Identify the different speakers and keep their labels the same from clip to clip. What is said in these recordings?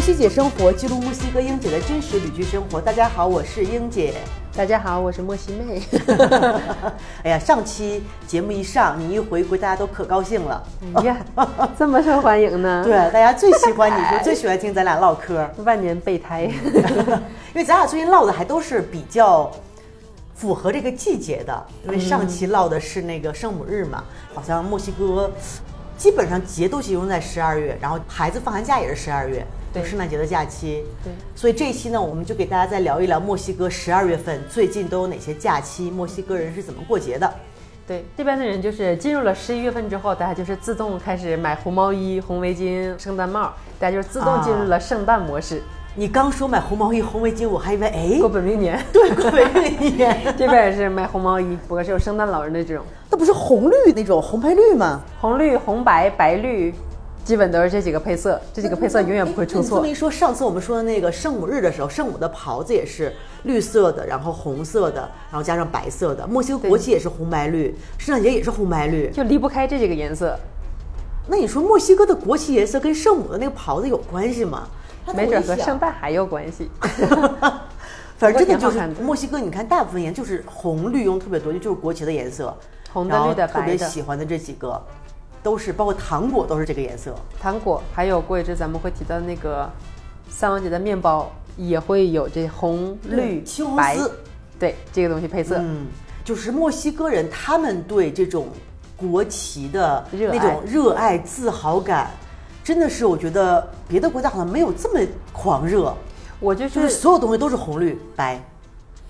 Speaker 1: 西姐生活记录墨西哥英姐的真实旅居生活。大家好，我是英姐。
Speaker 2: 大家好，我是莫西妹。
Speaker 1: 哎呀，上期节目一上，你一回归，大家都可高兴了。
Speaker 2: 哎呀，这么受欢迎 呢？
Speaker 1: 对，大家最喜欢你说，最喜欢听咱俩唠嗑，
Speaker 2: 万年备胎。
Speaker 1: 因为咱俩最近唠的还都是比较符合这个季节的。因为上期唠的是那个圣母日嘛，好像墨西哥基本上节都集中在十二月，然后孩子放寒假也是十二月，
Speaker 2: 对
Speaker 1: 有圣诞节的假期。
Speaker 2: 对
Speaker 1: 所以这一期呢，我们就给大家再聊一聊墨西哥十二月份最近都有哪些假期，墨西哥人是怎么过节的。
Speaker 2: 对，这边的人就是进入了十一月份之后，大家就是自动开始买红毛衣、红围巾、圣诞帽，大家就是自动进入了圣诞模式。
Speaker 1: 你刚说买红毛衣、红围巾，我还以为哎，
Speaker 2: 过本命 年，
Speaker 1: 对，过一年，
Speaker 2: 这边也是买红毛衣，不过是有圣诞老人的这种
Speaker 1: 那不是红绿那种红配绿吗？
Speaker 2: 红绿、红白、白绿，基本都是这几个配色，这几个配色永远不会出
Speaker 1: 那你这
Speaker 2: 错
Speaker 1: 么。一说，上次我们说的那个圣母日的时候，圣母的袍子也是绿色的，然后红色的，然后加上白色的。墨西哥国旗也是红白绿，圣诞节也是红白绿。
Speaker 2: 就离不开这几个颜色，
Speaker 1: 那你说墨西哥的国旗颜色跟圣母的那个袍子有关系吗？那
Speaker 2: 没准
Speaker 1: 我
Speaker 2: 和
Speaker 1: 一想
Speaker 2: 圣诞还有关系。
Speaker 1: 反正真的就
Speaker 2: 挺好
Speaker 1: 是
Speaker 2: 看的
Speaker 1: 墨西哥，你看大部分颜就是红绿用特别多，就是国旗的颜色，
Speaker 2: 红的
Speaker 1: 然后
Speaker 2: 绿的
Speaker 1: 特别
Speaker 2: 白的
Speaker 1: 喜欢的这几个，都是包括糖果都是这个颜色。
Speaker 2: 糖果，还有过一阵咱们会提到那个三王节的面包，也会有这红、绿、
Speaker 1: 青红
Speaker 2: 白
Speaker 1: 丝，
Speaker 2: 对这个东西配色。
Speaker 1: 嗯，就是墨西哥人他们对这种国旗的
Speaker 2: 热
Speaker 1: 那
Speaker 2: 爱
Speaker 1: 种热爱、自豪感，真的是我觉得别的国家好像没有这么狂热，
Speaker 2: 我就
Speaker 1: 就是
Speaker 2: 是
Speaker 1: 所有东西都是红绿白。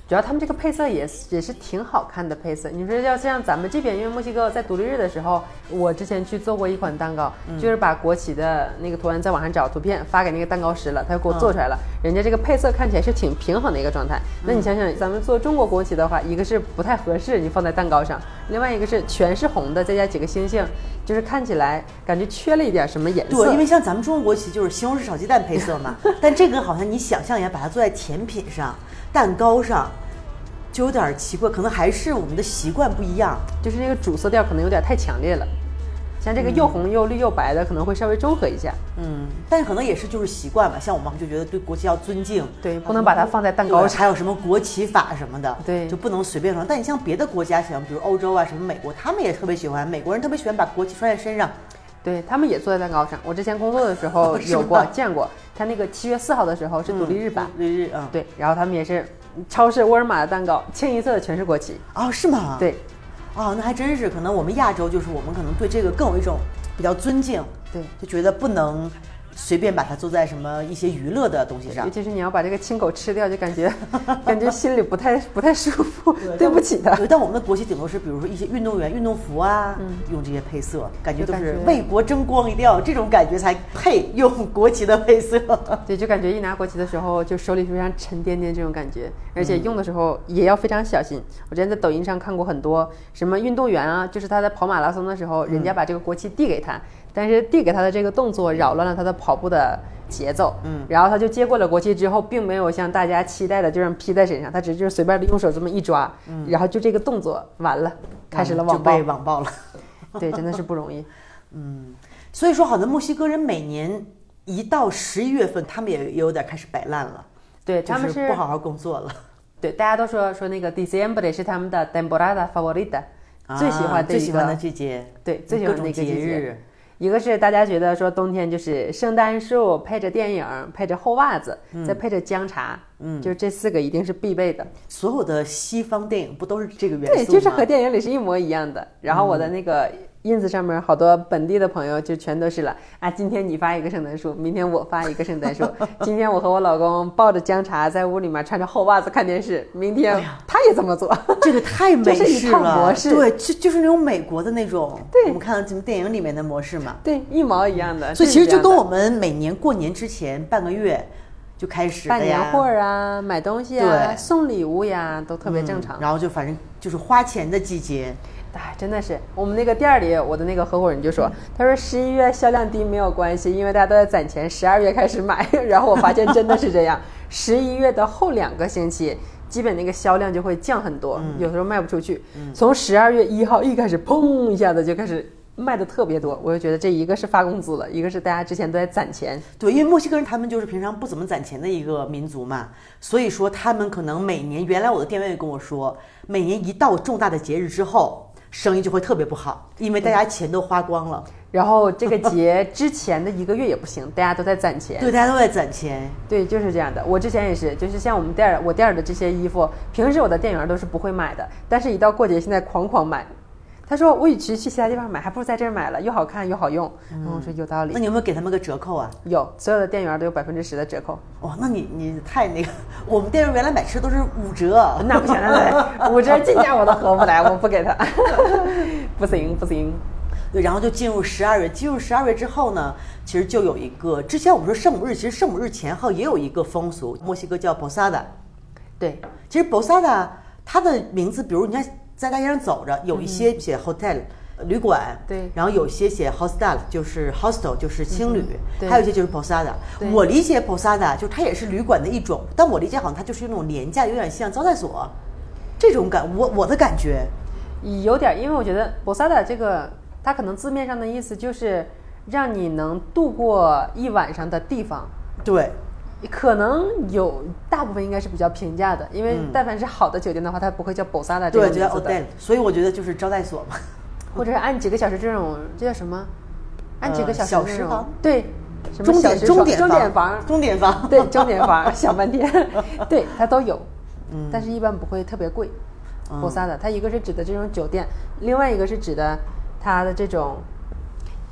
Speaker 2: 主要他们这个配色也是也是挺好看的配色。你说要像咱们这边，因为墨西哥在独立日的时候，我之前去做过一款蛋糕，
Speaker 1: 嗯
Speaker 2: 就是把国旗的那个图案在网上找图片发给那个蛋糕师了，他就给我做出来了。
Speaker 1: 嗯
Speaker 2: 人家这个配色看起来是挺平衡的一个状态。那你想想，咱们做中国国旗的话，一个是不太合适，你放在蛋糕上；另外一个是全是红的，再加几个星星，就是看起来感觉缺了一点什么颜色。
Speaker 1: 对，因为像咱们中国国旗就是西红柿炒鸡蛋配色嘛， 但这个好像你想象一下，把它做在甜品上、蛋糕上，就有点奇怪，可能还是我们的习惯不一样。
Speaker 2: 就是那个主色调可能有点太强烈了。像这个又红又绿又白的，可能会稍微中和一下。
Speaker 1: 嗯，但可能也是就是习惯吧，像我们就觉得对国旗要尊敬，
Speaker 2: 对，不能把它放在蛋糕
Speaker 1: 对
Speaker 2: 上。
Speaker 1: 还有什么国旗法什么的，
Speaker 2: 对
Speaker 1: 就不能随便穿。但你像别的国家，像比如欧洲啊，什么美国，他们也特别喜欢，美国人特别喜欢把国旗穿在身上。
Speaker 2: 对他们也坐在蛋糕上。我之前工作的时候
Speaker 1: 哦是吗
Speaker 2: 有过见过，他那个七月四号的时候是独立日吧？
Speaker 1: 嗯对日嗯，
Speaker 2: 对，然后他们也是超市沃尔玛的蛋糕，清一色的全是国旗。
Speaker 1: 哦，是吗？，
Speaker 2: 对
Speaker 1: 哦，那还真是，可能我们亚洲就是我们可能对这个更有一种比较尊敬，
Speaker 2: 对，
Speaker 1: 就觉得不能随便把它做在什么一些娱乐的东西上
Speaker 2: 尤。其是你要把这个青狗吃掉，就感觉感觉心里不太不太舒服，对不起他。
Speaker 1: 对，但我们的国旗顶多是，比如说一些运动员运动服啊，用这些配色，感觉
Speaker 2: 嗯就
Speaker 1: 都
Speaker 2: 感
Speaker 1: 是
Speaker 2: 觉
Speaker 1: 为国争光，一定要有这种感觉才配用国旗的配色。
Speaker 2: 对，就感觉一拿国旗的时候，就手里非常沉甸甸这种感觉，而
Speaker 1: 嗯
Speaker 2: 且用的时候也要非常小心。我之前在抖音上看过很多什么运动员啊，就是他在跑马拉松的时候，
Speaker 1: 嗯
Speaker 2: 人家把这个国旗递给他，但是递给他的这个动作扰乱了他的跑步的节奏，嗯，然后他就接过了国旗之后，并没有像大家期待的就让披在身上，他只是就是随便的用手这么一抓，然后就这个动作完了， 开始了
Speaker 1: 嗯 就
Speaker 2: 网暴
Speaker 1: 被，网暴了。
Speaker 2: 对，真的是不容易。
Speaker 1: 所以说，好像墨西哥人每年一到十一月份，他们也也有点开始摆烂了，
Speaker 2: 对，
Speaker 1: 就
Speaker 2: 他们
Speaker 1: 不好好工作了。
Speaker 2: 对，大家都说说那个 December 是他们的 temporada favorita，、最喜
Speaker 1: 啊
Speaker 2: 欢的
Speaker 1: 最
Speaker 2: 一
Speaker 1: 喜
Speaker 2: 个
Speaker 1: 欢的季节，
Speaker 2: 对最喜欢
Speaker 1: 各
Speaker 2: 的
Speaker 1: 种
Speaker 2: 一个季
Speaker 1: 节
Speaker 2: 节
Speaker 1: 日。
Speaker 2: 一个是大家觉得说冬天就是圣诞树配着电影，配着厚袜子，
Speaker 1: 嗯
Speaker 2: 再配着姜茶，嗯，就是这四个一定是必备的。
Speaker 1: 所有的西方电影不都是这个元素
Speaker 2: 对，
Speaker 1: 吗？嗯
Speaker 2: 就是和电影里是一模一样的。然后我的那个 ins 上面好多本地的朋友就全都是了啊，今天你发一个圣诞树，明天我发一个圣 诞树，今天我和我老公抱着姜茶在屋里面穿着厚袜子看电视，明
Speaker 1: 哎
Speaker 2: 天他也这么做。
Speaker 1: 这个太美
Speaker 2: 这是
Speaker 1: 式
Speaker 2: 一套
Speaker 1: 了，
Speaker 2: 模式
Speaker 1: 对，就就是那种美国的那种，
Speaker 2: 对
Speaker 1: 我们看到什么电影里面的模式嘛。
Speaker 2: 对，一毛一样的。
Speaker 1: 所以
Speaker 2: 是
Speaker 1: 其实就
Speaker 2: 这样的
Speaker 1: 跟我们每年过年之前半个月就开始
Speaker 2: 办
Speaker 1: 的呀
Speaker 2: 年会儿啊、买东西啊
Speaker 1: 对、
Speaker 2: 送礼物呀，都特别正常
Speaker 1: 嗯。然后就反正就是花钱的季节，
Speaker 2: 哎，真的是我们那个店儿里，我的那个合伙人就
Speaker 1: 嗯
Speaker 2: 说，他说十一月销量低没有关系，因为大家都在攒钱，十二月开始买。 然后我发现真的是这 样，十一月的后两个星期，基本那个销量就
Speaker 1: 嗯
Speaker 2: 会降很多，有时候卖不出去。从十二月一号一开始，砰一下子就开始卖的特别多，我就觉得这一个是发工资了，一个是大家之前都在攒钱，
Speaker 1: 对，因为墨西哥人他们就是平常不怎么攒钱的一个民族嘛，所以说他们可能每年，原来我的店员也跟我说，每年一到重大的节日之后，生意就会特别不好，因为大家钱都花光了，
Speaker 2: 然后这个节之前的一个月也不行，大家都在攒钱。
Speaker 1: 对，大家都在攒钱，
Speaker 2: 对，就是这样的。我之前也是，就是像我们店儿，我店儿的这些衣服，平时我的店员都是不会买的，但是一到过节，现在狂狂买。他说：“我与其去其他地方买，还不如在这儿买了，又好看又好用。然后我说：“有道理
Speaker 1: 那。你有没有给他们个折扣啊？”
Speaker 2: 有，所有的店员都有百分之十的折扣，
Speaker 1: 哇、那你你太那个，我们店员原来买吃都是五折，
Speaker 2: 那不行，那我这进价我都合不来，我不给他， 不行不行。
Speaker 1: 对，然后就进入十二月。进入十二月之后呢，其实就有一个，之前我们说圣母日，其实圣母日前后也有一个风俗，墨西哥叫 posada。
Speaker 2: 对，
Speaker 1: 其实 posada 它的名字，比如你看在大街上走着，有一些写 hotel、旅馆，
Speaker 2: 嗯对嗯
Speaker 1: 然后有些写 hostel 就是 hostel 就是青旅，
Speaker 2: 对
Speaker 1: 还有一些就是 posada。
Speaker 2: 对
Speaker 1: 我理解 posada 就是它也是旅馆的一种，但我理解好像它就是那种廉价，有点像招待所这种感，我我的感觉。
Speaker 2: 有点儿，因为我觉得 “bosada” 这个，它可能字面上的意思就是让你能度过一晚上的地方。
Speaker 1: 对，
Speaker 2: 啊可能有大部分应该是比较平价的，因为但凡是好的酒店的话，它不会叫 “bosada” 这个
Speaker 1: 嗯对，
Speaker 2: 名
Speaker 1: 就叫
Speaker 2: 字
Speaker 1: hotel，
Speaker 2: 的，
Speaker 1: 所以我觉得就是招待所嘛。
Speaker 2: 或者是按几个小时这种，这叫什么？按几个
Speaker 1: 呃
Speaker 2: 小时
Speaker 1: 小
Speaker 2: 那
Speaker 1: 时
Speaker 2: 种
Speaker 1: 房
Speaker 2: 对，什么
Speaker 1: 钟
Speaker 2: 小
Speaker 1: 点
Speaker 2: 时
Speaker 1: 钟
Speaker 2: 房
Speaker 1: 点
Speaker 2: 钟点房，
Speaker 1: 钟点房。
Speaker 2: 对，钟点房想半天，对，它都有，
Speaker 1: 嗯
Speaker 2: 但是一般不会特别贵。博萨的，它一个是指的这种酒店，另外一个是指的它的这种，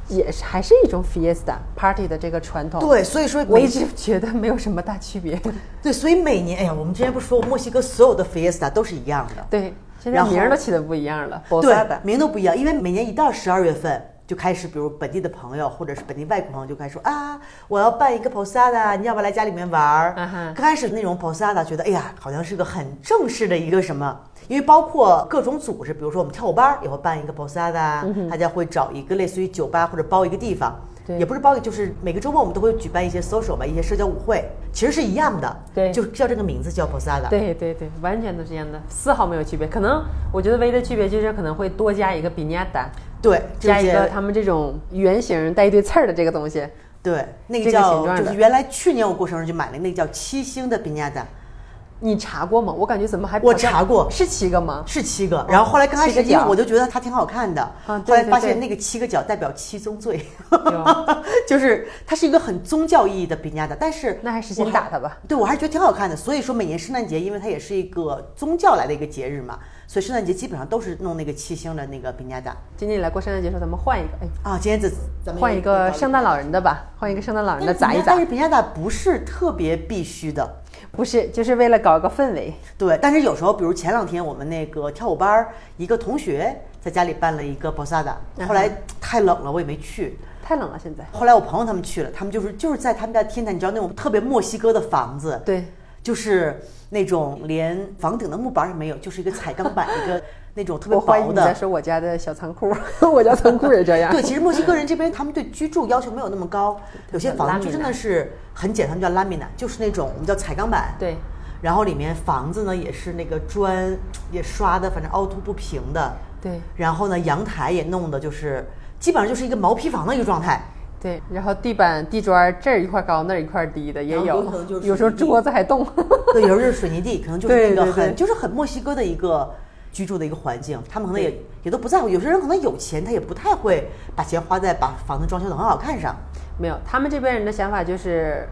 Speaker 2: 也是还是一种 fiesta party 的这个传统。，
Speaker 1: 对，所以说
Speaker 2: 我
Speaker 1: 每
Speaker 2: 一直觉得没有什么大区别。
Speaker 1: 对，所以每年，哎呀，我们之前不是说墨西哥所有的 fiesta 都是一样的，
Speaker 2: 对，现在
Speaker 1: 然后
Speaker 2: 名儿都起的不一样了。博萨
Speaker 1: 对
Speaker 2: 的，，
Speaker 1: 名都不一样，因为每年一到十二月份。就开始，比如本地的朋友或者是本地外国朋友就开始说啊，我要办一个 posada，你要不要来家里面玩儿？
Speaker 2: 啊哈
Speaker 1: 刚开始那种 posada 觉得，哎呀，好像是个很正式的一个什么，因为包括各种组织，比如说我们跳舞班儿也会办一个 posada，、大
Speaker 2: 嗯
Speaker 1: 家会找一个类似于酒吧或者包一个地方，
Speaker 2: 对
Speaker 1: 也不是包，就是每个周末我们都会举办一些 social 吧，一些社交舞会，其实是一样的，
Speaker 2: 对
Speaker 1: 就叫这个名字叫 posada，
Speaker 2: 对对对，完全都是一样的，丝毫没有区别。可能我觉得唯一的区别就是可能会多加一个比尼亚达，
Speaker 1: 对，就
Speaker 2: 加一
Speaker 1: 是
Speaker 2: 个他们这种圆形带一堆刺儿的这个东西。
Speaker 1: 对，那
Speaker 2: 这
Speaker 1: 个
Speaker 2: 个
Speaker 1: 叫
Speaker 2: 形状
Speaker 1: 就
Speaker 2: 的
Speaker 1: 是原来去年我过生日就买了那个叫七星的比尼亚达，
Speaker 2: 你查过吗？我感觉怎么还
Speaker 1: 我
Speaker 2: 好像
Speaker 1: 查过
Speaker 2: 是七个吗？
Speaker 1: 是七个。然后后来刚开
Speaker 2: 哦七
Speaker 1: 始
Speaker 2: 个
Speaker 1: 因
Speaker 2: 角
Speaker 1: 为我就觉得它挺好看的，
Speaker 2: 啊对
Speaker 1: 后来
Speaker 2: 对
Speaker 1: 发
Speaker 2: 对
Speaker 1: 现那个七个角代表七宗罪，
Speaker 2: 哟
Speaker 1: 就是它是一个很宗教意义的比尼亚达，但是
Speaker 2: 那还是先
Speaker 1: 我
Speaker 2: 打他吧。
Speaker 1: 对我还是觉得挺好看的。所以说每年圣诞节，因为它也是一个宗教来的一个节日嘛，所以圣诞节基本上都是弄那个七星的那个比尼亚达
Speaker 2: 今天你来过圣诞节的时候，咱们换一个，哎，
Speaker 1: 啊。今天咱咱们
Speaker 2: 换一个圣
Speaker 1: 诞
Speaker 2: 诞老人的吧，换一个圣诞老人的砸一
Speaker 1: 但
Speaker 2: 砸，
Speaker 1: 是比尼亚达不是特别必须的。
Speaker 2: 不是，就是为了搞一个氛围。
Speaker 1: 对，但是有时候，比如前两天我们那个跳舞班儿一个同学在家里办了一个 posada，后
Speaker 2: 嗯
Speaker 1: 来太冷了，我也没去。
Speaker 2: 太冷了，现在。
Speaker 1: 后来我朋友他们去了，他们就是就是在他们家天台，你知道那种特别墨西哥的房子，
Speaker 2: 对，
Speaker 1: 就是那种连房顶的木板儿也没有，就是一个彩钢板， 一个那种特别
Speaker 2: 我怀疑
Speaker 1: 薄
Speaker 2: 你在
Speaker 1: 的。
Speaker 2: 说我家的小仓库， 我家仓库也这样。
Speaker 1: 对，其实墨西哥人这边他们对居住要求没有那么高，有些房子就真的是很简单，叫拉米娜，就是那种我们叫彩钢板。
Speaker 2: 对，
Speaker 1: 然后里面房子呢也是那个砖也刷的，反正凹凸不平的。
Speaker 2: 对
Speaker 1: 然后呢，阳台也弄的就是基本上就是一个毛坯房的一个状 态。
Speaker 2: 对，然后地板、地砖儿这儿一块高，那儿一块低的也
Speaker 1: 然后有
Speaker 2: 有
Speaker 1: 可能就，是
Speaker 2: 有时候桌子还动。
Speaker 1: 对，有时候就是水泥地，可能就是那
Speaker 2: 对
Speaker 1: 个
Speaker 2: 对
Speaker 1: 很
Speaker 2: 对
Speaker 1: 就是很墨西哥的一个居住的一个环境，他们可能也也都不在乎。有些人可能有钱，他也不太会把钱花在把房子装修的很好看上。
Speaker 2: 没有，他们这边人的想法就是，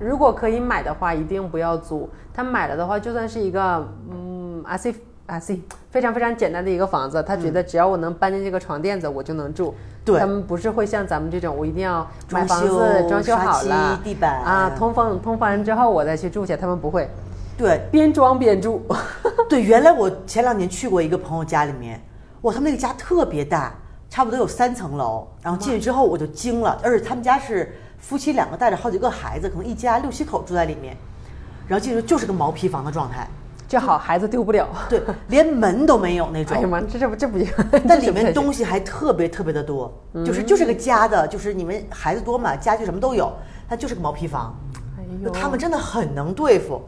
Speaker 2: 如果可以买的话，一定不要租。他买了的话，就算是一个嗯啊 C 啊 C 非常非常简单的一个房子，他觉得只要我能搬进这个床垫子，我就能住。
Speaker 1: 对
Speaker 2: 他们不是会像咱们这种，我一定要买
Speaker 1: 装
Speaker 2: 房子
Speaker 1: 修
Speaker 2: 装修
Speaker 1: 刷
Speaker 2: 好
Speaker 1: 漆
Speaker 2: 了，
Speaker 1: 地板
Speaker 2: 啊，通风通完之后我再去住去。他们不会
Speaker 1: 对，
Speaker 2: 边装边住，
Speaker 1: 对，原来我前两年去过一个朋友家里面，哇，他们那个家特别大，差不多有三层楼。然后进去之后我就惊了，而且他们家是夫妻两个带着好几个孩子，可能一家六七口住在里面。然后进去就是个毛坯房的状态，
Speaker 2: 这好孩子丢不了。
Speaker 1: 对，连门都没有那
Speaker 2: 哎呀
Speaker 1: 种。
Speaker 2: 妈，这这不这不，
Speaker 1: 但里
Speaker 2: 这不太
Speaker 1: 面
Speaker 2: 行
Speaker 1: 东西还特别特别的多，
Speaker 2: 嗯
Speaker 1: 就是就是个家的，就是你们孩子多嘛，家具什么都有，它就是个毛坯房。
Speaker 2: 哎
Speaker 1: 就
Speaker 2: 呦，
Speaker 1: 他们真的很能对付，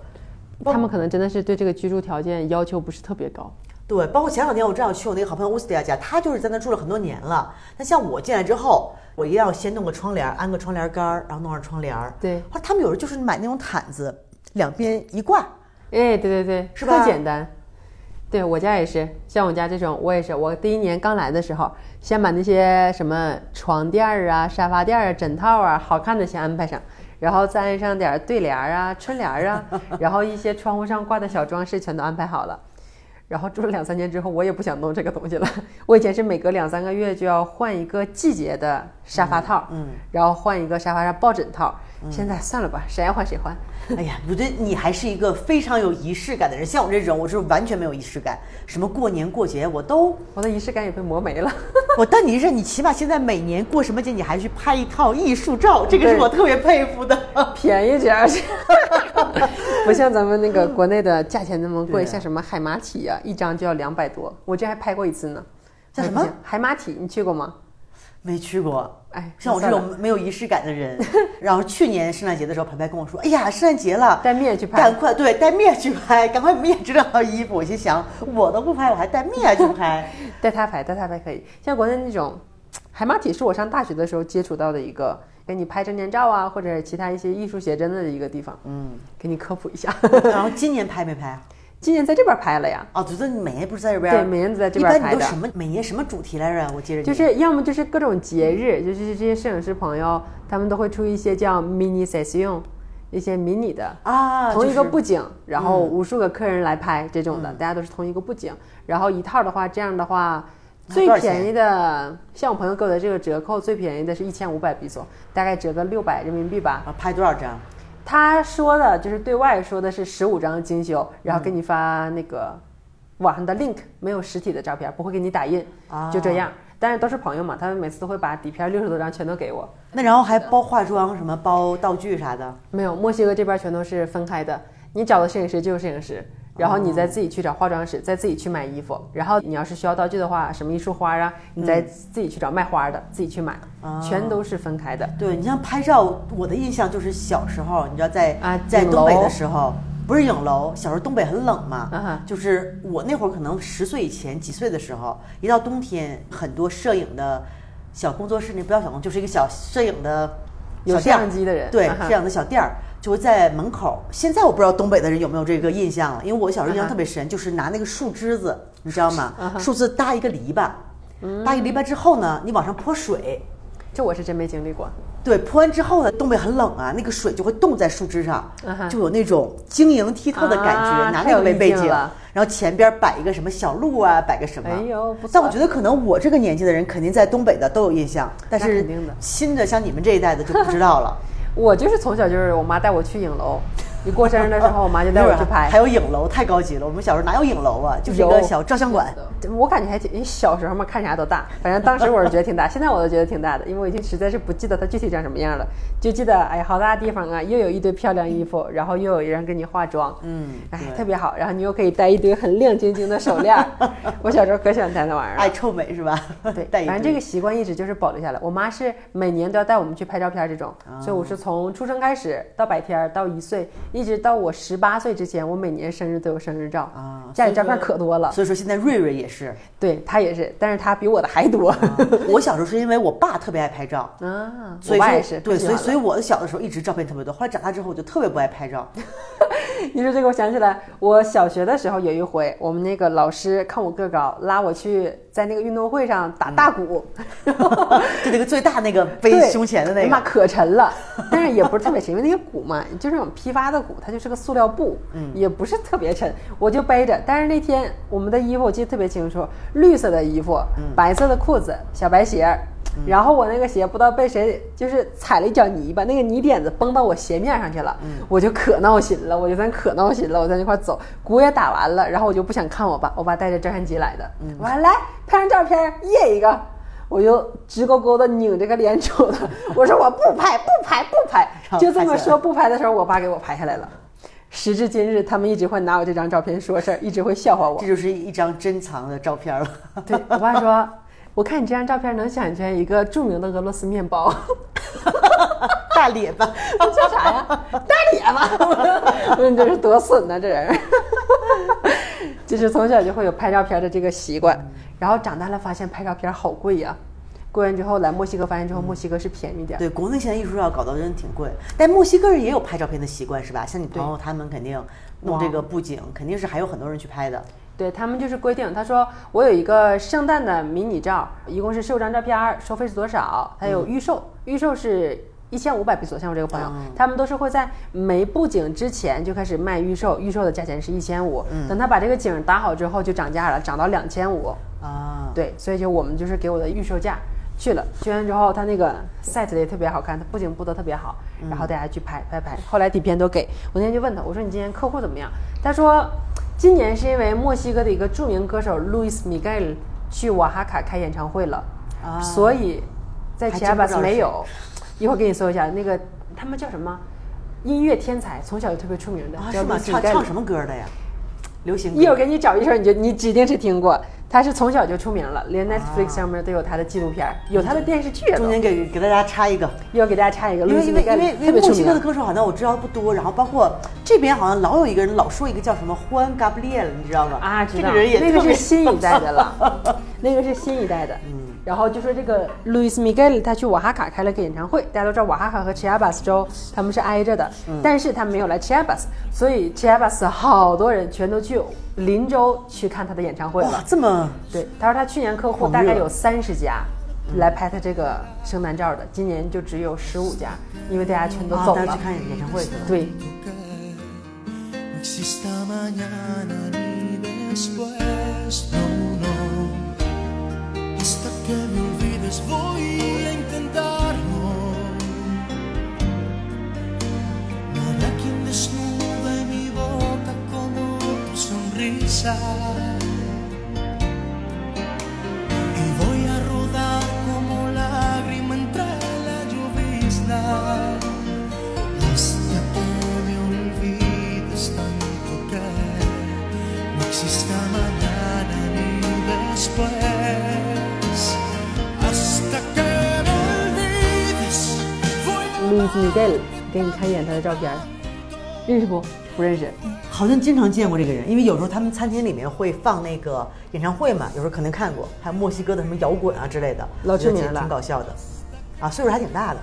Speaker 2: 他们可能真的是对这个居住条件要求不是特别高。
Speaker 1: 对，包括前两天我正好去我那个好朋友乌斯迪亚家，他就是在那住了很多年了。那像我进来之后，我一定要先弄个窗帘儿，安个窗帘杆儿，然后弄上窗帘儿。
Speaker 2: 对
Speaker 1: 后来他们有人就是买那种毯子，两边一挂，
Speaker 2: 哎，对对对，
Speaker 1: 是吧
Speaker 2: 特简单。对我家也是，像我家这种，我也是。我第一年刚来的时候，先把那些什么床垫儿啊、沙发垫儿啊、枕套啊，好看的先安排上，然后再安上点儿对联儿啊、春联儿啊， 然后一些窗户上挂的小装饰全都安排好了。然后住了两三年之后，我也不想弄这个东西了。我以前是每隔两三个月就要换一个季节的沙发套，嗯，然后换一个沙发上抱枕套。
Speaker 1: 嗯
Speaker 2: 现在算了吧，谁爱换谁换。
Speaker 1: 哎呀，我觉得你还是一个非常有仪式感的人，像我这种，我是完全没有仪式感，什么过年过节我都，
Speaker 2: 我的仪式感也被磨没了。
Speaker 1: 我但你是你起码现在每年过什么节你还去拍一套艺术照，这个是我特别佩服的。
Speaker 2: 便宜点儿， 不像咱们那个国内的价钱那么贵，
Speaker 1: 对啊
Speaker 2: 像什么海马体啊，一张就要两百多，我这还拍过一次呢。
Speaker 1: 叫什么
Speaker 2: 哎不行海马体？你去过吗？
Speaker 1: 没去过，
Speaker 2: 哎，
Speaker 1: 像我这
Speaker 2: 算了
Speaker 1: 种没有仪式感的人。 然后去年圣诞节的时候，排排跟我说：“哎呀，圣诞节了，
Speaker 2: 带面去拍
Speaker 1: 赶，快对带面去拍， 赶快面质量的衣服。”我心想，我都不拍，我还带面去 拍。
Speaker 2: 带他拍，带他拍可以。像国内那种，海马体是我上大学的时候接触到的一个，给你拍证件照啊，或者其他一些艺术写真的一个地方。嗯，给你科普一下，
Speaker 1: 然后今年拍没拍啊？
Speaker 2: 今年在这边拍了呀。
Speaker 1: 哦，觉得你每年不是在这边？
Speaker 2: 对每年都在这边
Speaker 1: 一般
Speaker 2: 拍
Speaker 1: 你
Speaker 2: 的
Speaker 1: 都什么每年什么主题来着？我记着你
Speaker 2: 就是要么就是各种节日，就是这些摄影师朋友，他们都会出一些叫 mini session，一些迷你的，
Speaker 1: 啊，
Speaker 2: 同一
Speaker 1: 就
Speaker 2: 个
Speaker 1: 是嗯
Speaker 2: 布景，然后无数个客人来拍这种的，大家都是同一个布景，然后一套的话，这样的话。
Speaker 1: 那
Speaker 2: 最
Speaker 1: 多少
Speaker 2: 便宜的，像我朋友给我的这个折扣，最便宜的是一千五百比索，大概折个六百人民币吧。
Speaker 1: 啊，拍多少张？
Speaker 2: 他说的就是对外说的是十五张精修，然后给你发那个网上的 link，没有实体的照片，不会给你打印，
Speaker 1: 啊
Speaker 2: 就这样。但是都是朋友嘛，他们每次都会把底片六十多张全都给我。
Speaker 1: 那然后还包化妆什么，包道具啥的。
Speaker 2: 没有，墨西哥这边全都是分开的，你找的摄影师就是摄影师，然后你再自己去找化妆师，再自己去买衣服，然后你要是需要道具的话，什么一束花啊，你再自己去找卖花的，自己去买，全都是分开的。
Speaker 1: 对你像拍照，我的印象就是小时候，你知道在
Speaker 2: 啊
Speaker 1: 在
Speaker 2: 影
Speaker 1: 东北
Speaker 2: 楼
Speaker 1: 的时候，不是影楼，小时候东北很冷嘛，
Speaker 2: 啊哈
Speaker 1: 就是我那会儿可能十岁以前几岁的时候，一到冬天，很多摄影的小工作室，那不叫小工，就是一个小摄影的
Speaker 2: 有
Speaker 1: 小
Speaker 2: 摄
Speaker 1: 店儿
Speaker 2: 像机的人
Speaker 1: 对
Speaker 2: 啊，哈
Speaker 1: 摄影的小店儿。就会在门口。现在我不知道东北的人有没有这个印象了，因为我小时候印
Speaker 2: 啊
Speaker 1: 象
Speaker 2: 哈啊
Speaker 1: 特别深，就是拿那个树枝子，你知道吗？树枝搭一个篱笆，
Speaker 2: 嗯
Speaker 1: 搭一个篱笆之后呢，你往上泼水，
Speaker 2: 这我是真没经历过。
Speaker 1: 对，泼完之后呢，东北很冷啊，那个水就会冻在树枝上，
Speaker 2: 嗯哼
Speaker 1: 就有那种晶莹剔透的感觉。
Speaker 2: 啊
Speaker 1: 拿那
Speaker 2: 太
Speaker 1: 个
Speaker 2: 有
Speaker 1: 为
Speaker 2: 意
Speaker 1: 背
Speaker 2: 境
Speaker 1: 景
Speaker 2: 了，
Speaker 1: 然后前边摆一个什么小鹿啊，摆个什么。
Speaker 2: 哎呦不错
Speaker 1: 但我觉得可能我这个年纪的人，肯定在东北的都有印象，但
Speaker 2: 那
Speaker 1: 是
Speaker 2: 肯定的
Speaker 1: 新的像你们这一代的就不知道 了。
Speaker 2: 我就是从小就是我妈带我去影楼，你过生日的时候，我妈就带我去拍
Speaker 1: 还。有影楼，太高级了。我们小时候哪有影楼啊？就是一个
Speaker 2: 有
Speaker 1: 小照相 馆。
Speaker 2: 我感觉还挺，因为小时候嘛，看啥都大，反正当时我是觉得 挺大，现在我都觉得挺大的，因为我已经实在是不记得它具体长什么样了，就记得哎，好大地方啊，又有一堆漂亮衣服，然后又有人给你化妆，
Speaker 1: 嗯
Speaker 2: 哎，
Speaker 1: 对
Speaker 2: 特别好，然后你又可以戴一堆很亮晶晶的手 链儿，我小时候可喜欢戴那玩意儿了
Speaker 1: 爱。臭美是吧？
Speaker 2: 对，
Speaker 1: 哎带一
Speaker 2: 反正这
Speaker 1: 堆
Speaker 2: 个习惯一直就是保留下来。我妈是每年都要带我们去拍照片儿这种，
Speaker 1: 哦
Speaker 2: 所以我是从出生开始到百天儿到一岁，一直到我十八岁之前，我每年生日都有生日照
Speaker 1: 啊
Speaker 2: 家里照片可多了。
Speaker 1: 所以说现在瑞瑞也是，
Speaker 2: 对她也是，但是她比我的还多。
Speaker 1: 我小时候是因为我爸特别爱拍照，
Speaker 2: 啊，
Speaker 1: 所以
Speaker 2: 我
Speaker 1: 说
Speaker 2: 爸也是，
Speaker 1: 对，所以所以
Speaker 2: 以
Speaker 1: 我的小的时候一直照片特别多，后来长大之后我就特别不爱拍照。
Speaker 2: 你说这个，我想起来，我小学的时候有一回，我们那个老师看我个高，拉我去在那个运动会上打大鼓，
Speaker 1: 就那个最大那个
Speaker 2: 对
Speaker 1: 背胸前的那
Speaker 2: 哎呀妈
Speaker 1: 个，
Speaker 2: 可沉了，但是也不是特别沉，因为那个鼓嘛，就是那种批发的鼓，它就是个塑料布，
Speaker 1: 嗯
Speaker 2: 也不是特别沉，我就背着。但是那天我们的衣服我记得特别清楚，绿色的衣服，
Speaker 1: 嗯
Speaker 2: 白色的裤子，小白鞋儿。然后我那个鞋不知道被谁就是踩了一脚泥巴，那个泥点子崩到我鞋面上去了，
Speaker 1: 嗯
Speaker 2: 我就可闹心了，我就在那可闹心了，我在那块儿走，鼓也打完了，然后我就不想看我爸，我爸带着照相机来的，
Speaker 1: 嗯
Speaker 2: 我说来拍张照片儿，耶一个，我就直勾勾的拧着个脸瞅他， 我说我不拍，不拍，不拍
Speaker 1: 然后，
Speaker 2: 就这
Speaker 1: 拍
Speaker 2: 么
Speaker 1: 下来
Speaker 2: 说不拍的时候，我爸给我拍下来了。时至今日，他们一直会拿我这张照片说事儿，一直会笑话我
Speaker 1: 这。就是一张珍藏的照 片了。
Speaker 2: 对我爸说，我看你这张照片能想起来一个著名的俄罗斯面 包，
Speaker 1: 大脸吧，
Speaker 2: 你叫啥 嗯呀？大脸吧？我说你这是多损呐、这人。 就是从小就会有拍照片的这个习惯，然后长大了发现拍照片好贵呀、贵完之后来墨西哥发现之后，墨西哥是便宜 点儿。
Speaker 1: 对，国内现在艺术照搞得真挺贵，但墨西哥人也有拍照片的习惯是吧？像你朋友他们肯定弄这个布景，肯定是还有很多人去拍的。
Speaker 2: 对他们就是规定，他说我有一个圣诞的迷你照，一共是十五张照片儿，收费是多少？还有预售，预售是一千五百比索。像我这个朋友，他们都是会在没布景之前就开始卖预售，预售的价钱是一千五，等他把这个景儿打好之后就涨价了，涨到两千五。
Speaker 1: 啊，
Speaker 2: 对，所以就我们就是给我的预售价去了，去完之后，它那个 set 也特别好看，它布景布的特别好，
Speaker 1: 嗯
Speaker 2: 然后大家去拍拍拍，后来底片都给我那天就问他，我说你今年客户怎么样？他说今年是因为墨西哥的一个著名歌手 Luis Miguel 去瓦哈卡开演唱会了，
Speaker 1: 啊
Speaker 2: 所以在
Speaker 1: 还
Speaker 2: 奇亚
Speaker 1: 真不
Speaker 2: 巴
Speaker 1: 知
Speaker 2: 斯
Speaker 1: 道是
Speaker 2: 没
Speaker 1: 谁
Speaker 2: 有，一会儿给你搜一下那个他们叫什么音乐天才，从小就特别出名的，
Speaker 1: 啊
Speaker 2: 叫
Speaker 1: 是吗？
Speaker 2: Luis
Speaker 1: 唱
Speaker 2: Miguel
Speaker 1: 唱什么歌的呀？流行
Speaker 2: 一会
Speaker 1: 歌。
Speaker 2: 儿给你找一首，你就你指定是听过。他是从小就出名了，连 Netflix 上面都有他的纪录片儿，有他的电视剧也都
Speaker 1: 啊嗯中。间给给大家插一个，
Speaker 2: 一会儿给大家插一个，
Speaker 1: 因为
Speaker 2: Luis
Speaker 1: 因为
Speaker 2: Miguel
Speaker 1: 因为因
Speaker 2: 特
Speaker 1: 为
Speaker 2: 别
Speaker 1: 墨
Speaker 2: 出
Speaker 1: 西哥的
Speaker 2: 名。
Speaker 1: 歌手好像我知道不多，然后包括这边好像老有一个人老说一个叫什么欢 a n Gabriel，你知道吗？
Speaker 2: 啊，知
Speaker 1: 这
Speaker 2: 道
Speaker 1: 个人也
Speaker 2: 那个
Speaker 1: 特别
Speaker 2: 是新一代的了， 那个是新一代的。嗯，然后就说这个 Luis Miguel 他去瓦哈卡开了个演唱会，大家都知道瓦哈卡和 Chiapas 州他们是挨着的，
Speaker 1: 嗯
Speaker 2: 但是他没有来 Chiapas，所以 Chiapas 好多人全都去邻州去看他的演唱会了
Speaker 1: 哇。这么
Speaker 2: 对，他说他去年客户
Speaker 1: 狂
Speaker 2: 大概
Speaker 1: 热
Speaker 2: 有三十家来拍他这个圣诞照的，今年就只有十五家，因为大家全都
Speaker 1: 啊，
Speaker 2: 走
Speaker 1: 大家
Speaker 2: 了
Speaker 1: 去。看演唱会去了。
Speaker 2: 对，
Speaker 3: que no exista mañana ni después, no, no. Hasta que me olvides voy a intentarlo. No habrá quien desnude mi boca como tu sonrisa. Y voy a rodar como lágrima entre la llovizna hasta que me olvides tanto que no exista mañana ni después. Hasta que me olvides, voy a
Speaker 1: 嗯
Speaker 2: Luis Miguel 给你看一眼他的照片，认识不？不认识。
Speaker 1: 好像经常见过这个人，因为有时候他们餐厅里面会放那个演唱会嘛，有时候可能看过，还有墨西哥的什么摇滚啊之类的，
Speaker 2: 老出名了
Speaker 1: 我觉得挺搞笑的，啊，岁数还挺大的，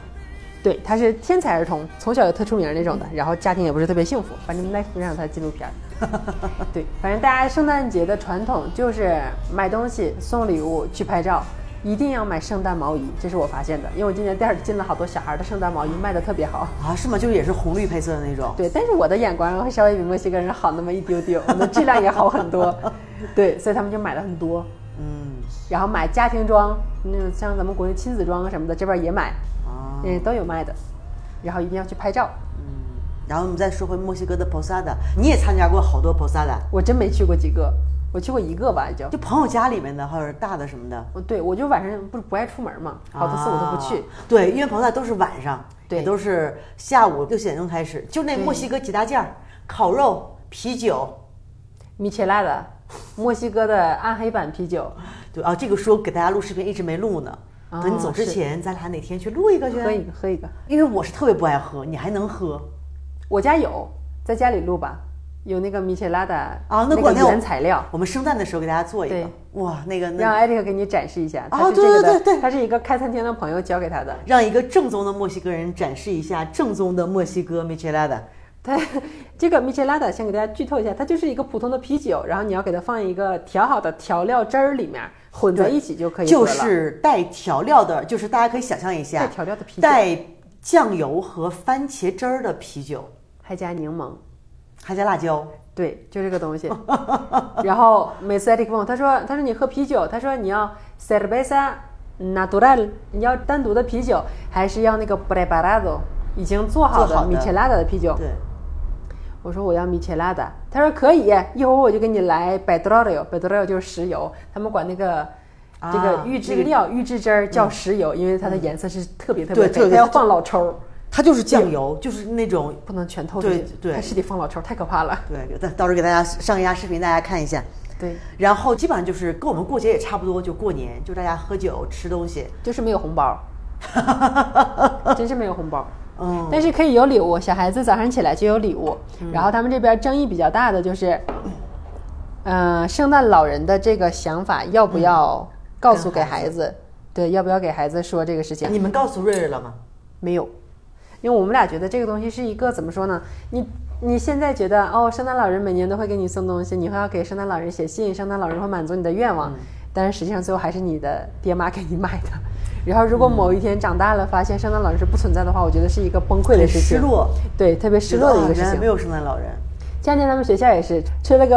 Speaker 2: 对，他是天才儿童，从小就特出名那种的，然后家庭也不是特别幸福，反正 Netflix 上有他的纪录片儿。 对，反正大家圣诞节的传统就是买东西、送礼物、去拍照，一定要买圣诞毛衣，这是我发现的，因为我今年店儿进了好多小孩儿的圣诞毛衣，卖的特别好。
Speaker 1: 啊，是吗？就是也是红绿配色的那种，
Speaker 2: 对，但是我的眼光会稍微比墨西哥人好那么一丢丢，我的质量也好很 多。对，所以他们就买了很多，
Speaker 1: 嗯，
Speaker 2: 然后买家庭装，那种像咱们国内亲子装什么的，这边也买，
Speaker 1: 啊，
Speaker 2: 嗯，都有卖的。然后一定要去拍照，
Speaker 1: 然后我们再说回墨西哥的 posada，你也参加过好多 posada，
Speaker 2: 我真没去过几个，我去过一个吧，就
Speaker 1: 就朋友家里面的或者大的什么的，
Speaker 2: 我对我就晚上不是不爱出门嘛，好多次我都不去
Speaker 1: 啊。对，因为朋友都是晚上，
Speaker 2: 对
Speaker 1: 也都是下午六七点钟开始，就那墨西哥几大件儿，烤肉、啤酒，
Speaker 2: 米切拉的，墨西哥的暗黑版啤酒，
Speaker 1: 对啊，这个说给大家录视频一直没录呢。
Speaker 2: 哦
Speaker 1: 等你走之前，咱俩哪天去录一个去？啊
Speaker 2: 喝一个喝一个。
Speaker 1: 因为我是特别不爱喝，你还能喝
Speaker 2: 我家有，在家里录吧，有那个米切拉的
Speaker 1: 啊？过
Speaker 2: 那个
Speaker 1: 两天我
Speaker 2: 原材料。
Speaker 1: 我们圣诞的时候给大家做一个
Speaker 2: 对。
Speaker 1: 哇，那个
Speaker 2: 让
Speaker 1: 那
Speaker 2: Eric 给你展示一下，他
Speaker 1: 啊
Speaker 2: 是这
Speaker 1: 嗯
Speaker 2: 个的，
Speaker 1: 对对对对
Speaker 2: 他是一个开餐厅的朋友教给他的。
Speaker 1: 让一个正宗的墨西哥人展示一下正宗的墨西哥 michelada。
Speaker 2: 他这个米切拉达，先给大家剧透一下，它就是一个普通的啤酒，然后你要给它放一个调好的调料汁儿里面混在一起就可以喝
Speaker 1: 就
Speaker 2: 了。
Speaker 1: 是带调料的，就是大家可以想象一下，
Speaker 2: 带调料的啤酒
Speaker 1: 带酱油和番茄汁儿的啤酒，
Speaker 2: 还加柠檬，
Speaker 1: 还加辣椒。
Speaker 2: 对，就这个东西。 然后每次 Eric 问我，他说他说你喝啤酒，他说你要 cerveza natural，你要单独的啤酒，还是要那个 preparado 已经做好
Speaker 1: 做好的
Speaker 2: 的米切拉达的啤酒？
Speaker 1: 对，
Speaker 2: 我说我要米切拉的，他说可以，一会儿我就给你来 petroleo，petroleo 就是石油，他们管那个。
Speaker 1: 啊嗯
Speaker 2: 这个预制料、预制汁儿叫石油，因为它的颜色是特别特
Speaker 1: 对
Speaker 2: 别
Speaker 1: 特别
Speaker 2: 黑，它要放老抽儿，
Speaker 1: 它就是酱油，就是那种
Speaker 2: 不能全透出去
Speaker 1: 对，对
Speaker 2: 它是得放老抽儿，太可怕了。
Speaker 1: 对，到到时候给大家上一下视频，大家看一下。
Speaker 2: 对，
Speaker 1: 然后基本上就是跟我们过节也差不多，就过年就大家喝酒吃东西。
Speaker 2: 就是没有 红包，真是没有红包。
Speaker 1: 嗯，
Speaker 2: 但是可以有礼物，小孩子早上起来就有礼物。然后他们这边争议比较大的就是，呃，圣诞老人的这个想法要不要告诉给
Speaker 1: 嗯跟孩
Speaker 2: 孩子？对，要不要给孩子说这个事情？
Speaker 1: 你们告诉瑞瑞了吗？
Speaker 2: 没有，因为我们俩觉得这个东西是一个怎么说呢？你你现在觉得哦，圣诞老人每年都会给你送东西，你会要给圣诞老人写信，圣诞老人会满足你的愿
Speaker 1: 嗯
Speaker 2: 望，但是实际上最后还是你的爹妈给你买的。然后如
Speaker 1: 嗯
Speaker 2: 果某一天长大了发现圣诞老人是不存在的话，我觉得是一个崩溃的
Speaker 1: 很
Speaker 2: 事
Speaker 1: 失，
Speaker 2: 情，
Speaker 1: 落，
Speaker 2: 对，特别失落的一个
Speaker 1: 觉
Speaker 2: 事
Speaker 1: 得啊原来
Speaker 2: 情
Speaker 1: 没。有圣诞老人，
Speaker 2: 前两天咱们学校也是出了个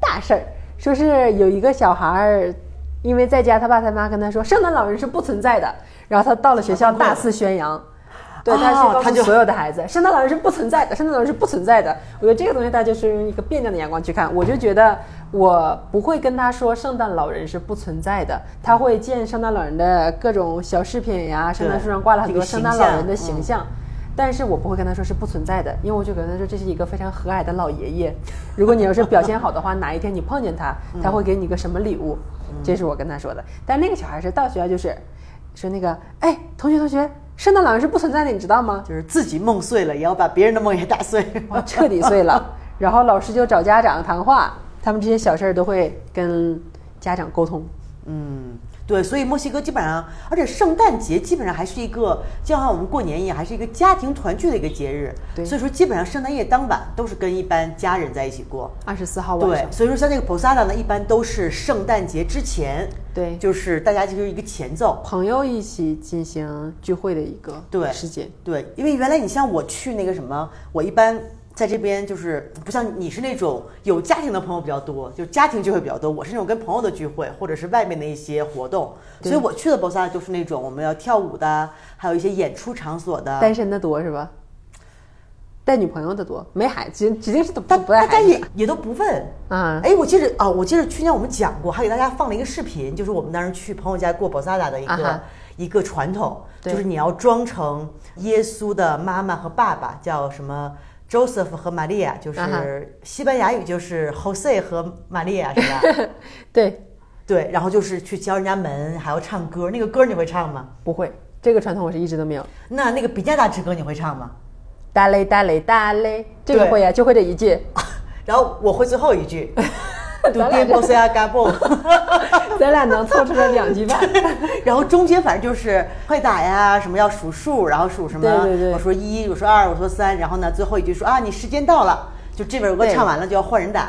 Speaker 2: 大事儿，说是有一个小孩儿，因为在家他爸他妈跟他说圣诞老人是不存在的，然后他到了学校大肆宣扬。对，他去
Speaker 1: 哦
Speaker 2: 告
Speaker 1: 他
Speaker 2: 诉
Speaker 1: 就
Speaker 2: 所有的孩子，圣诞老人是不存在的，圣诞老人是不存在的。我觉得这个东西大家就是用一个辩证的眼光去看，我就觉得我不会跟他说圣诞老人是不存在的，他会见圣诞老人的各种小饰品呀，圣诞树上挂了很多
Speaker 1: 这个
Speaker 2: 圣
Speaker 1: 形
Speaker 2: 诞老人
Speaker 1: 象
Speaker 2: 的形
Speaker 1: 嗯
Speaker 2: 象。但是我不会跟他说是不存在的，因为我就跟他说这是一个非常和蔼的老爷爷。 如果你要是表现好的话，哪一天你碰见他，他会给你个什么礼物？这是我跟他说的。但那个小孩是到学校就是说那个，哎，同学同学，圣诞老人是不存在的，你知道吗？
Speaker 1: 就是自己梦碎了，也要把别人的梦也打碎。
Speaker 2: 我彻底碎 了。然后老师就找家长谈话，他们这些小事儿都会跟家长沟通。
Speaker 1: 嗯，对，所以墨西哥基本上，而且圣诞节基本上还是一个，就好像我们过年一样，还是一个家庭团聚的一个节日。
Speaker 2: 对
Speaker 1: 所以说基本上圣诞夜当晚都是跟一般家人在一起过。
Speaker 2: 二十四号晚
Speaker 1: 对
Speaker 2: 上，，
Speaker 1: 所以说像这个 posada 呢，一般都是圣诞节之前，
Speaker 2: 对
Speaker 1: 就是大家就是一个前奏。
Speaker 2: 朋友一起进行聚会的一个
Speaker 1: 对
Speaker 2: 时间。
Speaker 1: 对，因为原来你像我去那个什么，我一般在这边就是不像你是那种有家庭的朋友比较多，就家庭聚会比较多。我是那种跟朋友的聚会，或者是外面的一些活动，所以我去的 b o s a 就是那种我们要跳舞的，还有一些演出场所的。
Speaker 2: 单身的多是吧？带女朋友的多，没孩子，指定是都不
Speaker 1: 大
Speaker 2: 不
Speaker 1: 大
Speaker 2: 带
Speaker 1: 家
Speaker 2: 孩子
Speaker 1: 也也都不问
Speaker 2: 啊
Speaker 1: 哎，我记着啊，我记着去年我们讲过，还给大家放了一个视频，就是我们当时去朋友家过 b o s a d a 的一
Speaker 2: 啊
Speaker 1: 个、
Speaker 2: 哈
Speaker 1: 一个传统，
Speaker 2: 对
Speaker 1: 就是你要装成耶稣的妈妈和爸爸，叫什么 Joseph 和玛利亚，就
Speaker 2: 啊哈
Speaker 1: 是西班牙语就是 Jose 和玛利亚，是吧？
Speaker 2: 对，
Speaker 1: 对，然后就是去敲人家门，还要唱歌，那个歌你会唱吗？
Speaker 2: 不会，这个传统我是一直都没有。
Speaker 1: 那那个比加达之歌你会唱吗？
Speaker 2: 哒嘞哒嘞哒嘞，这个
Speaker 1: 对
Speaker 2: 会呀、啊就会这一句。
Speaker 1: 然后我会最后一 句 d u
Speaker 2: 咱
Speaker 1: d i
Speaker 2: 俩
Speaker 1: b o s a g a b o
Speaker 2: 咱俩能凑出来两句半。
Speaker 1: 然后中间反正就是快打呀，什么要数数，然后数什么，
Speaker 2: 对对对
Speaker 1: 我说一，我说二，我说三，然后呢，最后一句说啊，你时间到了，就这边有个
Speaker 2: 对
Speaker 1: 唱完了就要换人打，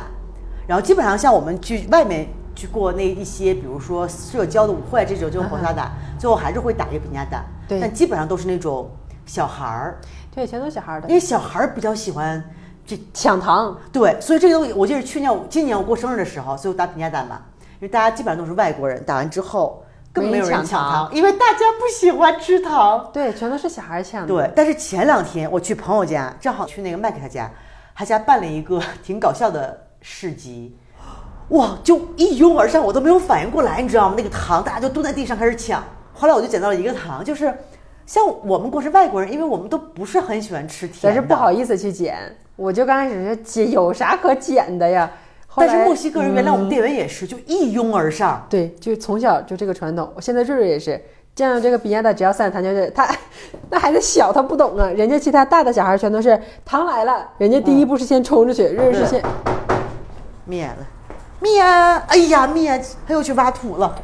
Speaker 1: 然后基本上像我们去外面去过那一些，比如说社交的舞会这种，就火沙 打，最后还是会打一个评价打，
Speaker 2: 对
Speaker 1: 但基本上都是那种小孩儿，
Speaker 2: 对，全都小孩儿的
Speaker 1: 因，为小孩儿比较喜欢这
Speaker 2: 抢糖。
Speaker 1: 对，所以这个东西，我记得去年我今年我过生日的时候，所以我打评价打嘛，因为大家基本上都是外国人，打完之后根本没有人
Speaker 2: 没人抢
Speaker 1: 抢糖，因为大家不喜欢吃糖。
Speaker 2: 对，全都是小孩儿抢的。
Speaker 1: 对，但是前两天我去朋友家，正好去那个麦克他家，他家办了一个 挺搞笑的市集，哇，就一拥而上，我都没有反应过来，你知道吗？那个糖大家就蹲在地上开始抢，后来我就捡到了一个糖，就是像我们过是外国人，因为我们都不是很喜欢吃甜的，
Speaker 2: 咱是不好意思去捡，我就刚开始是捡，有啥可捡的呀？后
Speaker 1: 但是
Speaker 2: 来嗯
Speaker 1: 墨西哥人原来我们店员也是，就一拥而上。
Speaker 2: 对，就从小就这个传统。我现在瑞瑞也是，见到这个比亚达只要三糖，就是他，那孩子小他不懂啊，人家其他大的小孩全都是糖来了，人家第一步是先冲出去，瑞瑞是先，
Speaker 1: 灭了，灭！哎呀，灭！他又去挖土了。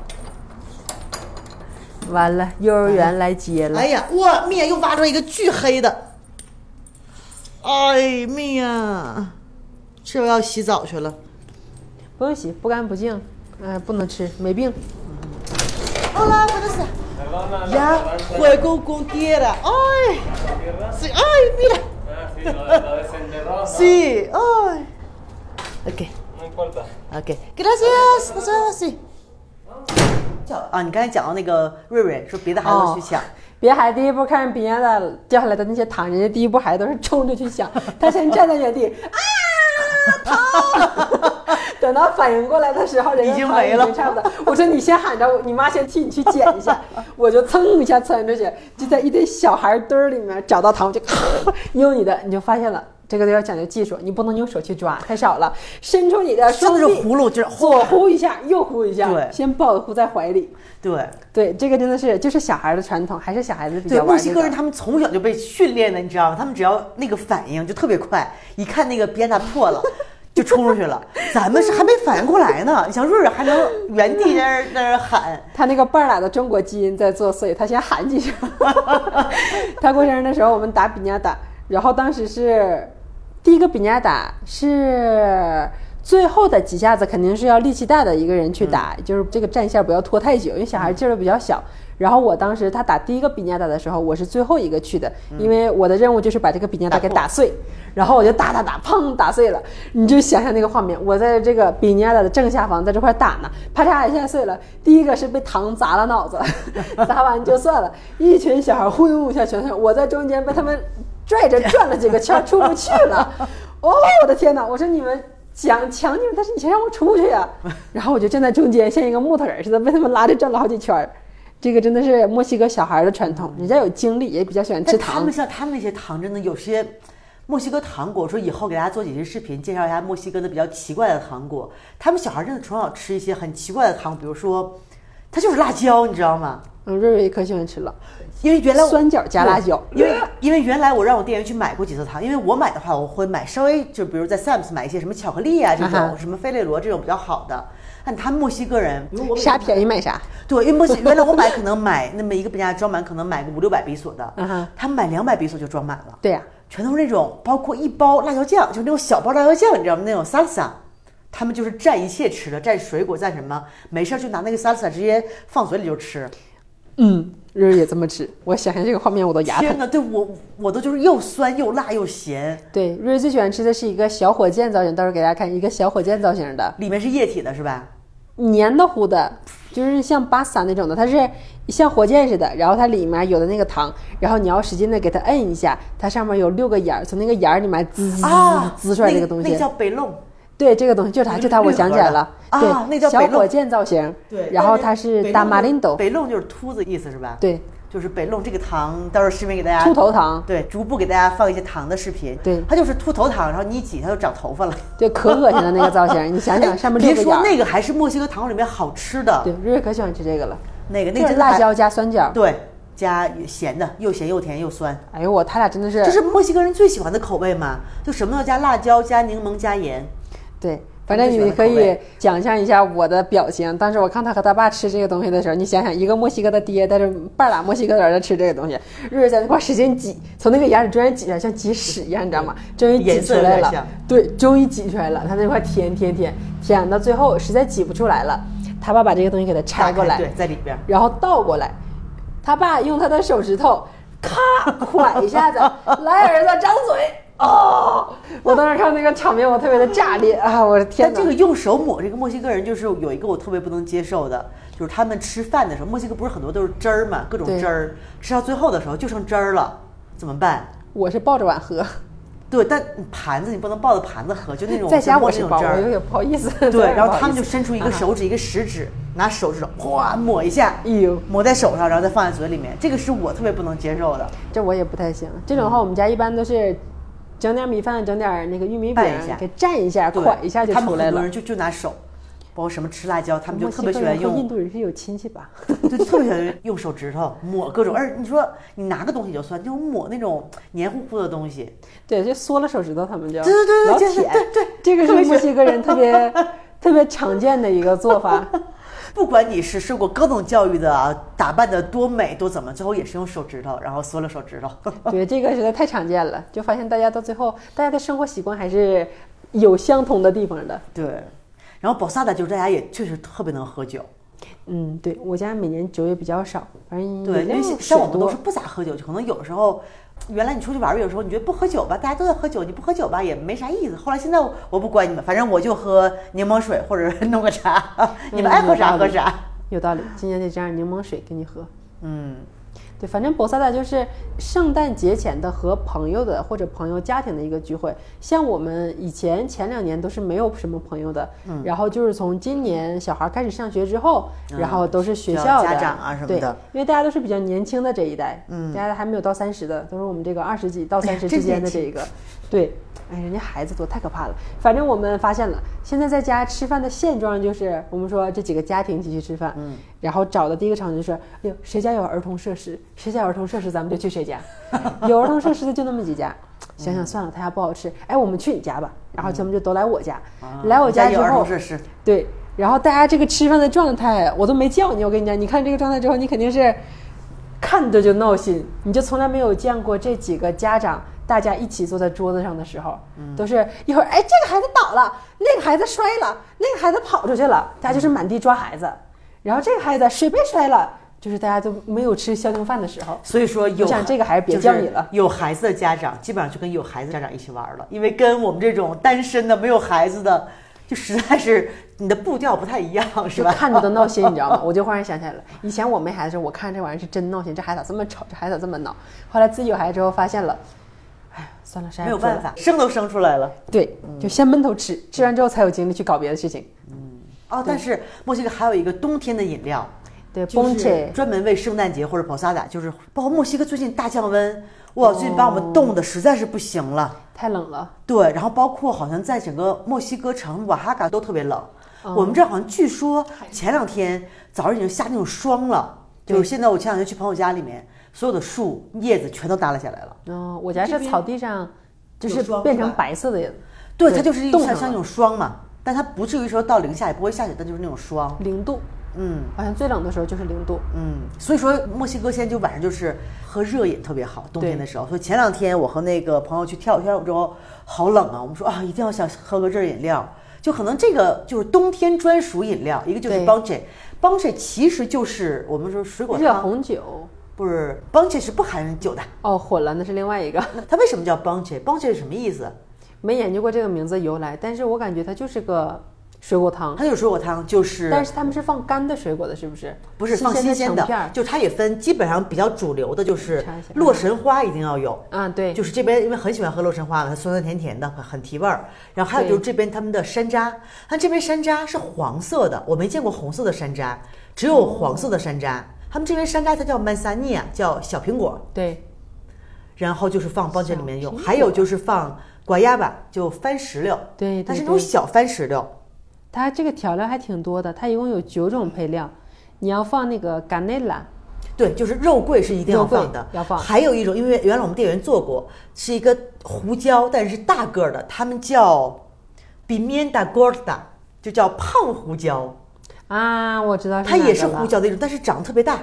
Speaker 2: 完了，幼儿园来接了
Speaker 1: 哎。呀，哇，灭又挖出来一个巨黑的。哎，灭！这又要洗澡去了。
Speaker 2: 不用洗，不干不净，哎、不能吃，没病。
Speaker 1: Hola, buenos días. Ya juego con tierra. Ay, sí, ay, mira.
Speaker 4: Ah,
Speaker 1: Sí, ay. Ok.
Speaker 4: No importa.
Speaker 1: OK, gracias，不说是。啊，你刚才讲到那个瑞瑞说别的孩子都去抢，
Speaker 2: 别孩子第一步看着别人的掉下来的那些糖，人家第一步孩子都是冲着去抢，他先站在原地啊糖， 等到反应过来的时候，人家
Speaker 1: 已经
Speaker 2: 糖
Speaker 1: 没了
Speaker 2: 已经差不多。我说你先喊着我，你妈先替你去捡一下，我就蹭一下窜出去，就在一堆小孩堆儿里面找到糖，我就 用你的，你就发现了。这个都要讲究技术，你不能用手去抓，太少了。伸出你的
Speaker 1: 真
Speaker 2: 双
Speaker 1: 的是
Speaker 2: 臂，
Speaker 1: 葫芦就是
Speaker 2: 左呼一下，右呼一下，
Speaker 1: 对
Speaker 2: 先抱呼在怀里。
Speaker 1: 对
Speaker 2: 对，这个真的是就是小孩儿的传统，还是小孩子比
Speaker 1: 对，
Speaker 2: 较玩
Speaker 1: 墨
Speaker 2: 这
Speaker 1: 西
Speaker 2: 个
Speaker 1: 哥人他们从小就 被训练的，你知道吗？他们只要那个反应就特别快，一看那个别打破了，就冲出去了，咱们是还没反应过来呢。你想瑞瑞还能原地在那儿在那儿喊，
Speaker 2: 他那个半拉的中国基因在作祟，他先喊几声。 他过生日的时候，我们打比尼亚达，然后当时是第一个比尼亚达是最后的几下子，肯定是要力气大的一个人去打，
Speaker 1: 嗯
Speaker 2: 就是这个战线不要拖太久，因为小孩劲儿都比较小。然后我当时他打第一个比尼亚达的时候，我是最后一个去的，因为我的任务就是把这个比尼亚达给打碎，然后我就打打打，砰打碎了。你就想想那个画面，我在这个比尼亚达的正下方，在这块打呢，啪嚓一下碎了。第一个是被糖砸了脑子， 砸完就算了，一群小孩呼悠一下全上，我在中间被他们拽着转了几个圈，出不去了。哦，我的天哪！我说你们抢抢你们，但是你先让我出去呀、然后我就站在中间，像一个木头人似的，被他们拉着转了好几圈儿。这个真的是墨西哥小孩的传统，人家有精力，也比较喜欢吃
Speaker 1: 但他
Speaker 2: 糖
Speaker 1: 们。像他们那些糖，真的有些墨西哥糖果，说以后给大家做几期视频，介绍一下墨西哥的比较奇怪的糖果。他们小孩真的从小吃一些很奇怪的糖，比如说，它就是辣椒，你知道吗？
Speaker 2: 嗯，瑞瑞可喜欢吃了，
Speaker 1: 因为原来我
Speaker 2: 酸角加辣椒
Speaker 1: 因为 因为原来我让我店员去买过几次糖，因为我买的话，我会买稍微就比如在 Sam's 买一些什么巧克力啊这
Speaker 2: 啊
Speaker 1: 种，
Speaker 2: 哈
Speaker 1: 什么飞利罗这种比较好的。但他们墨西哥人，因为我每
Speaker 2: 啥便宜买啥。
Speaker 1: 对，因为墨西原来我买可能买那么一个冰家装满，可能买个五六百比索的
Speaker 2: 啊哈，
Speaker 1: 他们买两百比索就装满了，
Speaker 2: 对呀、
Speaker 1: 全都是那种包括一包辣椒酱，就是那种小包辣椒酱，你知道吗？那种 salsa，他们就是蘸一切吃的，蘸水果蘸什么，没事儿就拿那个 salsa 直接放嘴里就吃。
Speaker 2: 嗯，瑞瑞也这么吃。我想象这个画面，我都牙疼
Speaker 1: 天。哪，对我我都就是又酸又辣又咸，
Speaker 2: 对，瑞瑞最喜欢吃的是一个小火箭造型，到时候给大家看一个小火箭造型的，
Speaker 1: 里面是液体的是吧？
Speaker 2: 黏的糊的，就是像巴萨那种的，它是像火箭似的，然后它里面有的那个糖，然后你要使劲的给它摁一下，它上面有六个眼儿，从那个眼儿里面滋滋滋
Speaker 1: 啊，
Speaker 2: 滋出来
Speaker 1: 那
Speaker 2: 这
Speaker 1: 个
Speaker 2: 个东
Speaker 1: 那
Speaker 2: 西
Speaker 1: 个。叫北弄，
Speaker 2: 对，这个东西就是它，
Speaker 1: 那个
Speaker 2: 就它，
Speaker 1: 绿
Speaker 2: 我想起来了，
Speaker 1: 盒的啊
Speaker 2: 对，
Speaker 1: 嗯那叫
Speaker 2: 小
Speaker 1: 北弄
Speaker 2: 火箭造型，
Speaker 1: 对
Speaker 2: 然后它是大马林斗，
Speaker 1: 北弄就是秃子意思是吧？，
Speaker 2: 对，
Speaker 1: 就是北弄这个糖，到时候视频给大家
Speaker 2: 秃头糖，
Speaker 1: 对，逐步给大家放一些糖的视频。
Speaker 2: 对
Speaker 1: 它就是秃头糖，然后你一挤它就长头发了。
Speaker 2: 对，可恶心了那个造型，你想想上面
Speaker 1: 哎别
Speaker 2: 六个
Speaker 1: 说
Speaker 2: 眼儿，
Speaker 1: 那个还是墨西哥糖果里面好吃的，
Speaker 2: 对，瑞瑞可喜欢吃这个了，
Speaker 1: 那个那
Speaker 2: 就
Speaker 1: 个
Speaker 2: 是
Speaker 1: 真的还
Speaker 2: 辣，椒加酸角，
Speaker 1: 对，加咸的，又咸又甜又酸，
Speaker 2: 哎呦我，他俩真的是，
Speaker 1: 这是墨西哥人最喜欢的口味嘛，就什么都加辣椒、加柠檬、加盐。
Speaker 2: 对，反正
Speaker 1: 最喜欢
Speaker 2: 你
Speaker 1: 的
Speaker 2: 可
Speaker 1: 口
Speaker 2: 以
Speaker 1: 味
Speaker 2: 想象一下我的表情。当时我看他和他爸吃这个东西的时候，你想想，一个墨西哥的爹带着半拉墨西哥的儿子吃这个东西，瑞瑞在那块使劲挤，从那个眼里突然挤出来，像挤屎一样，你知道吗？
Speaker 1: 嗯
Speaker 2: 终于挤
Speaker 1: 颜
Speaker 2: 出
Speaker 1: 色有
Speaker 2: 来
Speaker 1: 点
Speaker 2: 了
Speaker 1: 像，
Speaker 2: 对，终于挤出来了。他那块舔舔舔舔到最后，实在挤不出来了，他爸把这个东西给他拆过来，
Speaker 1: 对，在里边。
Speaker 2: 然后倒过来，他爸用他的手指头咔蒯一 下子，来儿子张嘴。哦，我当时看那个场面，我特别的炸裂啊！我的天
Speaker 1: 但这
Speaker 2: 哪，
Speaker 1: 个用手抹，这个墨西哥人就是有一个我特别不能接受的，就是他们吃饭的时候，墨西哥不是很多都是汁儿嘛，各种
Speaker 2: 对
Speaker 1: 汁儿，吃到最后的时候就剩汁儿了，怎么办？
Speaker 2: 我是抱着碗喝，
Speaker 1: 对，但盘子你不能抱着盘子喝，就那种
Speaker 2: 在家我
Speaker 1: 我
Speaker 2: 是
Speaker 1: 那
Speaker 2: 抱，
Speaker 1: 种汁
Speaker 2: 我有
Speaker 1: 儿。
Speaker 2: 点不好意思。
Speaker 1: 对，然后他们就
Speaker 2: 有点不好意思
Speaker 1: 伸出一个，
Speaker 2: 啊
Speaker 1: 手指，一个食指，拿手指头哗抹一下，
Speaker 2: 哎呦，
Speaker 1: 抹在手上，然后再放在嘴里面，这个是我特别不能接受的。
Speaker 2: 这我也不太行。这种的话，我们家一般都是整点米饭，整点那个玉米饼
Speaker 1: 拌一下，
Speaker 2: 给蘸一下，
Speaker 1: 对
Speaker 2: 蒯一下就
Speaker 1: 他们
Speaker 2: 出来
Speaker 1: 很多
Speaker 2: 了
Speaker 1: 人。就就拿手，包括什么吃辣椒，他们就
Speaker 2: 墨
Speaker 1: 特
Speaker 2: 西
Speaker 1: 别
Speaker 2: 哥
Speaker 1: 喜欢
Speaker 2: 人和
Speaker 1: 用
Speaker 2: 印度人是有亲戚吧？
Speaker 1: 就特别喜欢用手指头抹各种，而你说你拿个东西就算，那种抹那种黏糊糊的东西，
Speaker 2: 对，就缩了手指头，他们就
Speaker 1: 对对对
Speaker 2: 老
Speaker 1: 对
Speaker 2: 舔，
Speaker 1: 对对
Speaker 2: 这个
Speaker 1: 特别
Speaker 2: 是
Speaker 1: 喜
Speaker 2: 墨
Speaker 1: 欢
Speaker 2: 西哥人特 别特别常见的一个做法。
Speaker 1: 不管你是受过高等教育的啊，打扮的多美多怎么，最后也是用手指头，然后缩了手指头。
Speaker 2: 对，这个实在太常见了，就发现大家到最后，大家的生活习惯还是有相同的地方的。
Speaker 1: 对，然后宝萨达就是大家也确实特别能喝酒，
Speaker 2: 嗯，对我家每年酒也比较少，反正
Speaker 1: 对，
Speaker 2: 饮
Speaker 1: 因
Speaker 2: 料
Speaker 1: 为
Speaker 2: 水
Speaker 1: 像我们都
Speaker 2: 多
Speaker 1: 是不咋喝酒，可能有时候。原来你出去玩儿，有时候你觉得不喝酒吧，大家都在喝酒，你不喝酒吧也没啥意思。后来现在我我不管你们，反正我就喝柠檬水或者 弄个茶，你们爱喝啥喝啥。
Speaker 2: 嗯有道理。今年得这样，柠檬水给你喝。
Speaker 1: 嗯，
Speaker 2: 对，反正博萨达就是圣诞节前的和朋友的或者朋友家庭的一个聚会。像我们以前前两年都是没有什么朋友的，
Speaker 1: 嗯
Speaker 2: 然后就是从今年小孩开始上学之后，然后都是学
Speaker 1: 叫
Speaker 2: 校的
Speaker 1: 家长啊什么
Speaker 2: 对
Speaker 1: 的，
Speaker 2: 因为大家都是比较年轻的这一代，嗯，大家还没有到三十的，都是我们这个二十几到三十之间的这一个，对。哎，人家孩子多太可怕了。反正我们发现了，现在在家吃饭的现状就是，我们说这几个家庭一起去吃饭，嗯，然后找的第一个场景就是，哎呦，谁家有儿童设施，谁家有儿童设施，咱们就去谁家。有儿童设施的就那么几家，想想算了，他家不好吃，哎，我们去你家吧。然后他们就都来我家，来我家之
Speaker 1: 有儿
Speaker 2: 后
Speaker 1: 童，设施，
Speaker 2: 对，然后大家这个吃饭的状态，我都没叫你，我跟你讲，你看这个状态之后，你肯定是看着就闹心，你就从来没有见过这几个家长大家一起坐在桌子上的时候，都是一会儿哎这个孩子倒了，那个孩子摔了，那个孩子跑出去了，大家就是满地抓孩子，然后这个孩子水杯摔了，就是大家都没有吃消停饭的时候。
Speaker 1: 所以说有
Speaker 2: 我想这个还是别叫你了。
Speaker 1: 就是有孩子的家长基本上就跟有孩子的家长一起玩了，因为跟我们这种单身的没有孩子的，就实在是你的步调不太一样，是
Speaker 2: 就
Speaker 1: 吧？
Speaker 2: 看着都闹心，你知道吗？我就忽然想起来了，以前我没孩子的时候，我看这玩意儿是真闹心，这孩子咋这么吵，这孩子咋这么闹？后来自己有孩子之后发现了，哎呀，算了，啥也
Speaker 1: 没有
Speaker 2: 不嗯说了
Speaker 1: 办法，生都生出来了。
Speaker 2: 对，就先闷头吃，吃完之后才有精力去搞别的事情。
Speaker 1: 哦，但是墨西哥还有一个冬天的饮料，
Speaker 2: 对
Speaker 1: 就
Speaker 2: ，bonche
Speaker 1: 是专门为圣诞节或者 posada，就是包括墨西哥最近大降温，哇，最近把我们冻
Speaker 2: 哦
Speaker 1: 得实在是不行了。
Speaker 2: 太冷了，
Speaker 1: 对，然后包括好像在整个墨西哥城瓦哈嘎都特别冷，
Speaker 2: 嗯
Speaker 1: 我们这儿好像据说前两天早上已经下那种霜了，就是现在我前两天去朋友家里面，所有的树叶子全都耷拉下来了。
Speaker 2: 嗯、我家
Speaker 1: 这
Speaker 2: 是
Speaker 1: 边
Speaker 2: 草地上，就
Speaker 1: 有
Speaker 2: 是
Speaker 1: 霜
Speaker 2: 变
Speaker 1: 是吧
Speaker 2: 成白色的，
Speaker 1: 对，
Speaker 2: 对
Speaker 1: 它就是一
Speaker 2: 冻
Speaker 1: 像
Speaker 2: 上
Speaker 1: 像
Speaker 2: 了
Speaker 1: 那种霜嘛，但它不至于说到零下也不会下雪，但就是那种霜。
Speaker 2: 零度，
Speaker 1: 嗯
Speaker 2: 好像最冷的时候就是零度。
Speaker 1: 嗯，所以说墨西哥现在就晚上就是喝热饮特别好，冬天
Speaker 2: 对
Speaker 1: 的时候。所以前两天我和那个朋友去跳跳舞之后，好冷啊，我们说啊一定要想喝个热饮料，就可能这个就是冬天专属饮料，一个就是
Speaker 2: 对
Speaker 1: Bonche，Bonche 其实就是我们说水果
Speaker 2: 热
Speaker 1: 汤，
Speaker 2: 红酒，
Speaker 1: 不是 Bonche 是不含酒的。
Speaker 2: 哦，混了，那是另外一个，
Speaker 1: 那它为什么叫 Bonche？Bonche 是什么意思？
Speaker 2: 没研究过这个名字由来，但是我感觉它就是个水果汤。
Speaker 1: 它就是水果汤，就是
Speaker 2: 但是他们是放干的水果的，是不是？
Speaker 1: 不是放新鲜
Speaker 2: 成片
Speaker 1: 的
Speaker 2: 儿，
Speaker 1: 就是它也分，基本上比较主流的就是
Speaker 2: 查一下
Speaker 1: 洛神花一定要有，
Speaker 2: 啊，对，
Speaker 1: 就是这边因为很喜欢喝洛神花嘛，它酸酸甜甜的，很很提味儿。然后还有就是这边他们的山楂，它这边山楂是黄色的，我没见过红色的山楂，只
Speaker 2: 哦
Speaker 1: 有黄色的山楂。他们这边山楂它叫 m a n z a n i a 叫小苹果，
Speaker 2: 对，
Speaker 1: 然后就是放包间里面
Speaker 2: 小
Speaker 1: 用，
Speaker 2: 苹果
Speaker 1: 还有就是放瓜丫吧，就番石榴，
Speaker 2: 对对
Speaker 1: 它是那种
Speaker 2: 对
Speaker 1: 小番石榴，
Speaker 2: 它这个调料还挺多的，它一共有九种配料，你要放那个甘内拉，
Speaker 1: 对，就是肉桂是一定要放的
Speaker 2: 肉，桂要放
Speaker 1: 还有一种，因为原来我们店员做过，是一个胡椒，但是是大个儿的，他们叫 pimienta gorda，就叫胖胡椒，
Speaker 2: 啊，我知道是
Speaker 1: 它
Speaker 2: 哪
Speaker 1: 也
Speaker 2: 个
Speaker 1: 是
Speaker 2: 了
Speaker 1: 胡。椒的一种，但是长得特别大。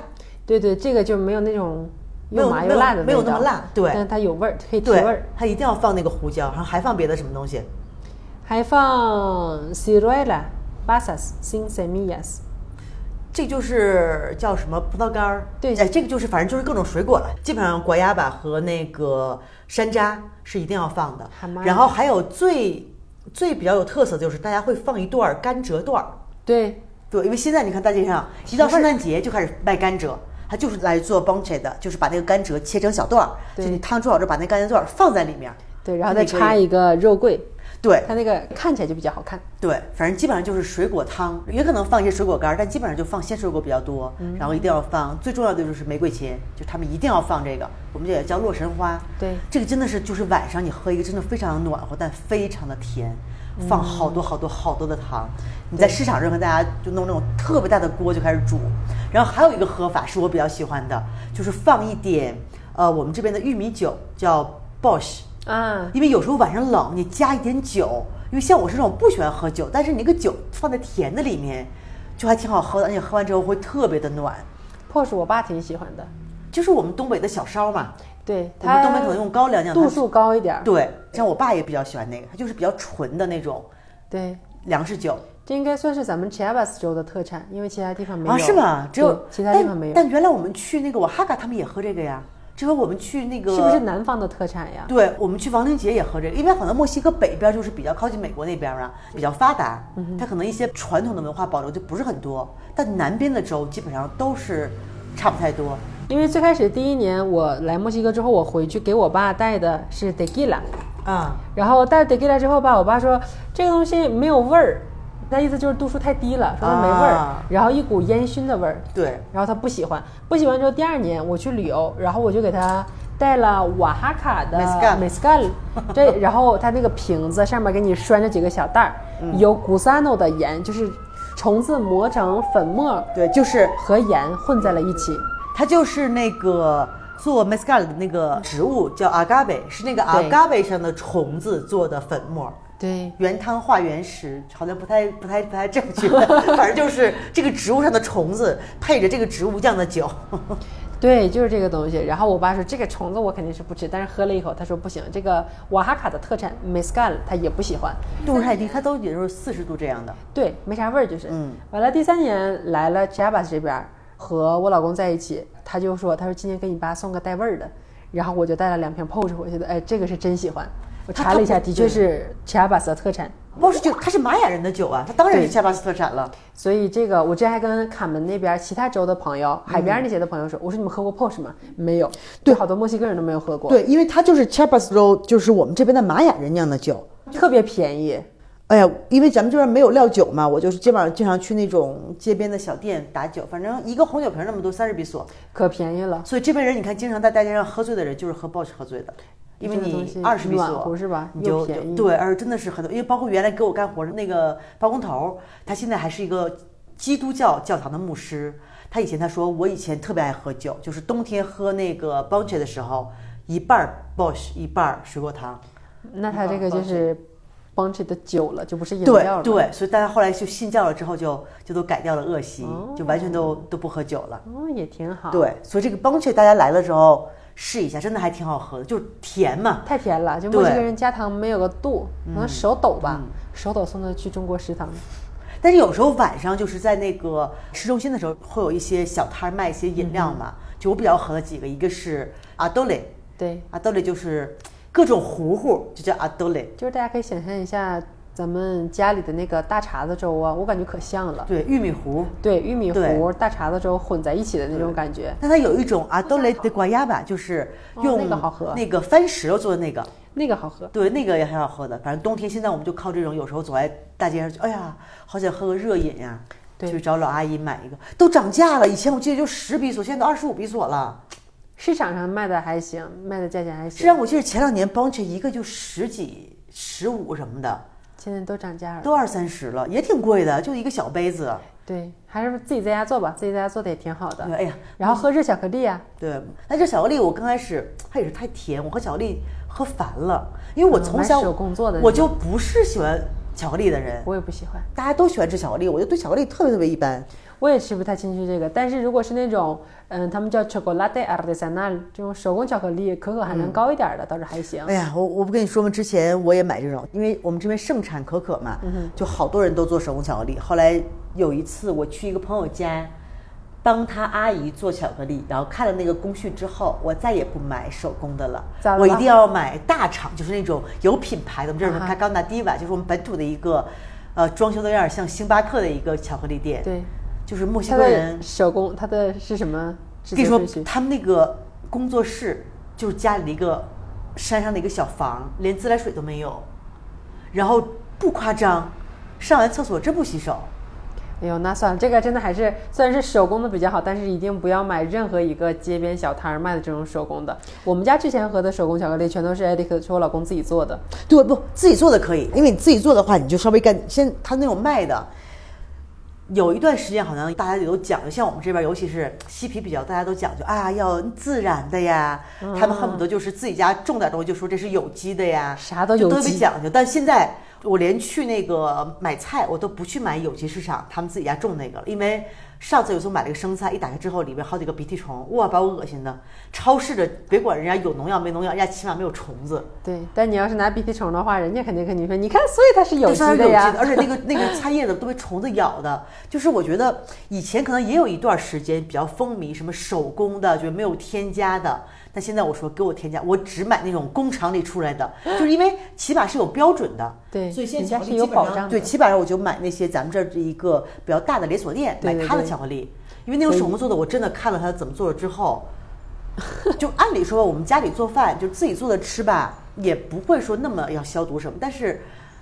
Speaker 2: 对对，这个就没有那种
Speaker 1: 没有
Speaker 2: 又麻
Speaker 1: 没
Speaker 2: 又
Speaker 1: 有
Speaker 2: 辣的
Speaker 1: 没有那
Speaker 2: 味道
Speaker 1: 么辣对
Speaker 2: 但是它有味儿，可以提味
Speaker 1: 对
Speaker 2: 儿。，
Speaker 1: 它一定要放那个胡椒，然后还放别的什么东西。
Speaker 2: 还放 c i r e l a basas sin semillas，
Speaker 1: 这就是叫什么葡萄干儿？
Speaker 2: 对
Speaker 1: 哎，这个就是反正就是各种水果了，基本上果鸭吧和那个山楂是一定要放的
Speaker 2: 蛤蟆。
Speaker 1: 然后还有最最比较有特色就是大家会放一段儿甘蔗段儿。
Speaker 2: 对，
Speaker 1: 对，因为现在你看大街上，啊一到圣诞节就开始卖甘蔗，它就是来做 bonche 的，就是把那个甘蔗切成小段儿，就
Speaker 2: 对
Speaker 1: 你汤煮好之后把那甘蔗段儿放在里面儿，
Speaker 2: 对，然后再插
Speaker 1: 一
Speaker 2: 一个肉桂，
Speaker 1: 对
Speaker 2: 它那个看起来就比较好看。
Speaker 1: 对，反正基本上就是水果汤，也可能放一些水果干儿，但基本上就放鲜水果比较多，然后一定要放，最重要的就是玫瑰茄，就他们一定要放这个，我们这也叫洛神花。
Speaker 2: 对
Speaker 1: 这个真的是就是晚上你喝一个，真的非常暖和，但非常的甜，放好多好多好多的糖。你在市场上和大家就弄那种特别大的锅就开始煮，然后还有一个喝法是我比较喜欢的，就是放一点呃我们这边的玉米酒，叫 Bosch。
Speaker 2: 啊，
Speaker 1: 因为有时候晚上冷，你加一点酒，因为像我是这种不喜欢喝酒，但是你那个酒放在甜的里面，就还挺好喝的，而且喝完之后会特别的暖。
Speaker 2: p 是我爸挺喜欢的，
Speaker 1: 就是我们东北的小烧嘛，
Speaker 2: 对，
Speaker 1: 我们
Speaker 2: 它
Speaker 1: 东北可能用高粱酿，它
Speaker 2: 度数高一点儿。
Speaker 1: 对，像我爸也比较喜欢那个，他就是比较纯的那种
Speaker 2: 对，
Speaker 1: 粮食酒
Speaker 2: 这应该算是咱们 Chiapas 州的特产，因为其他地方没有
Speaker 1: 啊，是吗？只有
Speaker 2: 对其他地方没有，
Speaker 1: 但。但原来我们去那个瓦哈嘎，他们也喝这个呀。这回我们去那个
Speaker 2: 是不是南方的特产呀？
Speaker 1: 对，我们去亡灵节也喝这个，因为好像墨西哥北边就是比较靠近美国那边啊，比较发达，它可能一些传统的文化保留就不是很多，但南边的州基本上都是差不太多。
Speaker 2: 因为最开始第一年我来墨西哥之后，我回去给我爸带的是 tequila，
Speaker 1: 啊、
Speaker 2: 然后带 tequila 之后吧，我爸说这个东西没有味儿，那意思就是度数太低了，说它没味儿，
Speaker 1: 啊
Speaker 2: 然后一股烟熏的味儿，
Speaker 1: 对，
Speaker 2: 然后他不喜欢，不喜欢之后第二年我去旅游，然后我就给他带了瓦哈卡的
Speaker 1: Mezcal
Speaker 2: mezcal，这然后他那个瓶子上面给你拴着几个小袋儿，有 gusano 的盐，就是虫子磨成粉末
Speaker 1: 对，就是
Speaker 2: 和盐混在了一起。
Speaker 1: 它就是那个做 mascara 的那个植物叫 agave，是那个
Speaker 2: 对
Speaker 1: agave 上的虫子做的粉末。
Speaker 2: 对，
Speaker 1: 原汤化原食好像不太不太不太正确， 反正就是这个植物上的虫子配着这个植物酿的酒。
Speaker 2: 对，就是这个东西。然后我爸说这个虫子我肯定是不吃，但是喝了一口，他说不行，这个瓦哈卡的特产 m e s c a l 他也不喜欢。
Speaker 1: 度数太低，它都也就是四十度这样的。
Speaker 2: 对，没啥味儿，就是。
Speaker 1: 嗯。
Speaker 2: 完了，第三年来了 Jabas 这边儿，和我老公在一起，他就说，他说今年给你爸送个带味儿的，然后我就带了两瓶 POS 回去的，哎，这个是真喜欢。我
Speaker 1: 他嗯
Speaker 2: 查了一下，
Speaker 1: 他
Speaker 2: 的确是 Jabas 的特产。
Speaker 1: 不是酒，它是玛雅人的酒啊，它当然是
Speaker 2: 对
Speaker 1: 恰巴斯特产了。
Speaker 2: 所以这个，我之前还跟卡门那边其他州的朋友、海边那些的朋友说，我说你们喝过 POS 吗？没有，对，好多墨西哥人都没有喝过，，
Speaker 1: 对，因为它就是 Chiapas r o 就是我们这边的玛雅人酿的酒。
Speaker 2: 特别便宜，
Speaker 1: 哎呀，因为咱们这边没有料酒嘛，我就是基本上经常去那种街边的小店打酒，反正一个红酒瓶那么多，三十比索。
Speaker 2: 可便宜了。
Speaker 1: 所以这边人你看，经常在大街上喝醉的人，就是喝 Bosch 喝醉的，因为
Speaker 2: 这个东
Speaker 1: 你
Speaker 2: 西
Speaker 1: 二十比
Speaker 2: 暖
Speaker 1: 索
Speaker 2: 和是吧
Speaker 1: 你
Speaker 2: 又
Speaker 1: 就
Speaker 2: 便宜
Speaker 1: 就对，而真的是很多，因为包括原来给我干活的那个包工头，他现在还是一个基督教教堂的牧师。他以前他说，我以前特别爱喝酒，就是冬天喝那个 b o c h 的时候，一半儿 Bosch，一半儿水果糖。
Speaker 2: 那他这个
Speaker 1: 嗯
Speaker 2: 就是 b u n c h 的酒了，就不是饮
Speaker 1: 对
Speaker 2: 料了。
Speaker 1: 对，所以大家后来就信教了之后就，就都改掉了恶习，就完全都都不喝酒了。
Speaker 2: 哦，也挺好。，
Speaker 1: 对，所以这个 b o c h 大家来了之后试一下，真的还挺好喝的，就是甜嘛。
Speaker 2: 太甜了，就
Speaker 1: 对嗯
Speaker 2: 墨西哥人加糖没有个度，可能手抖吧，手抖送他去中国食堂。
Speaker 1: 但是有时候晚上就是在那个市中心的时候，会有一些小摊儿卖一些饮料
Speaker 2: 嗯
Speaker 1: 嘛。就我比较喝的几个，一个是阿豆蕾，
Speaker 2: 对，
Speaker 1: 阿豆蕾就是各种糊糊，就叫阿豆蕾。
Speaker 2: 就是大家可以想象一下咱们家里的那个大碴子粥啊，我感觉可像了。
Speaker 1: 对，玉米糊。
Speaker 2: 对，玉米糊、
Speaker 1: 对
Speaker 2: 大碴子粥混在一起的那种感觉，
Speaker 1: 但它有一种阿豆蕾的瓜鸭吧，就是
Speaker 2: 哦
Speaker 1: 用
Speaker 2: 那个好喝
Speaker 1: 那个番石榴做的那个，
Speaker 2: 那个好喝。
Speaker 1: 对，那个也很好喝的。反正冬天现在我们就靠这种，有时候走在大街上就，哎呀，好想喝个热饮呀、
Speaker 2: 对
Speaker 1: 就找老阿姨买一个。都涨价了，以前我记得就十比索，现在都二十五比索了。
Speaker 2: 市场上卖的还行，卖的价钱还
Speaker 1: 实际上，
Speaker 2: 行，
Speaker 1: 我记得前两年 Bonche 一个就十几、十五什么的，
Speaker 2: 现在都涨价了。
Speaker 1: 都二三十了，也挺贵的，就一个小杯子。
Speaker 2: 对，还是自己在家做吧，自己在家做的也挺好的。
Speaker 1: 对，哎呀，
Speaker 2: 然后喝热巧克力啊，
Speaker 1: 对，那这巧克力我刚开始它也是太甜，我喝巧克力喝烦了，因为我
Speaker 2: 嗯
Speaker 1: 从
Speaker 2: 蛮
Speaker 1: 小
Speaker 2: 手工做的那
Speaker 1: 我就不是喜欢巧克力的人，
Speaker 2: 我也不喜欢。
Speaker 1: 大家都喜欢吃巧克力，我就对巧克力特别特别一般。
Speaker 2: 我也吃不太进去这个，但是如果是那种，嗯，他们叫 chocolate artisanal 这种手工巧克力，可可含量高一点的，倒是还行
Speaker 1: 哎。呀，我我不跟你说吗？之前我也买这种，因为我们这边盛产可可嘛，
Speaker 2: 嗯
Speaker 1: 就好多人都做手工巧克力。后来有一次我去一个朋友家，帮他阿姨做巧克力，然后看了那个工序之后，我再也不买手工的了
Speaker 2: 咋，了
Speaker 1: 我一定要买大厂，就是那种有品牌的，我们这儿
Speaker 2: 啊哈
Speaker 1: 开高纳迪瓦，就是我们本土的一个，呃，装修的有点像星巴克的一个巧克力店，
Speaker 2: 对，
Speaker 1: 就是墨西
Speaker 2: 它
Speaker 1: 哥人
Speaker 2: 的手工，它的是什么直
Speaker 1: 跟你
Speaker 2: 接
Speaker 1: 说
Speaker 2: 顺序，？
Speaker 1: 他们那个工作室就是家里的一个山上的一个小房，连自来水都没有，然后不夸张，上完厕所真不洗手。
Speaker 2: 哎呦，那算了，这个真的还是虽然是手工的比较好，但是一定不要买任何一个街边小摊儿卖的这种手工的。我们家之前喝的手工巧克力全都是艾利克，是我老公自己做的。
Speaker 1: 对，不自己做的可以，因为你自己做的话，你就稍微干先，他那种卖的。有一段时间，好像大家也都讲究，像我们这边，尤其是西皮比较，大家都讲究啊，要自然的呀。他们恨不得就是自己家种点东西，就说这是有机的呀，
Speaker 2: 啥都有机
Speaker 1: 就特别讲究。但现在我连去那个买菜，我都不去买有机市场，他们自己家种那个了，因为上次有时候买了个生菜，一打开之后里边好几个鼻涕虫，哇，把我恶心的。超市的别管人家有农药没农药，人家起码没有虫子。
Speaker 2: 对，但你要是拿鼻涕虫的话，人家肯定跟你说，你看，所以它是有
Speaker 1: 对
Speaker 2: 机
Speaker 1: 上面
Speaker 2: 的
Speaker 1: 有
Speaker 2: 呀
Speaker 1: 机的。而且那个那个菜叶子都被虫子咬的。就是我觉得以前可能也有一段时间比较风靡什么手工的，就是没有添加的。但现在我说给我添加，我只买那种工厂里出来的，就是因为起码是有标准的。
Speaker 2: 对
Speaker 1: 所以现在
Speaker 2: 人家
Speaker 1: 巧克力
Speaker 2: 是有
Speaker 1: 基本
Speaker 2: 保障
Speaker 1: 上
Speaker 2: 的
Speaker 1: 对，基本上我就买那些咱们这儿的一个比较大的连锁店
Speaker 2: 对对
Speaker 1: 买它的
Speaker 2: 对
Speaker 1: 巧克力，因为那种手工做的，我真的看了它怎么做了之 后。就按理说，我们家里做饭就自己做的吃吧，也不会说那么要消毒什么。但是，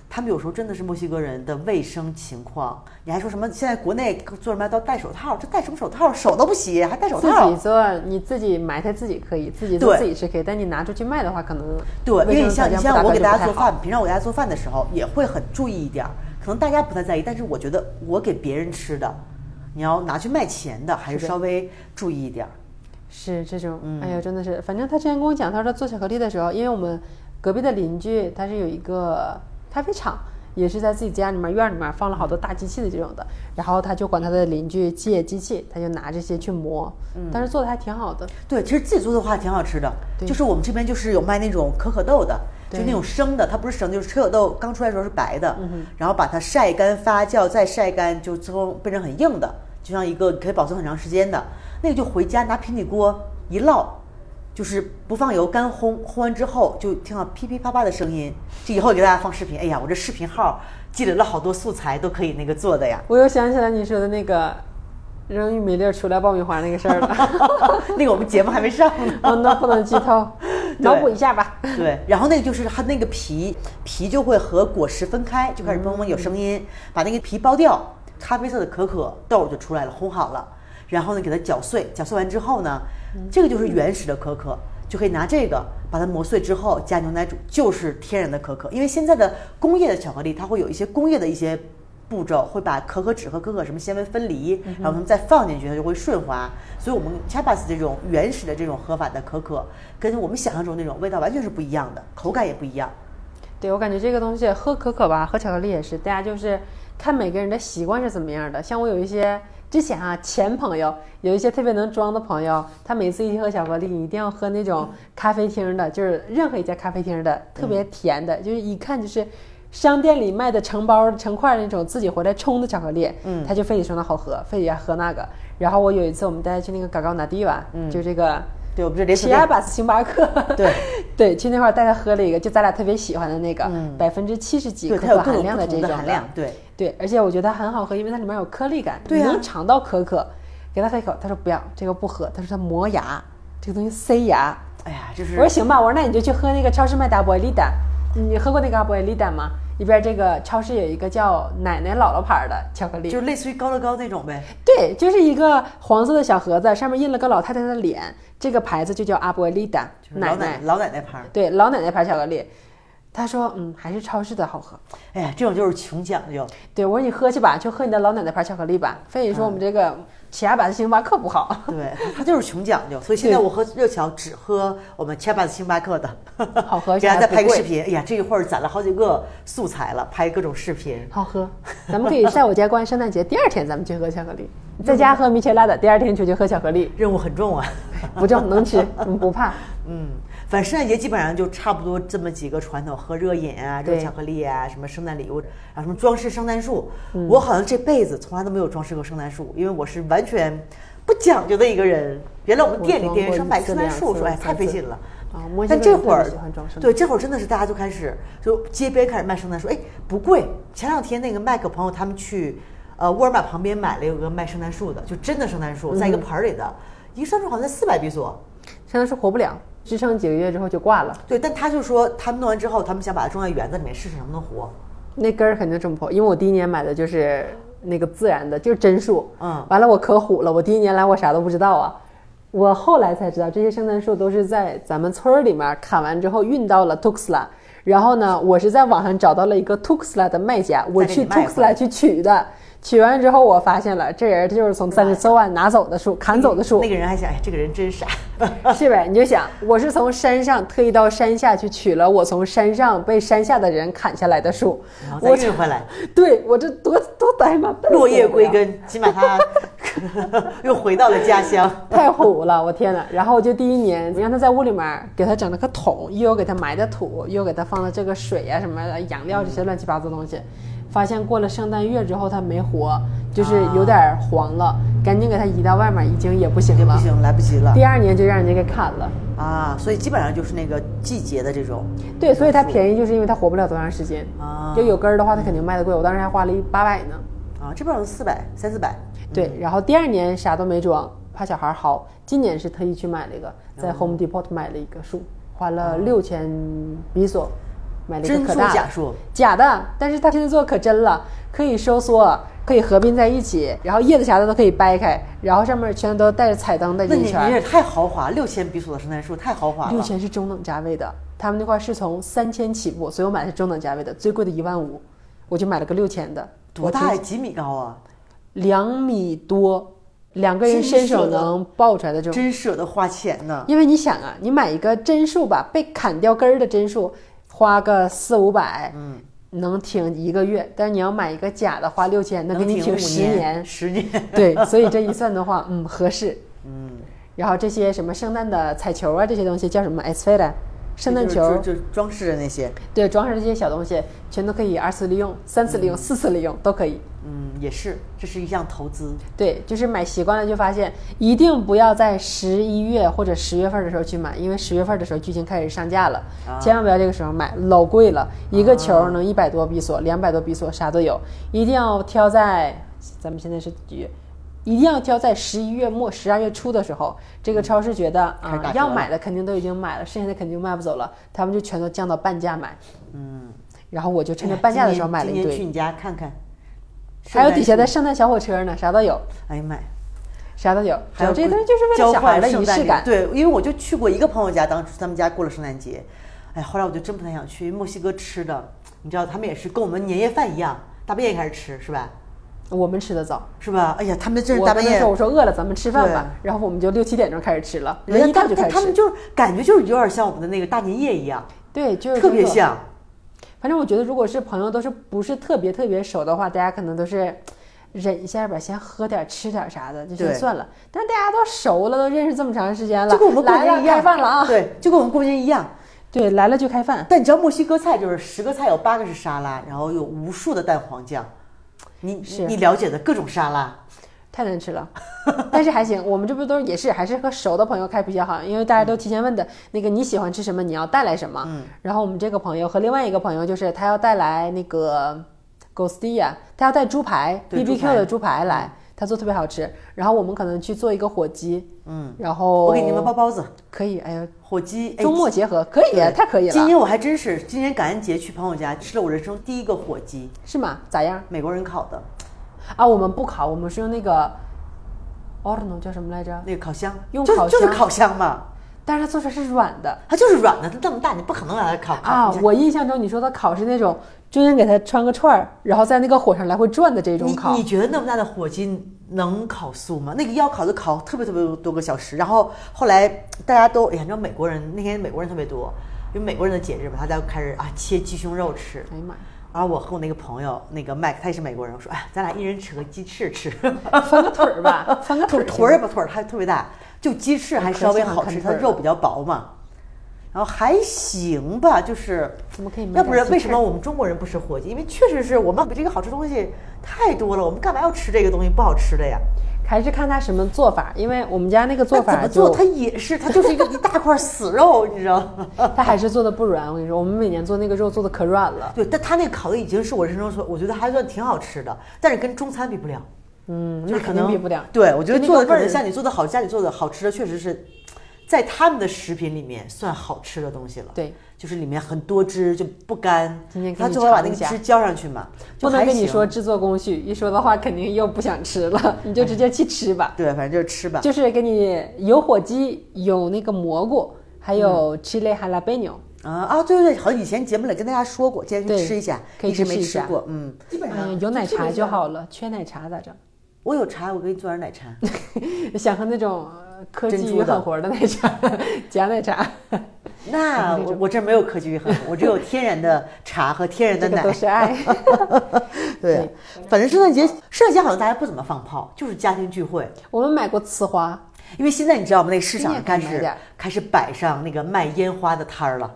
Speaker 1: 他们有时候真的是墨西哥人的卫生情况，你还说什么现在国内做什么都戴手套，这戴什么手套，手都不洗还戴手
Speaker 2: 自
Speaker 1: 套
Speaker 2: 己。做，你自己埋汰自己可以，自己做
Speaker 1: 对
Speaker 2: 自己吃可以，但你拿出去卖的话，可能
Speaker 1: 对，因为你像你像我给大家做
Speaker 2: 饭。
Speaker 1: 饭，平常我给大家做饭的时候也会很注意一点儿，可能大家不太在意，但是我觉得我给别人吃的，你要拿去卖钱的，还是
Speaker 2: 是的
Speaker 1: 稍微注意一点儿。
Speaker 2: 是这种，
Speaker 1: 嗯
Speaker 2: 哎呀，真的是，反正他之前跟我讲，他说他做巧克力的时候，因为我们隔壁的邻居他是有一个咖啡厂，也是在自己家里面院儿里面放了好多大机器的这种的，然后他就管他的邻居借机器，他就拿这些去磨，
Speaker 1: 嗯
Speaker 2: 但是做的还挺好的，
Speaker 1: 对，其实自己做的话挺好吃的，就是我们这边就是有卖那种可可豆的，就那种生的，它不是生的，就是可可豆刚出来的时候是白的，然后把它晒干发酵，再晒干，就最后变成很硬的，就像一个可以保存很长时间的那个，就回家拿平底锅一烙。就是不放油，干烘，烘完之后就听到噼噼啪啪的声音。这以后给大家放视频，哎呀，我这视频号积累了好多素材，都可以那个做的呀。
Speaker 2: 我又想起来你说的那个扔玉米粒儿出来爆米花那个事 儿了，
Speaker 1: 那个我们节目还没上呢。
Speaker 2: 我能不能剧透？脑补一下吧。
Speaker 1: 对，然后那个就是它那个皮皮就会和果实分开，就开始嗡嗡有声音，把那个皮剥掉，咖啡色的可可豆就出来了，烘好了，然后呢给它搅碎，搅碎完之后呢，这个就是原始的可可，就可以拿这个把它磨碎之后加牛奶煮，就是天然的可可。因为现在的工业的巧克力，它会有一些工业的一些步骤会把可可脂和可可什么纤维分离，然后他们再放进去，它就会顺滑。所以，我们 Chapas 这种原始的这种喝法的可可，跟我们想象中那种味道完全是不一样的，口感也不一样。
Speaker 2: 对我感觉这个东西喝可可吧，喝巧克力也是，大家就是看每个人的习惯是怎么样的。像我有一些之前啊前朋友，有一些特别能装的朋友，他每次一喝巧克力，一定要喝那种咖啡厅的，就是任何一家咖啡厅的，特别甜的，就是一看就是。商店里卖的成包成块那种自己回来冲的巧克力，嗯，他就非得说那好喝，非得要喝那个。然后我有一次我们带他去那个嘎嘎拿地吧，嗯，就这个
Speaker 1: 对，我们这连锁
Speaker 2: 奇亚
Speaker 1: 店
Speaker 2: 巴斯星巴克，
Speaker 1: 对
Speaker 2: 对，去那块儿带他喝了一个，就咱俩特别喜欢的那个，百分之七十
Speaker 1: 嗯
Speaker 2: 几
Speaker 1: 对
Speaker 2: 可
Speaker 1: 它有
Speaker 2: 可
Speaker 1: 各
Speaker 2: 含
Speaker 1: 种
Speaker 2: 量
Speaker 1: 不
Speaker 2: 这
Speaker 1: 同
Speaker 2: 种
Speaker 1: 的含量，对。
Speaker 2: 对，而且我觉得它很好喝，因为它里面有颗粒感，对
Speaker 1: 啊
Speaker 2: 你能尝到可可。给他喝一口，他说不要，这个不喝，他说他磨牙，这个东西塞牙。
Speaker 1: 哎呀，就是
Speaker 2: 我说行吧，我说那你就去喝那个超市卖的阿波利丹，你喝过那个阿波利丹吗？里边这个超市有一个叫奶奶姥姥牌的巧克力，
Speaker 1: 就是类似于高乐高那种呗。
Speaker 2: 对，就是一个黄色的小盒子，上面印了个老太太的脸，这个牌子就叫阿波利丹，
Speaker 1: 就是老
Speaker 2: 奶
Speaker 1: 奶
Speaker 2: 奶
Speaker 1: 老奶奶牌儿，
Speaker 2: 对，老奶奶牌巧克力。他说，嗯，还是超市的好喝。
Speaker 1: 哎呀，这种就是穷讲 究。
Speaker 2: 对我说你喝去吧，就喝你的老奶奶牌巧克力吧。非得说我们这个起亚版的星巴克不好，
Speaker 1: 对，它就是穷讲究，所以现在
Speaker 2: 对
Speaker 1: 我喝热巧只喝我们 Chapas 星巴克的，
Speaker 2: 好喝而且
Speaker 1: 给大家再
Speaker 2: 还不
Speaker 1: 拍个
Speaker 2: 贵
Speaker 1: 视频。哎呀，这一会儿攒了好几个素材了，拍各种视频。
Speaker 2: 好喝。咱们可以在我家过完圣诞节，第二天咱们去喝巧克 力，在家喝米切拉的，第二天出去喝巧克 力，
Speaker 1: 任务很重啊。
Speaker 2: 不重能吃，我们不怕。
Speaker 1: 嗯， 反正圣诞节基本上就差不多这么几个传统，喝热饮啊，热
Speaker 2: 对
Speaker 1: 巧克力啊，什么圣诞礼物，然后什么装饰圣诞树。
Speaker 2: 嗯
Speaker 1: 我好像这辈子从来都没有装饰过圣诞树，因为我是完全不讲究的一个人。原来我们
Speaker 2: 我
Speaker 1: 店里
Speaker 2: 装
Speaker 1: 店员
Speaker 2: 过
Speaker 1: 说
Speaker 2: 一
Speaker 1: 买
Speaker 2: 次
Speaker 1: 圣诞
Speaker 2: 两
Speaker 1: 树，
Speaker 2: 次
Speaker 1: 说哎太
Speaker 2: 三
Speaker 1: 费
Speaker 2: 次
Speaker 1: 劲了。
Speaker 2: 啊墨西
Speaker 1: 但
Speaker 2: 哥人
Speaker 1: 这
Speaker 2: 特
Speaker 1: 会
Speaker 2: 别
Speaker 1: 儿
Speaker 2: 喜欢装圣诞
Speaker 1: 对这会儿真的是大家就开始就街边开始卖圣诞树，哎不贵。前两天那个麦克朋友他们去呃沃尔玛旁边买了有个卖圣诞树的，就真的圣诞树，在
Speaker 2: 嗯
Speaker 1: 一个盆儿里的，一个圣诞树好像才四百比索。
Speaker 2: 圣诞树活不了，支撑几个月之后就挂了，
Speaker 1: 对，但他就说他们弄完之后，他们想把它种在园子里面试试能不能活。
Speaker 2: 那根儿肯定挣不破。因为我第一年买的就是那个自然的，就是真树。
Speaker 1: 嗯
Speaker 2: 完了我可虎了，我第一年来我啥都不知道啊。我后来才知道，这些圣诞树都是在咱们村儿里面砍完之后运到了 Tuxla，然后呢，我是在网上找到了一个 Tuxla 的卖家，我
Speaker 1: 再给
Speaker 2: 去
Speaker 1: 你卖回
Speaker 2: Tuxla
Speaker 1: 来
Speaker 2: 去取的。取完之后，我发现了这人就是从三十三万拿走的树，砍走的树
Speaker 1: 那，个人还想，哎，这个人 真傻。
Speaker 2: 是呗？你就想，我是从山上特意到山下去取了我从山上被山下的人砍下来的树
Speaker 1: 然，后
Speaker 2: 我
Speaker 1: 再运回来，
Speaker 2: 对我这多多呆嘛，笨死
Speaker 1: 落叶
Speaker 2: 我
Speaker 1: 归
Speaker 2: 呀，
Speaker 1: 根，起码他 又回到了家乡。
Speaker 2: 太虎了，我天哪！然后我就第一年让他在屋里面给他整了个桶，又给他埋的土，又给他放了这个水啊呀、什么的养料这些乱七八糟东西，发现过了圣诞月之后它没活，就是有点黄了，赶紧给它移到外面，已经也不行
Speaker 1: 也不
Speaker 2: 了。
Speaker 1: 行，来不及了
Speaker 2: 第二年就让人家给砍了，
Speaker 1: 啊！所以基本上就是那个季节的这种，
Speaker 2: 对，所以它便宜就是因为它活不了多长时间。
Speaker 1: 啊
Speaker 2: 就有根儿的话，它肯定卖的贵，我当时还花了一八百呢。
Speaker 1: 啊，这边有四百、三四百，
Speaker 2: 对，
Speaker 1: 嗯
Speaker 2: 然后第二年啥都没装，怕小孩儿薅。今年是特意去买了一个，
Speaker 1: 嗯
Speaker 2: 在 Home Depot 买了一个树，花了六千比索，买了一
Speaker 1: 真
Speaker 2: 个可
Speaker 1: 树
Speaker 2: 大
Speaker 1: 假树，
Speaker 2: 假的，但是它现在做的可真了，可以收缩，可以合并在一起，然后叶子啥的都可以掰开，然后上面全都带着彩灯带
Speaker 1: 那
Speaker 2: 进一
Speaker 1: 你
Speaker 2: 圈
Speaker 1: 你
Speaker 2: 儿。
Speaker 1: 也太豪华，六千比索的圣诞树太豪华
Speaker 2: 六
Speaker 1: 了。
Speaker 2: 千是中等价位的，他们那块儿是从三千起步，所以我买的是中等价位的，最贵的一万五，我就买了个六千的，
Speaker 1: 多
Speaker 2: 我
Speaker 1: 大
Speaker 2: 提
Speaker 1: 呀？几米高啊？
Speaker 2: 两米多，两个人伸手能抱出来的这种。
Speaker 1: 真舍得花钱呢。
Speaker 2: 因为你想啊，你买一个针数吧，被砍掉根儿的针数，花个四五百，嗯，能挺一个月。但是你要买一个假的，花六千，那给
Speaker 1: 能
Speaker 2: 你
Speaker 1: 挺
Speaker 2: 挺
Speaker 1: 五
Speaker 2: 十年。
Speaker 1: 十年。
Speaker 2: 对，所以这一算的 话，嗯，合适。嗯。然后这些什么圣诞的彩球啊，这些东西叫什么 e s f e r a 圣诞球，
Speaker 1: 就就就装饰的那些，
Speaker 2: 对，装饰这些小东西，全都可以二次利用、三次利用、四次利用都可以。
Speaker 1: 嗯，也是，这是一项投资。
Speaker 2: 对，就是买习惯了就发现，一定不要在十一月或者十月份的时候去买，因为十月份的时候就已经开始上架了，
Speaker 1: 啊
Speaker 2: 千万不要这个时候买，老贵了，一个球能一百多比索，两百多比索，啥都有，一定要挑在咱们现在是几月？一定要挑在十一月末、十二月初的时候，这个超市觉得啊、
Speaker 1: 开始打折
Speaker 2: 要
Speaker 1: 了
Speaker 2: 买的肯定都已经买了，剩下的肯定卖不走了，他们就全都降到半价买。嗯，然后我就趁 着半价的时候买了一
Speaker 1: 今年去
Speaker 2: 堆，
Speaker 1: 你家看看，
Speaker 2: 还有底下的
Speaker 1: 圣
Speaker 2: 圣诞小火车呢，啥都有。
Speaker 1: 诞树，哎呀妈呀！
Speaker 2: 啥都有，
Speaker 1: 还有
Speaker 2: 这些东西就是为了
Speaker 1: 交
Speaker 2: 小孩
Speaker 1: 换
Speaker 2: 的
Speaker 1: 圣
Speaker 2: 仪
Speaker 1: 诞
Speaker 2: 式
Speaker 1: 礼
Speaker 2: 感。
Speaker 1: 对，因为我就去过一个朋友家，当时他们家过了圣诞节，哎，后来我就真不太想去。因为墨西哥吃的，你知道，他们也是跟我们年夜饭一样，大半夜开始吃，是吧？
Speaker 2: 我们吃的早，
Speaker 1: 是吧？哎呀，他们真是
Speaker 2: 我
Speaker 1: 大
Speaker 2: 跟
Speaker 1: 半
Speaker 2: 他
Speaker 1: 夜
Speaker 2: 说，我说饿了，咱们吃饭吧
Speaker 1: 对。
Speaker 2: 然后我们就六七点钟开始吃了，
Speaker 1: 人
Speaker 2: 人一
Speaker 1: 家
Speaker 2: 到
Speaker 1: 他
Speaker 2: 就开始
Speaker 1: 他们
Speaker 2: 吃。
Speaker 1: 就是感觉就是有点像我们的那个大年夜一样，
Speaker 2: 对，就是
Speaker 1: 特别
Speaker 2: 这个。
Speaker 1: 像。
Speaker 2: 反正我觉得，如果是朋友都是不是特别特别熟的话，大家可能都是忍一下吧，先喝点吃点啥的，就
Speaker 1: 对
Speaker 2: 先算了。但是大家都熟了，都认识这么长时间了，
Speaker 1: 就跟我们过
Speaker 2: 来了
Speaker 1: 年一样，
Speaker 2: 开饭了啊！
Speaker 1: 对，就跟我们过年一样。
Speaker 2: 对，来了就开饭。
Speaker 1: 但你知道墨西哥菜就是十个菜有八个是沙拉，然后有无数的蛋黄酱，你
Speaker 2: 是
Speaker 1: 你了解的各种沙拉，
Speaker 2: 太难吃了，但是还行。我们这不都也是还是和熟的朋友开比较好，因为大家都提前问的、那个你喜欢吃什么，你要带来什么。嗯。然后我们这个朋友和另外一个朋友就是他要带来那个 g o s t i a 他要带猪排
Speaker 1: 对
Speaker 2: B
Speaker 1: 猪
Speaker 2: B
Speaker 1: 排
Speaker 2: Q 的猪排来，他做特别好吃。然后我们可能去做一个火鸡，嗯，然后
Speaker 1: 我给你们包包子、
Speaker 2: 可以，哎呀，
Speaker 1: 火鸡。哎
Speaker 2: 周末结合可以
Speaker 1: 对，
Speaker 2: 太可以
Speaker 1: 今
Speaker 2: 了，
Speaker 1: 年我还真是，今年感恩节去朋友家吃了我人生第一个火鸡，
Speaker 2: 是吗？咋样？
Speaker 1: 美国人烤的
Speaker 2: 啊，我们不烤，我们是用那个 Orno 叫什么来着？
Speaker 1: 那个烤箱，
Speaker 2: 用
Speaker 1: 就
Speaker 2: 烤
Speaker 1: 就是
Speaker 2: 箱
Speaker 1: 烤箱嘛，
Speaker 2: 但是它做出来是软的。
Speaker 1: 它就是软的，它这么大，你不可能把它烤烤。
Speaker 2: 啊
Speaker 1: 你，
Speaker 2: 我印象中你说的烤是那种中间给它穿个串儿，然后在那个火上来回转的这种烤
Speaker 1: 你你。觉得那么大的火鸡能烤素吗？那个要烤就烤特别特别多个小时。然后后来大家都，哎呀，你知道美国人那天美国人特别多，因为美国人的节日嘛，大家就开始啊切鸡胸肉吃。
Speaker 2: 哎呀妈呀，
Speaker 1: 然后我和我那个朋友那个麦克，他也是美国人，我说哎，咱俩一人扯个鸡翅 吃，
Speaker 2: 翻个腿儿吧，翻个腿
Speaker 1: 腿
Speaker 2: 儿
Speaker 1: 腿儿也
Speaker 2: 行
Speaker 1: 不腿儿，它特别大，就鸡翅还
Speaker 2: 我可
Speaker 1: 稍微
Speaker 2: 喜欢
Speaker 1: 好
Speaker 2: 看
Speaker 1: 吃，它
Speaker 2: 腿儿
Speaker 1: 肉
Speaker 2: 了
Speaker 1: 比较薄嘛。然后还行吧，就是
Speaker 2: 怎么可以买
Speaker 1: 要不
Speaker 2: 点
Speaker 1: 然
Speaker 2: 鸡
Speaker 1: 为什
Speaker 2: 翅
Speaker 1: 么我们中国人不吃火鸡？因为确实是我们这个好吃东西太多了，我们干嘛要吃这个东西不好吃的呀？
Speaker 2: 还是看它什么做法，因为我们家那个做
Speaker 1: 它
Speaker 2: 法
Speaker 1: 怎么做？
Speaker 2: 就
Speaker 1: 它也是，它就是一个一大块死肉，你知道吗？
Speaker 2: 它还是做的不软。我跟你说，我们每年做那个肉做的可软了。
Speaker 1: 对，但它那个烤的已经是我人生中说，我觉得还算挺好吃的，但是跟中餐比不了，
Speaker 2: 嗯，
Speaker 1: 就是
Speaker 2: 那
Speaker 1: 可
Speaker 2: 肯定
Speaker 1: 能
Speaker 2: 比不了。
Speaker 1: 对，我觉得
Speaker 2: 就那
Speaker 1: 做的
Speaker 2: 个味
Speaker 1: 可能
Speaker 2: 儿
Speaker 1: 像你做的好，家里做的好吃的，确实是在他们的食品里面算好吃的东西了。
Speaker 2: 对，
Speaker 1: 就是里面很多汁就不干
Speaker 2: 今天，给
Speaker 1: 他
Speaker 2: 你
Speaker 1: 最后把
Speaker 2: 尝
Speaker 1: 那个
Speaker 2: 一下
Speaker 1: 汁浇上去嘛，就
Speaker 2: 不能
Speaker 1: 还
Speaker 2: 跟你
Speaker 1: 行
Speaker 2: 说制作工序，一说的话肯定又不想吃了，你就直接去吃吧。
Speaker 1: 对，反正就是吃吧。
Speaker 2: 就是给你有火鸡，有那个蘑菇，还
Speaker 1: 嗯
Speaker 2: 有 chile jalapeno，
Speaker 1: 啊啊，对对对，好像以前节目里跟大家说过，今天去
Speaker 2: 对
Speaker 1: 吃一下，
Speaker 2: 可以
Speaker 1: 一直
Speaker 2: 去
Speaker 1: 没
Speaker 2: 试一
Speaker 1: 吃
Speaker 2: 下
Speaker 1: 过，嗯，基本
Speaker 2: 嗯，有奶茶就好了，缺奶茶咋整？
Speaker 1: 我有茶，我给你做点奶 茶。
Speaker 2: 想喝那种呃科
Speaker 1: 珍
Speaker 2: 技
Speaker 1: 珠
Speaker 2: 与
Speaker 1: 的
Speaker 2: 狠活的奶 茶，假奶茶，
Speaker 1: 那我我这没有科技与狠活，我只有天然的茶和天然的
Speaker 2: 这个
Speaker 1: 奶
Speaker 2: 都。是嗯爱。
Speaker 1: 对，反正圣诞节，圣诞节好像大家不怎么放炮，就是家庭聚会。
Speaker 2: 我们买过呲花，
Speaker 1: 因为现在你知道吗？那个市
Speaker 2: 今
Speaker 1: 场
Speaker 2: 年可
Speaker 1: 开
Speaker 2: 以买
Speaker 1: 始
Speaker 2: 点儿
Speaker 1: 开始摆上那个卖烟花的摊儿了，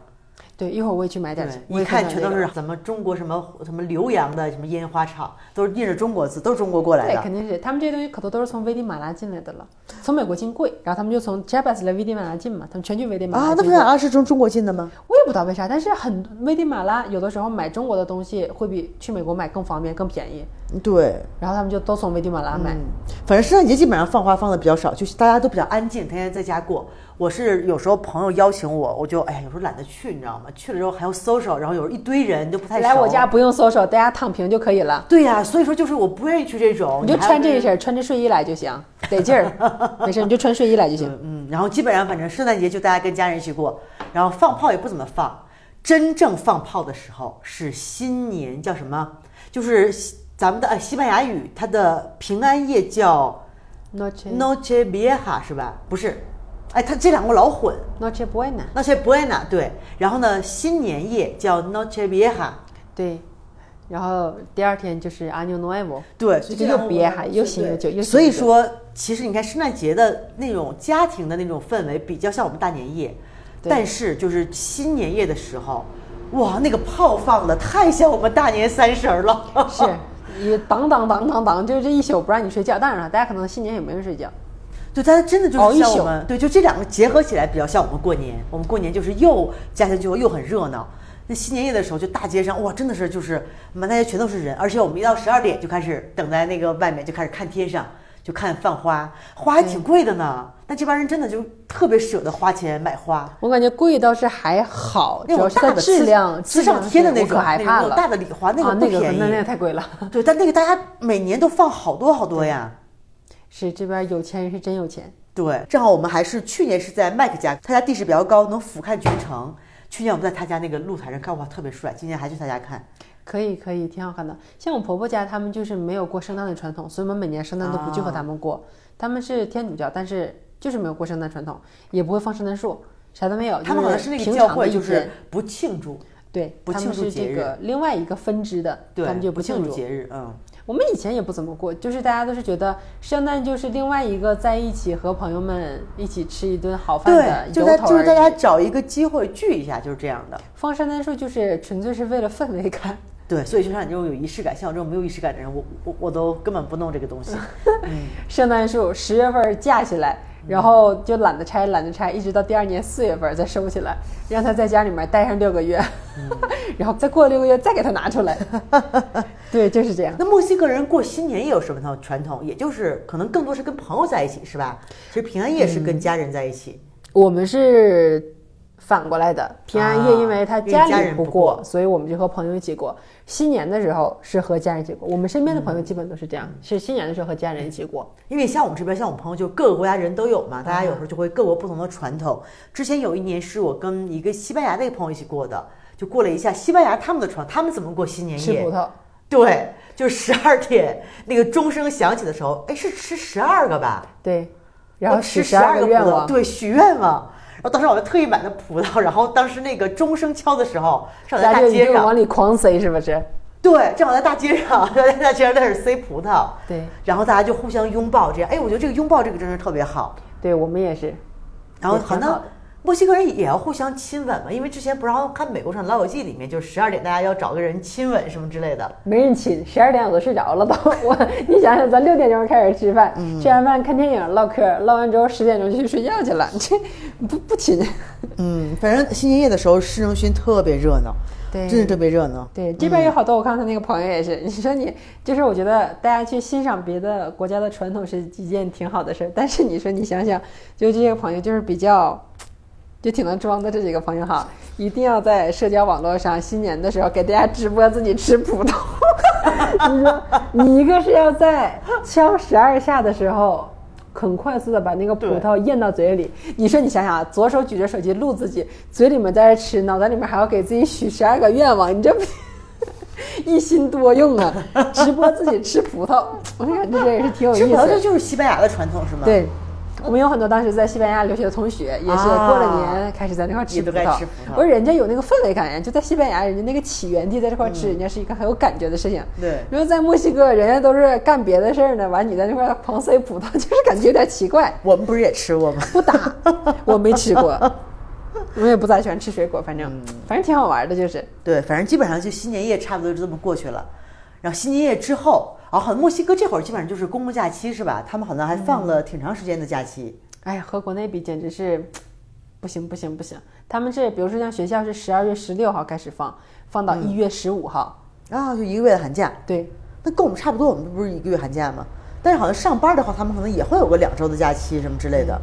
Speaker 2: 对，一会儿我也去买点去。我
Speaker 1: 一
Speaker 2: 也
Speaker 1: 看
Speaker 2: 想
Speaker 1: 全
Speaker 2: 这
Speaker 1: 都
Speaker 2: 个
Speaker 1: 是咱们中国什么什么浏阳的什么烟花厂，都是印着中国字，都是中国过来
Speaker 2: 对，
Speaker 1: 的。
Speaker 2: 肯定是他们这些东西可多都是从危地马拉进来的了，从美国进贵，然后他们就从 j a p a s 来危地马拉进嘛，他们全去危地马
Speaker 1: 啊，
Speaker 2: 拉
Speaker 1: 那
Speaker 2: 进
Speaker 1: 不
Speaker 2: 过。
Speaker 1: 是啊，是从中国进的吗？
Speaker 2: 我也不知道为啥，但是很危地马拉有的时候买中国的东西会比去美国买更方便、更便宜，
Speaker 1: 对，
Speaker 2: 然后他们就都从危地马拉买。
Speaker 1: 嗯反正圣诞节基本上放花放的比较少，就是大家都比较安静，天天在家过。我是有时候朋友邀请我，我就哎呀，有时候懒得去，你知道吗？去了之后还要 social，然后有时候一堆人就不太熟
Speaker 2: 来我家。不用搜手，大家躺平就可以了。
Speaker 1: 对呀、所以说就是我不愿意去这种，
Speaker 2: 你就
Speaker 1: 还要
Speaker 2: 穿这
Speaker 1: 跟
Speaker 2: 一身，穿着睡衣来就行，得劲儿，没事，你就穿睡衣来就行。
Speaker 1: 嗯，然后基本上反正圣诞节就大家跟家人一起过，然后放炮也不怎么放，真正放炮的时候是新年叫什么？就是西咱们的呃西班牙语，它的平安夜叫
Speaker 2: Noche
Speaker 1: Noche Vieja 是吧？不是，哎，它这两个老混。
Speaker 2: Noche Buena，
Speaker 1: Noche Buena 对，然后呢，新年夜叫 Noche Vieja，
Speaker 2: 对，然后第二天就是 Año Nuevo，
Speaker 1: 对，
Speaker 2: 所以
Speaker 1: 这
Speaker 2: 就
Speaker 1: 样
Speaker 2: 又别
Speaker 1: 我
Speaker 2: 还又新又旧，又新
Speaker 1: 所以
Speaker 2: 又旧
Speaker 1: 说，其实你看圣诞节的那种家庭的那种氛围，比较像我们大年夜，
Speaker 2: 对
Speaker 1: 但是就是新年夜的时候，哇，那个炮放的太像我们大年三十儿了。
Speaker 2: 是你当当当当当，就是这一宿不让你睡觉。当然了，大家可能新年也没人睡觉。
Speaker 1: 对，它真的就
Speaker 2: 熬
Speaker 1: 是
Speaker 2: 一
Speaker 1: 像我
Speaker 2: 宿
Speaker 1: 们，对，就这两个结合起来比较像我们过年。我们过年就是又家庭聚会又很热闹，那新年夜的时候就大街上哇，真的是就是满大街全都是人，而且我们一到十二点就开始等在那个外面就开始看天上，就看放花，花还
Speaker 2: 嗯
Speaker 1: 挺贵的呢。但这帮人真的就特别舍得花钱买花，
Speaker 2: 我感觉贵倒是还好，
Speaker 1: 那
Speaker 2: 主要
Speaker 1: 种
Speaker 2: 是
Speaker 1: 大
Speaker 2: 它
Speaker 1: 的
Speaker 2: 质
Speaker 1: 呲
Speaker 2: 量
Speaker 1: 呲
Speaker 2: 质
Speaker 1: 上
Speaker 2: 量
Speaker 1: 天的
Speaker 2: 是
Speaker 1: 那
Speaker 2: 我
Speaker 1: 种，
Speaker 2: 可害
Speaker 1: 那种
Speaker 2: 怕
Speaker 1: 那
Speaker 2: 了。
Speaker 1: 种大的礼花，那个
Speaker 2: 啊，
Speaker 1: 不
Speaker 2: 那个
Speaker 1: 便宜。
Speaker 2: 那那太贵了。
Speaker 1: 对，但那个大家每年都放好多好多呀。
Speaker 2: 是这边有钱人是真有钱，
Speaker 1: 对，正好我们还是去年是在麦克家，他家地势比较高，能俯瞰全城。去年我们在他家那个露台上看，哇，特别帅。今年还去他家看，
Speaker 2: 可以可以，挺好看的。像我婆婆家，他们就是没有过圣诞的传统，所以我们每年圣诞都不去和他们
Speaker 1: 啊
Speaker 2: 过。他们是天主教，但是就是没有过圣诞传统，也不会放圣诞树，啥都没有。
Speaker 1: 他们好像
Speaker 2: 就是
Speaker 1: 那个
Speaker 2: 平
Speaker 1: 教
Speaker 2: 常
Speaker 1: 会
Speaker 2: 的一
Speaker 1: 就是
Speaker 2: 天
Speaker 1: 不庆祝，
Speaker 2: 对，
Speaker 1: 不
Speaker 2: 他
Speaker 1: 庆
Speaker 2: 们
Speaker 1: 祝
Speaker 2: 是
Speaker 1: 节
Speaker 2: 这
Speaker 1: 日
Speaker 2: 个另外一个分支的，
Speaker 1: 对
Speaker 2: 他们，就
Speaker 1: 不
Speaker 2: 庆
Speaker 1: 祝节日，嗯，
Speaker 2: 我们以前也不怎么过，就是大家都是觉得圣诞就是另外一个在一起和朋友们一起吃一顿好饭的
Speaker 1: 对，就
Speaker 2: 由
Speaker 1: 在
Speaker 2: 头
Speaker 1: 就是
Speaker 2: 而
Speaker 1: 大家
Speaker 2: 已。
Speaker 1: 找一个机会聚一下，就是这样的。
Speaker 2: 放圣诞树就是纯粹是为了氛围感。
Speaker 1: 对，所以就像你这种有仪式感，像我这种没有仪式感的人，我我我都根本不弄这个东 西。
Speaker 2: 圣诞树十月份架起来，然后就懒得拆，懒得拆，一直到第二年四月份再收起来，让它在家里面待上六个月， 然后再过六个月再给它拿出来。对，就是这样。
Speaker 1: 那墨西哥人过新年也有什么套传统？也就是可能更多是跟朋友在一起，是吧？其实平安夜是
Speaker 2: 嗯
Speaker 1: 跟家人在一起。
Speaker 2: 我们是反过来的，平安夜
Speaker 1: 啊
Speaker 2: 因为他
Speaker 1: 因为
Speaker 2: 家
Speaker 1: 家
Speaker 2: 里
Speaker 1: 人
Speaker 2: 不
Speaker 1: 不
Speaker 2: 过，
Speaker 1: 过
Speaker 2: 所以我们就和朋友一起过。新年的时候是和家人一起过，我们身边的朋友基本都是这样，是新年的时候和家人一起过。
Speaker 1: 因为像我们这边，像我朋友就各个国家人都有嘛，大家有时候就会各国不同的传统。之前有一年是我跟一个西班牙的一个朋友一起过的，就过了一下西班牙他们的传，他们怎么过新年
Speaker 2: 吃
Speaker 1: 夜？
Speaker 2: 葡萄，
Speaker 1: 对，就十二点那个钟声响起的时候，哎，是吃十二个吧？
Speaker 2: 对，然后许
Speaker 1: 吃
Speaker 2: 十
Speaker 1: 哦十
Speaker 2: 二
Speaker 1: 二个
Speaker 2: 个愿
Speaker 1: 葡萄
Speaker 2: 望，
Speaker 1: 对，许愿望。然后当时我们特意买的葡萄，然后当时那个钟声敲的时候，正好在
Speaker 2: 家
Speaker 1: 大
Speaker 2: 就一
Speaker 1: 街
Speaker 2: 顿
Speaker 1: 上
Speaker 2: 往，里狂塞，是不是？
Speaker 1: 对，正好在大街上， 在大街上在那儿塞葡萄，
Speaker 2: 对，
Speaker 1: 然后大家就互相拥抱，这样，哎，我觉得这个拥抱这个真是特别好。
Speaker 2: 对我们也是。
Speaker 1: 然后
Speaker 2: 也挺
Speaker 1: 好
Speaker 2: 好
Speaker 1: 像
Speaker 2: 的
Speaker 1: 墨西哥人也要互相亲吻嘛，因为之前不是好像看美国上《老友记》里面，就是十二点大家要找个人亲吻什么之类的。
Speaker 2: 没人亲，十二点我都睡着了都。 我，你想想，咱六点钟开始吃饭，吃完饭看电影唠嗑，唠完之后十点钟就去睡觉去了，这不不亲。
Speaker 1: 嗯，反正新年夜的时候，市中心特别热闹，
Speaker 2: 对
Speaker 1: 真是特别热闹。
Speaker 2: 对，这边有好多，我看他那个朋友也是。你说你就是，我觉得大家去欣赏别的国家的传统是一件挺好的事儿，但是你说你想想，就这些朋友就是比较，就挺能装的这几个朋友哈，一定要在社交网络上新年的时候给大家直播自己吃葡萄。你说你一个是要在敲十二下的时候。很快速的把那个葡
Speaker 1: 对
Speaker 2: 萄咽到嘴里，你说你想想啊，左手举着手机录自己，嘴里面在这吃，脑袋里面还要给自己许十二个愿望，你这不一心多用啊！直播自己吃葡萄，我感觉这也是挺有
Speaker 1: 吃
Speaker 2: 意
Speaker 1: 葡萄这
Speaker 2: 思的。
Speaker 1: 就是西班牙的传统是吗？，
Speaker 2: 对，我们有很多当时在西班牙留学的同学，也是
Speaker 1: 啊
Speaker 2: 过了年开始在那块吃
Speaker 1: 也
Speaker 2: 葡
Speaker 1: 都
Speaker 2: 萄。
Speaker 1: 该吃葡萄
Speaker 2: 我说人家有那个氛围感呀，就在西班牙，人家那个起源地在这块吃，人家是一个很有感觉的事情。
Speaker 1: 嗯对
Speaker 2: 如果在墨西哥，人家都是干别的事儿呢，完你在那块狂塞葡萄， 就是感觉有点奇怪。
Speaker 1: 我们不是也吃过吗？
Speaker 2: 不打，我没吃过，我也不咋喜欢吃水果，反正
Speaker 1: 嗯
Speaker 2: 反正挺好玩的，就是。
Speaker 1: 对，反正基本上就新年夜差不多就这么过去了。然后新年夜之后，啊，好像墨西哥这会儿基本上就是公共假期是吧？他们好
Speaker 2: 嗯
Speaker 1: 像还放了挺长时间的假期。
Speaker 2: 哎呀，和国内比简直是不行不行不行。他们是比如说像学校是十二月十六号开始放，放
Speaker 1: 嗯
Speaker 2: 到一月十五号。
Speaker 1: 啊，就一个月的寒假，
Speaker 2: 对，
Speaker 1: 那跟我们差不多，我们不是一个月寒假吗？但是好像上班的话，他们可能也会有个两周的假期什么之类的。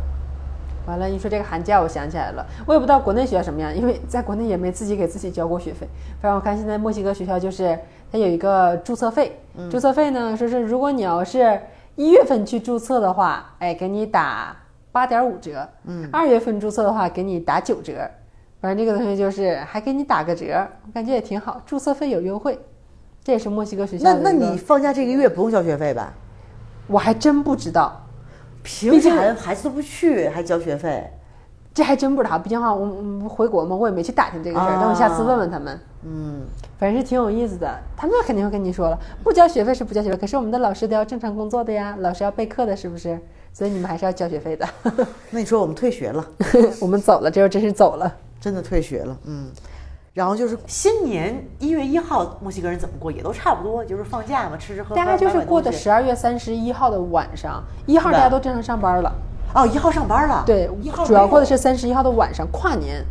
Speaker 2: 完了，你说这个寒假，我想起来了，我也不知道国内学校什么样，因为在国内也没自己给自己交过学费。反正我看现在墨西哥学校就是它有一个注册费，
Speaker 1: 嗯
Speaker 2: 注册费呢说是如果你要是一月份去注册的话，哎，给你打八点五折，嗯，二月份注册的话给你打九折，反正这个东西就是还给你打个折，我感觉也挺好，注册费有优惠，这也是墨西哥学校
Speaker 1: 那
Speaker 2: 的
Speaker 1: 那
Speaker 2: 嗯一个
Speaker 1: 你放假这个月不用交学费吧？
Speaker 2: 我还真不知道，
Speaker 1: 凭啥孩子都不去还交学费？
Speaker 2: 这还真不知道，毕竟哈，我我回国嘛，我也没去打听这个事儿。
Speaker 1: 啊
Speaker 2: 等我下次问问他们。
Speaker 1: 嗯，
Speaker 2: 反正是挺有意思的，他们肯定会跟你说了，不交学费是不交学费，可是我们的老师都要正常工作的呀，老师要备课的，是不是？所以你们还是要交学 费的。
Speaker 1: 那你说我们退学了，
Speaker 2: 我们走了，这回真是走了。
Speaker 1: 真的退学了，嗯。然后就是新年一月一号，墨西哥人怎么过也都差不多，就是放假嘛，吃吃喝喝。
Speaker 2: 大家就
Speaker 1: 买买
Speaker 2: 是
Speaker 1: 东
Speaker 2: 过的
Speaker 1: 西
Speaker 2: 十二月三十一号的晚上，一号
Speaker 1: 是吧
Speaker 2: 大家都正常上班了。
Speaker 1: 哦，一号上班了。
Speaker 2: 对
Speaker 1: 一号，
Speaker 2: 主要过的
Speaker 1: 是
Speaker 2: 是三十一号的晚上跨年，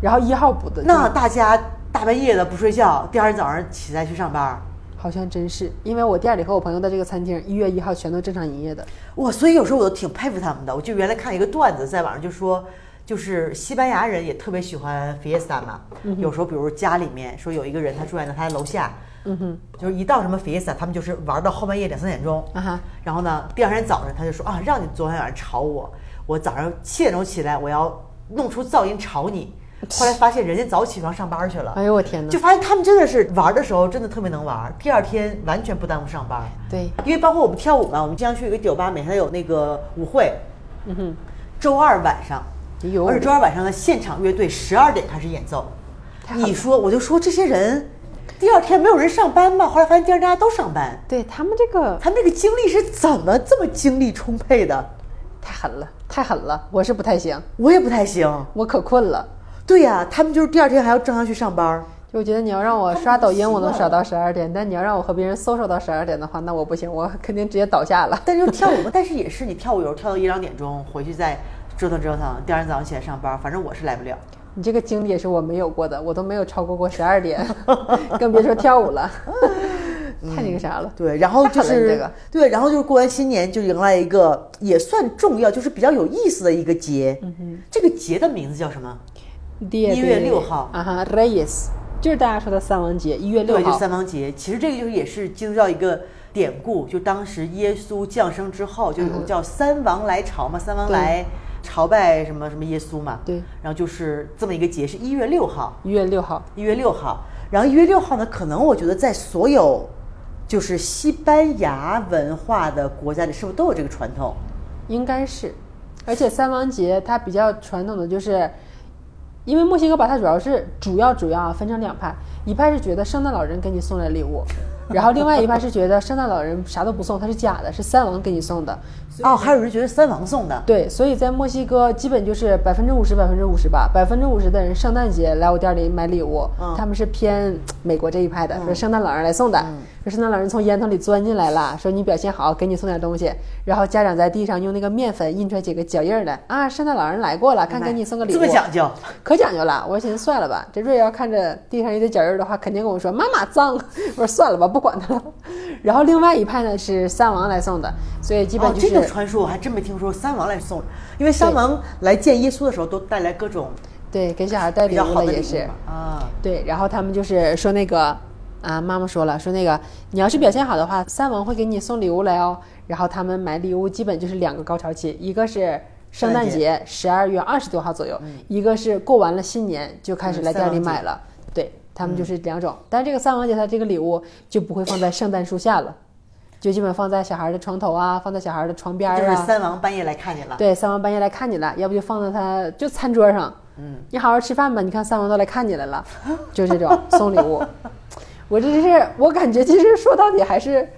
Speaker 2: 然后一号补的。
Speaker 1: 那大家大半夜的不睡觉，第二天早上起来去上班。
Speaker 2: 好像真是，因为我店里和我朋友的这个餐厅一月一号全都正常营业的。
Speaker 1: 哇，所以有时候我都挺佩服他们的。我就原来看一个段子，在网上就说，就是西班牙人也特别喜欢 fiesta 嘛。
Speaker 2: 嗯
Speaker 1: 有时候，比如家里面说有一个人他住在那他楼下，嗯哼，就是一到什么 fiesta，他们就是玩到后半夜两三点钟。
Speaker 2: 啊哈，
Speaker 1: 然后呢，第二天早上他就说啊，让你昨天晚上吵我，我早上七点钟起来，我要弄出噪音吵 你。后来发现人家早起床上班去了。
Speaker 2: 哎呦我天哪！
Speaker 1: 就发现他们真的是玩的时候真的特别能玩，第二天完全不耽误上班。
Speaker 2: 对，
Speaker 1: 因为包括我们跳舞嘛，我们经常去一个酒吧，每天有那个舞会，嗯哼，周二晚上，
Speaker 2: 哎呦
Speaker 1: 而且周二晚上的现场乐队十二点开始演奏。
Speaker 2: 太好了
Speaker 1: 你说，我就说这些人，第二天没有人上班吗？后来发现第二天大家都上班，
Speaker 2: 对他们这个
Speaker 1: 他们这个精力是怎么这么精力充沛的？
Speaker 2: 太狠了，太狠了，我是不太行，
Speaker 1: 我也不太行。
Speaker 2: 我可困了。
Speaker 1: 对呀、他们就是第二天还要正常去上班。
Speaker 2: 就我觉得你要让我刷抖音，我能
Speaker 1: 习
Speaker 2: 刷
Speaker 1: 惯
Speaker 2: 到十二点，但你要让我和别人搜索到十二点的话，那我不行，我肯定直接倒下了。
Speaker 1: 但是就跳舞 嘛，但是也是你跳舞有时候跳到一两点钟，回去再折腾折腾，第二天早上起来上班，反正我是来不了。
Speaker 2: 你这个经历也是我没有过的，我都没有超过过十 二点，更别说跳舞了，
Speaker 1: 嗯
Speaker 2: 太那个啥了。
Speaker 1: 对，然后
Speaker 2: 太
Speaker 1: 就
Speaker 2: 狠了你
Speaker 1: 是、
Speaker 2: 这个
Speaker 1: 对，然后就是过完新年就迎来一个也算重要，就是比较有意思的一个节。嗯、这个节的名字叫什么？
Speaker 2: 1
Speaker 1: 1月6号
Speaker 2: 啊哈，Reyes 就是大家说的三王节，一月六
Speaker 1: 对，就
Speaker 2: 号
Speaker 1: 是。三王节。其实这个就是也是基督教一个典故，就当时耶稣降生之后，就有个叫三王来朝嘛，三王
Speaker 2: 嗯对
Speaker 1: 来朝拜什么什么耶稣嘛。
Speaker 2: 对
Speaker 1: 然后就是这么一个节，是一月六号。
Speaker 2: 一月六号，
Speaker 1: 一月六号，然后一月六号呢，可能我觉得在所有就是西班牙文化的国家里，是不是都有这个传统？
Speaker 2: 应该是，而且三王节它比较传统的就是，因为墨西哥吧，它主要是主要主要啊分成两派，一派是觉得圣诞老人给你送来礼物，然后另外一派是觉得圣诞老人啥都不送，他是假的，是三王给你送的。
Speaker 1: 哦，还有人觉得三王送的，
Speaker 2: 对，所以在墨西哥基本就是百分之五十百分之五十吧，百分之五十的人圣诞节来我店里买礼物，
Speaker 1: 嗯
Speaker 2: 他们是偏美国这一派的，说圣诞老人来送的，
Speaker 1: 嗯
Speaker 2: 说圣诞老人从烟囱里钻进来了，说你表现好，给你送点东西，然后家长在地上用那个面粉印出来几个脚印儿来啊，圣诞老人来过了，看给你送个礼物，
Speaker 1: 这么讲究。
Speaker 2: 可讲究了。我寻思算了吧，这瑞瑶看着地上一堆脚印儿的话，肯定跟我说妈妈脏， 我说算了吧，不管他了。 然后另外一派呢是三王来送的，所以基本
Speaker 1: 哦，
Speaker 2: 就是、
Speaker 1: 这个传说我还真没听说三王来送，因为三王来见耶稣的时候都带来各种
Speaker 2: 对，给小孩带
Speaker 1: 比
Speaker 2: 礼
Speaker 1: 较
Speaker 2: 物
Speaker 1: 好
Speaker 2: 了
Speaker 1: 的
Speaker 2: 也
Speaker 1: 礼物
Speaker 2: 是
Speaker 1: 嘛。啊。
Speaker 2: 对，然后他们就是说那个啊，妈妈说了，说那个你要是表现好的话，三王会给你送礼物来哦。然后他们买礼物基本就是两个高潮期，一个是圣
Speaker 1: 圣诞
Speaker 2: 诞节十二月二十多号左右，一个是过完了新年就开始
Speaker 1: 嗯
Speaker 2: 来
Speaker 1: 三
Speaker 2: 店
Speaker 1: 王
Speaker 2: 里
Speaker 1: 节嗯
Speaker 2: 买了。对他们就是两种，但是这个三王节它这个礼物就不会放在圣诞树下了，就基本放在小孩的床头啊，放在小孩的床边儿啊。
Speaker 1: 就是三王半夜来看你了，
Speaker 2: 对，三王半夜来看你了，要不就放到他就餐桌上，嗯，你好好吃饭吧，你看三王都来看你来了，就这种送 礼物。我这是我感觉，其实说到底还是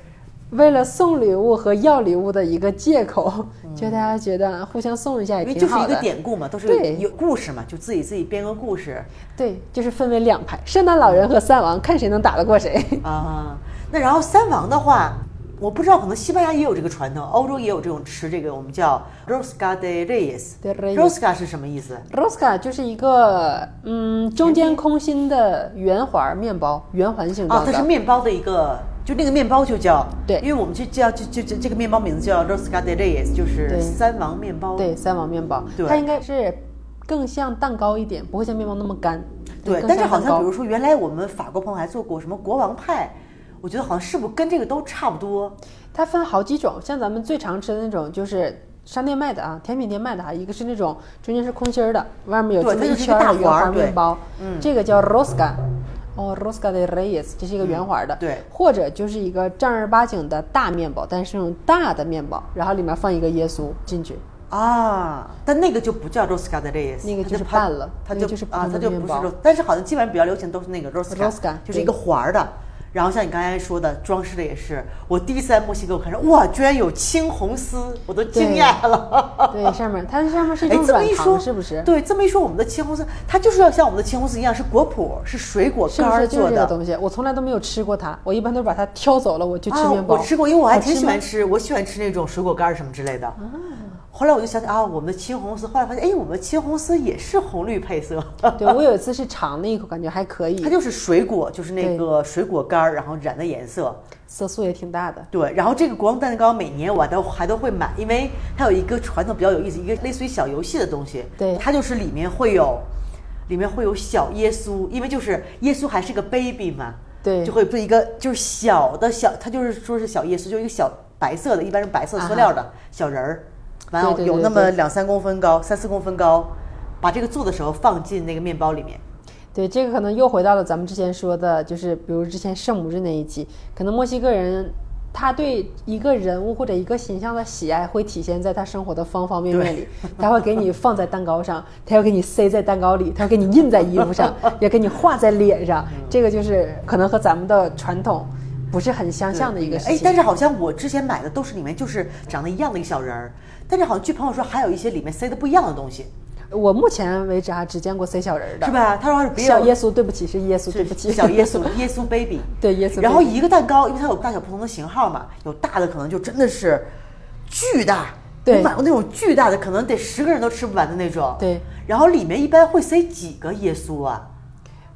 Speaker 2: 为了送礼物和要礼物的一个借口，就大家觉得互相送一下也
Speaker 1: 嗯因为
Speaker 2: 挺
Speaker 1: 就是
Speaker 2: 好
Speaker 1: 一
Speaker 2: 的。
Speaker 1: 个典故嘛，都是
Speaker 2: 对
Speaker 1: 有故事嘛，就自己自己编个故事
Speaker 2: 对，就是分为两派，圣诞老人和三王，看谁能打得过谁。
Speaker 1: 啊。那然后三王的话，我不知道，可能西班牙也有这个传统，欧洲也有这种吃这个，我们叫 rosca de reyes。
Speaker 2: De Reyes
Speaker 1: rosca 是什么意思？
Speaker 2: Rosca 就是一个嗯中间空心的圆环面包，圆环形
Speaker 1: 啊
Speaker 2: 状，的。
Speaker 1: 它是面包的一个，就那个面包就叫
Speaker 2: 对
Speaker 1: 因为我们就叫就就就这个面包名字叫 rosca de reyes，就是
Speaker 2: 对
Speaker 1: 三王面包。
Speaker 2: 对，三王面包，
Speaker 1: 对
Speaker 2: 它应该是更像蛋糕一点，不会像面包那么干。
Speaker 1: 对，
Speaker 2: 更
Speaker 1: 但是
Speaker 2: 像
Speaker 1: 好
Speaker 2: 蛋
Speaker 1: 像
Speaker 2: 糕
Speaker 1: 比如说，原来我们法国朋友还做过什么国王派，我觉得好像是不是跟这个都差不多？
Speaker 2: 它分好几种，像咱们最常吃的那种就是。商店卖的啊，甜品店卖的啊，一个是那种中间是空心儿的，外面有
Speaker 1: 对
Speaker 2: 这么
Speaker 1: 它
Speaker 2: 一
Speaker 1: 就是一个
Speaker 2: 圈儿
Speaker 1: 大
Speaker 2: 的圆
Speaker 1: 环儿
Speaker 2: 环面
Speaker 1: 对
Speaker 2: 包，嗯，这个叫 rosca，哦，Rosca de Reyes，这是一个圆环的，
Speaker 1: 嗯对
Speaker 2: 或者就是一个正儿八经的大面包，但是那种大的面包，然后里面放一个耶稣进去，
Speaker 1: 啊，但那个就不叫 rosca de reyes，
Speaker 2: 那个就是
Speaker 1: 它
Speaker 2: 拌了
Speaker 1: 它
Speaker 2: 那
Speaker 1: 就
Speaker 2: 个就是普
Speaker 1: 啊，
Speaker 2: 通
Speaker 1: 它
Speaker 2: 的
Speaker 1: 就
Speaker 2: 面
Speaker 1: 不是
Speaker 2: 包
Speaker 1: ros，但是好像基本上比较流行都是那个
Speaker 2: rosca，
Speaker 1: 就是
Speaker 2: 对
Speaker 1: 一个环儿的。然后像你刚才说的，装饰的也是。我第一次在墨西哥，我看说哇，居然有青红丝，我都惊讶了。
Speaker 2: 对，上面它上面是一
Speaker 1: 哎，
Speaker 2: 种
Speaker 1: 这么
Speaker 2: 软
Speaker 1: 一说，
Speaker 2: 糖，是不是？
Speaker 1: 对，这么一说，我们的青红丝，它就是要像我们的青红丝一样，是果脯，是水果
Speaker 2: 是
Speaker 1: 干
Speaker 2: 不
Speaker 1: 儿
Speaker 2: 是就是
Speaker 1: 做
Speaker 2: 这个
Speaker 1: 的。
Speaker 2: 东西？我从来都没有吃过它，我一般都是把它挑走了，我就吃
Speaker 1: 啊，
Speaker 2: 面包。
Speaker 1: 我吃过，因为我还
Speaker 2: 好吃
Speaker 1: 挺喜
Speaker 2: 吗啊
Speaker 1: 欢吃，我喜欢吃那种水果干儿什么之类的。后来我就想起啊，我们的青红丝，后来发现，哎，我们的青红丝也是红绿配色。
Speaker 2: 对，我有一次是尝了一口，感觉还可以
Speaker 1: 它，就是水果，就是那
Speaker 2: 对
Speaker 1: 个水果干儿，然后染的颜色。
Speaker 2: 色素也挺大的。
Speaker 1: 对，然后这个国王蛋糕每年我还都还都会买，因为它有一个传统比较有意思，一个类似于小游戏的东西。
Speaker 2: 对
Speaker 1: 它就是里面会有，里面会有小耶稣，因为就是耶稣还是个 baby 嘛，
Speaker 2: 对
Speaker 1: 就会做一个就是小的小，它就是说是小耶稣，就是一个小白色的，一般是白色
Speaker 2: 啊哈
Speaker 1: 塑料的、小人儿，完了
Speaker 2: 对对
Speaker 1: 有
Speaker 2: 对
Speaker 1: 那么
Speaker 2: 对
Speaker 1: 两三公分高，三四公分高，把这个做的时候放进那个面包里面。
Speaker 2: 对，这个可能又回到了咱们之前说的，就是比如之前圣母日那一集，可能墨西哥人他对一个人物或者一个形象的喜爱会体现在他生活的方方面面里，他会给你放在蛋糕上，他要给你塞在蛋糕里，他要给你印在衣服上，也给你画在 脸上，
Speaker 1: 嗯
Speaker 2: 这个就是可能和咱们的传统不是很相像的一个事情。
Speaker 1: 哎，但是好像我之前买的都是里面就是长得一样的一个小人儿，但是好像据朋友说还有一些里面塞的不一样的东西，
Speaker 2: 我目前为止还只见过塞小人儿的，
Speaker 1: 是？吧？他说是别
Speaker 2: 小
Speaker 1: 有
Speaker 2: 耶稣，对不起，是耶稣，对不 起，
Speaker 1: 是小耶稣，耶稣 baby。
Speaker 2: 对耶稣
Speaker 1: 然后
Speaker 2: baby
Speaker 1: 一个蛋糕，因为它有大小不同的型号嘛，有大的可能就真的是巨大。
Speaker 2: 对
Speaker 1: 我买过那种巨大的，可能得十个人都吃不完的那种。
Speaker 2: 对，
Speaker 1: 然后里面一般会塞几个耶稣啊？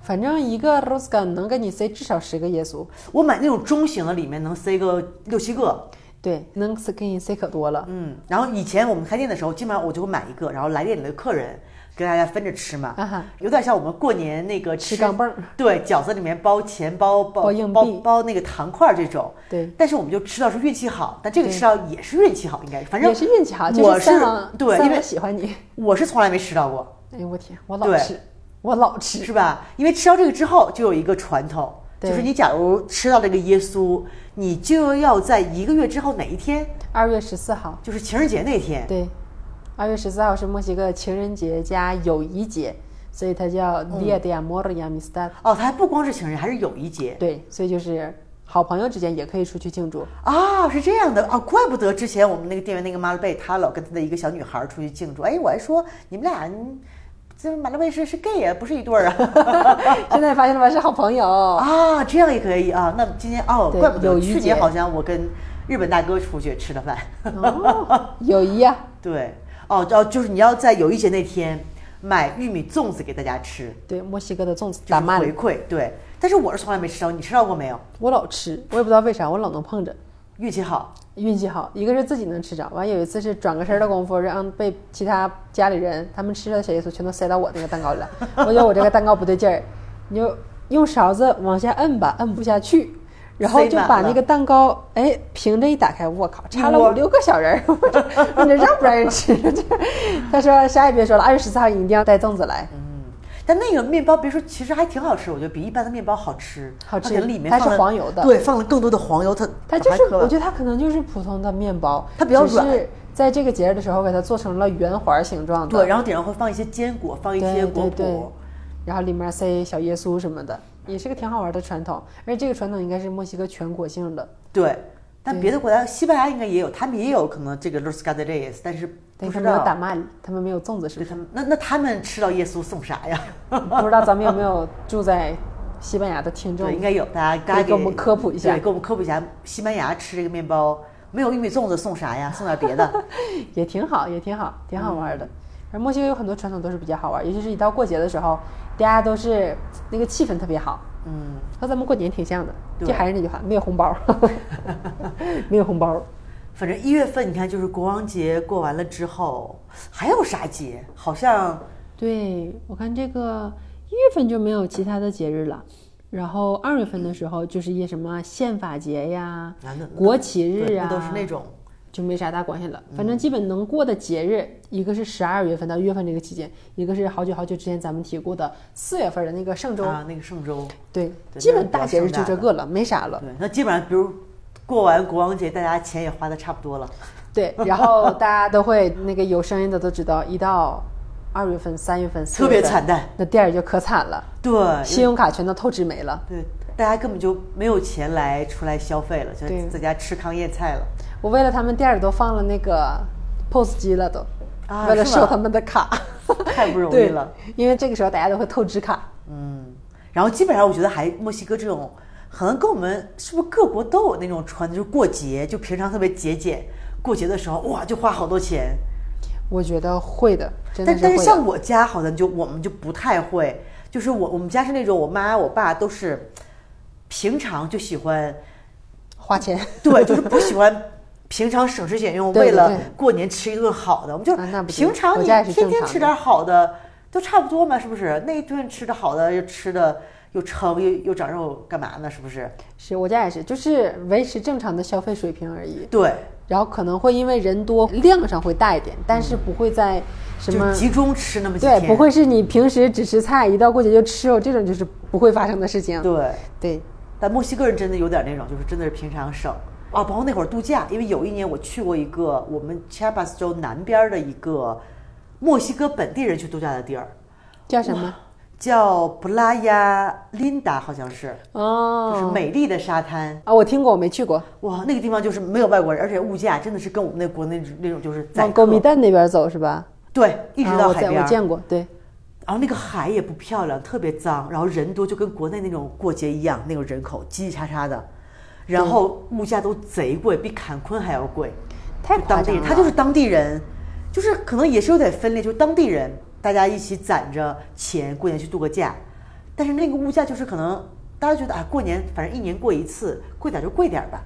Speaker 2: 反正一个 rosca 能给你塞至少十个耶稣，
Speaker 1: 我买那种中型的，里面能塞个六七个。
Speaker 2: 对，能塞给你塞可多了。
Speaker 1: 嗯，然后以前我们开店的时候，基本上我就会买一个，然后来店里的客人跟大家分着吃嘛，
Speaker 2: 啊哈
Speaker 1: 有点像我们过年那个
Speaker 2: 吃钢镚儿
Speaker 1: 对，饺子里面包钱包包
Speaker 2: 包硬
Speaker 1: 包
Speaker 2: 币
Speaker 1: 包那个糖块儿这种，
Speaker 2: 对
Speaker 1: 但是我们就吃到是运气好，但这个
Speaker 2: 对
Speaker 1: 吃到也是运气好，应该是，反正
Speaker 2: 也是运气好，就
Speaker 1: 我
Speaker 2: 三王
Speaker 1: 是对，
Speaker 2: 三
Speaker 1: 因
Speaker 2: 王
Speaker 1: 为
Speaker 2: 喜欢你。
Speaker 1: 我是从来没吃到过，
Speaker 2: 哎呦我天，我老
Speaker 1: 对
Speaker 2: 吃，我老吃。
Speaker 1: 是吧？因为吃到这个之后，就有一个传统，就
Speaker 2: 对
Speaker 1: 是你假如吃到这个耶稣，你就要在一个月之后哪一天，
Speaker 2: 二月十四号，
Speaker 1: 就是情人节那天，
Speaker 2: 对，二月十四号是墨西哥情人节加友谊节，所以它叫 Dia de Amor y Amistad。
Speaker 1: 哦，它还不光是情人节，还是友谊节，
Speaker 2: 对，所以就是好朋友之间也可以出去庆祝。
Speaker 1: 啊，是这样的啊，怪不得之前我们那个店员那个马勒贝，他老跟他的一个小女孩儿出去庆祝。哎，我还说你们俩，嗯这马勒贝是是 gay 呀、不是一对儿啊？
Speaker 2: 现在发现了吧，是好朋友。
Speaker 1: 啊，这样也可以啊。那今年哦，
Speaker 2: 对
Speaker 1: 怪不得
Speaker 2: 友谊
Speaker 1: 去年
Speaker 2: 节
Speaker 1: 好像我跟日本大哥出去吃的饭。
Speaker 2: 哦，友谊呀、
Speaker 1: 对，哦哦，就是你要在友谊节那天买玉米粽子给大家吃，
Speaker 2: 对，墨西哥的粽子
Speaker 1: 就
Speaker 2: 打
Speaker 1: 是
Speaker 2: 慢
Speaker 1: 回
Speaker 2: 了，
Speaker 1: 馈。对，但是我是从来没吃到，你吃到过没有？
Speaker 2: 我老吃，我也不知道为啥，我老能碰着。
Speaker 1: 运气好，
Speaker 2: 运气好，一个是自己能吃着，完有一次是转个身儿的功夫，让被其他家里人他们吃的小耶稣全都塞到我那个蛋糕里了。我觉得我这个蛋糕不对劲儿，你就用勺子往下摁吧，摁不下去，然后
Speaker 1: 塞
Speaker 2: 就
Speaker 1: 满
Speaker 2: 把
Speaker 1: 了
Speaker 2: 那个蛋糕哎平着一打开，我靠，插了
Speaker 1: 一窝
Speaker 2: 五六个小人儿，我这 我这让不让人吃？这 他说啥也别说了，二月十四号你一定要带粽子来，
Speaker 1: 但那个面包，别说，其实还挺好吃，我觉得比一般的面包好吃。
Speaker 2: 好
Speaker 1: 它
Speaker 2: 吃
Speaker 1: 可能里面
Speaker 2: 它是
Speaker 1: 放了
Speaker 2: 黄油的
Speaker 1: 对，放了更多的黄油，它
Speaker 2: 它就是
Speaker 1: 把，
Speaker 2: 我觉
Speaker 1: 得
Speaker 2: 得它可能就是普通的面包，
Speaker 1: 它比较
Speaker 2: 只
Speaker 1: 软
Speaker 2: 是在这个节日的时候给它做成了圆环形状的，
Speaker 1: 对，然后顶上会放一些坚果，放一些
Speaker 2: 对
Speaker 1: 果
Speaker 2: 对对
Speaker 1: 脯。，
Speaker 2: 然后里面塞小耶稣什么的，也是个挺好玩的传统。而且这个传统应该是墨西哥全国性的，
Speaker 1: 对，但别的国家，西班牙应该也有，他们也有可能这个 Los c a d e r e s 但是
Speaker 2: 但
Speaker 1: 不
Speaker 2: 是
Speaker 1: 知
Speaker 2: 他没有打
Speaker 1: 道。
Speaker 2: 骂，他们没有粽子是
Speaker 1: 对
Speaker 2: 不是？
Speaker 1: 他们，那那他们吃到耶稣送啥 呀？
Speaker 2: 不知道咱们有没有住在西班牙的听众
Speaker 1: 对，？应该有，大家大家
Speaker 2: 给我们科普一下
Speaker 1: 对，给我们科普一下，西班牙吃这个面包没有玉米粽子送啥呀？送点别的。
Speaker 2: 也挺好，也挺好，挺好玩的。而墨西哥有很多传统都是比较好玩，尤其是一到过节的时候，大家都是那个气氛特别好，
Speaker 1: 嗯，
Speaker 2: 和咱们过年挺像的。
Speaker 1: 对
Speaker 2: 就还是那句话，没有红 包，没有红包。
Speaker 1: 反正一月份你看，就是国王节过完了之后，还有啥节？好像
Speaker 2: 对，我看这个一月份就没有其他的节日了，然后二月份的时候就是一些什么宪法节呀
Speaker 1: 啊那、
Speaker 2: 嗯国旗日
Speaker 1: 对，
Speaker 2: 啊，
Speaker 1: 那都是那种
Speaker 2: 就没啥大关系了。
Speaker 1: 嗯
Speaker 2: 反正基本能过的节日，一个是十二月份到一月份这个期间，一个是好久好久之前咱们提过的四月份的那个圣周。
Speaker 1: 啊，那个圣周，
Speaker 2: 对，
Speaker 1: 对
Speaker 2: 基
Speaker 1: 那
Speaker 2: 本
Speaker 1: 是比较
Speaker 2: 大节日
Speaker 1: 盛
Speaker 2: 就
Speaker 1: 大
Speaker 2: 这
Speaker 1: 的
Speaker 2: 个了，没啥了。
Speaker 1: 对，那基本上比如过完国王节，大家钱也花的差不多了，
Speaker 2: 对，然后大家都会那个有声音的都知道，一到二月份、三月份、四
Speaker 1: 特
Speaker 2: 月
Speaker 1: 别
Speaker 2: 份
Speaker 1: 惨淡，
Speaker 2: 那店儿就可惨了，
Speaker 1: 对，因为
Speaker 2: 信用卡全都透支没了。
Speaker 1: 对，大家根本就没有钱来出来消费了，就
Speaker 2: 对
Speaker 1: 在家吃糠咽菜了。
Speaker 2: 我为了他们店儿都放了那个 POS 机了都，
Speaker 1: 啊
Speaker 2: 为了
Speaker 1: 是吗
Speaker 2: 收他们的卡，
Speaker 1: 太不容易
Speaker 2: 对
Speaker 1: 了。
Speaker 2: 因为这个时候大家都会透支卡，
Speaker 1: 然后基本上我觉得还墨西哥这种，可能跟我们是不是各国都有那种传统，就是过节就平常特别节俭，过节的时候哇就花好多钱。
Speaker 2: 我觉得会的，真的
Speaker 1: 但但是
Speaker 2: 会的
Speaker 1: 像我家好像就我们就不太会，就是我我们家是那种我妈我爸都是平常就喜欢，
Speaker 2: 花钱，
Speaker 1: 对，就是不喜欢。平常省吃俭用，
Speaker 2: 对
Speaker 1: 为
Speaker 2: 对
Speaker 1: 了
Speaker 2: 对
Speaker 1: 过年吃一顿好的，我们就
Speaker 2: 啊那不行
Speaker 1: 平常
Speaker 2: 我
Speaker 1: 你
Speaker 2: 家也是
Speaker 1: 天
Speaker 2: 正
Speaker 1: 天
Speaker 2: 常
Speaker 1: 吃
Speaker 2: 的
Speaker 1: 点好的，都差不多嘛，是不是？那一顿吃的好的又吃的又撑又又长肉，干嘛呢？是不是？
Speaker 2: 是我家也是，就是维持正常的消费水平而已。
Speaker 1: 对，
Speaker 2: 然后可能会因为人多，量上会大一点，但是不会在
Speaker 1: 嗯
Speaker 2: 什
Speaker 1: 就
Speaker 2: 么
Speaker 1: 集中吃那么几
Speaker 2: 对
Speaker 1: 天，，
Speaker 2: 不会是你平时只吃菜，一到过节就吃肉，这种就是不会发生的事情。
Speaker 1: 对。
Speaker 2: 对
Speaker 1: 但墨西哥人真的有点那种，就是真的是平常省啊。包括那会儿度假，因为有一年我去过一个我们 Chiapas 州南边的一个墨西哥本地人去度假的地儿，
Speaker 2: 叫什么？
Speaker 1: 叫布拉亚琳达，好像是，就是
Speaker 2: 哦，
Speaker 1: 美丽的沙滩。
Speaker 2: 啊，我听过，我没去过，
Speaker 1: 哇，那个地方就是没有外国人，而且物价真的是跟我们那国内那种就是宰
Speaker 2: 往狗米
Speaker 1: 客，
Speaker 2: 蛋那边走是吧？
Speaker 1: 对，一直
Speaker 2: 啊
Speaker 1: 到
Speaker 2: 我
Speaker 1: 海
Speaker 2: 在
Speaker 1: 边
Speaker 2: 我
Speaker 1: 儿。
Speaker 2: 见过，对，
Speaker 1: 然后那个海也不漂亮，特别脏，然后人多，就跟国内那种过节一样，那种人口叽叽喳喳的，然后物价都贼贵，比坎昆还要贵。
Speaker 2: 太
Speaker 1: 就
Speaker 2: 夸
Speaker 1: 当地
Speaker 2: 张
Speaker 1: 人，
Speaker 2: 了。
Speaker 1: 他就是当地人，就是可能也是有点分裂，就是当地人大家一起攒着钱过年去度个假，但是那个物价就是可能大家觉得啊，过年反正一年过一次，贵点就贵点吧。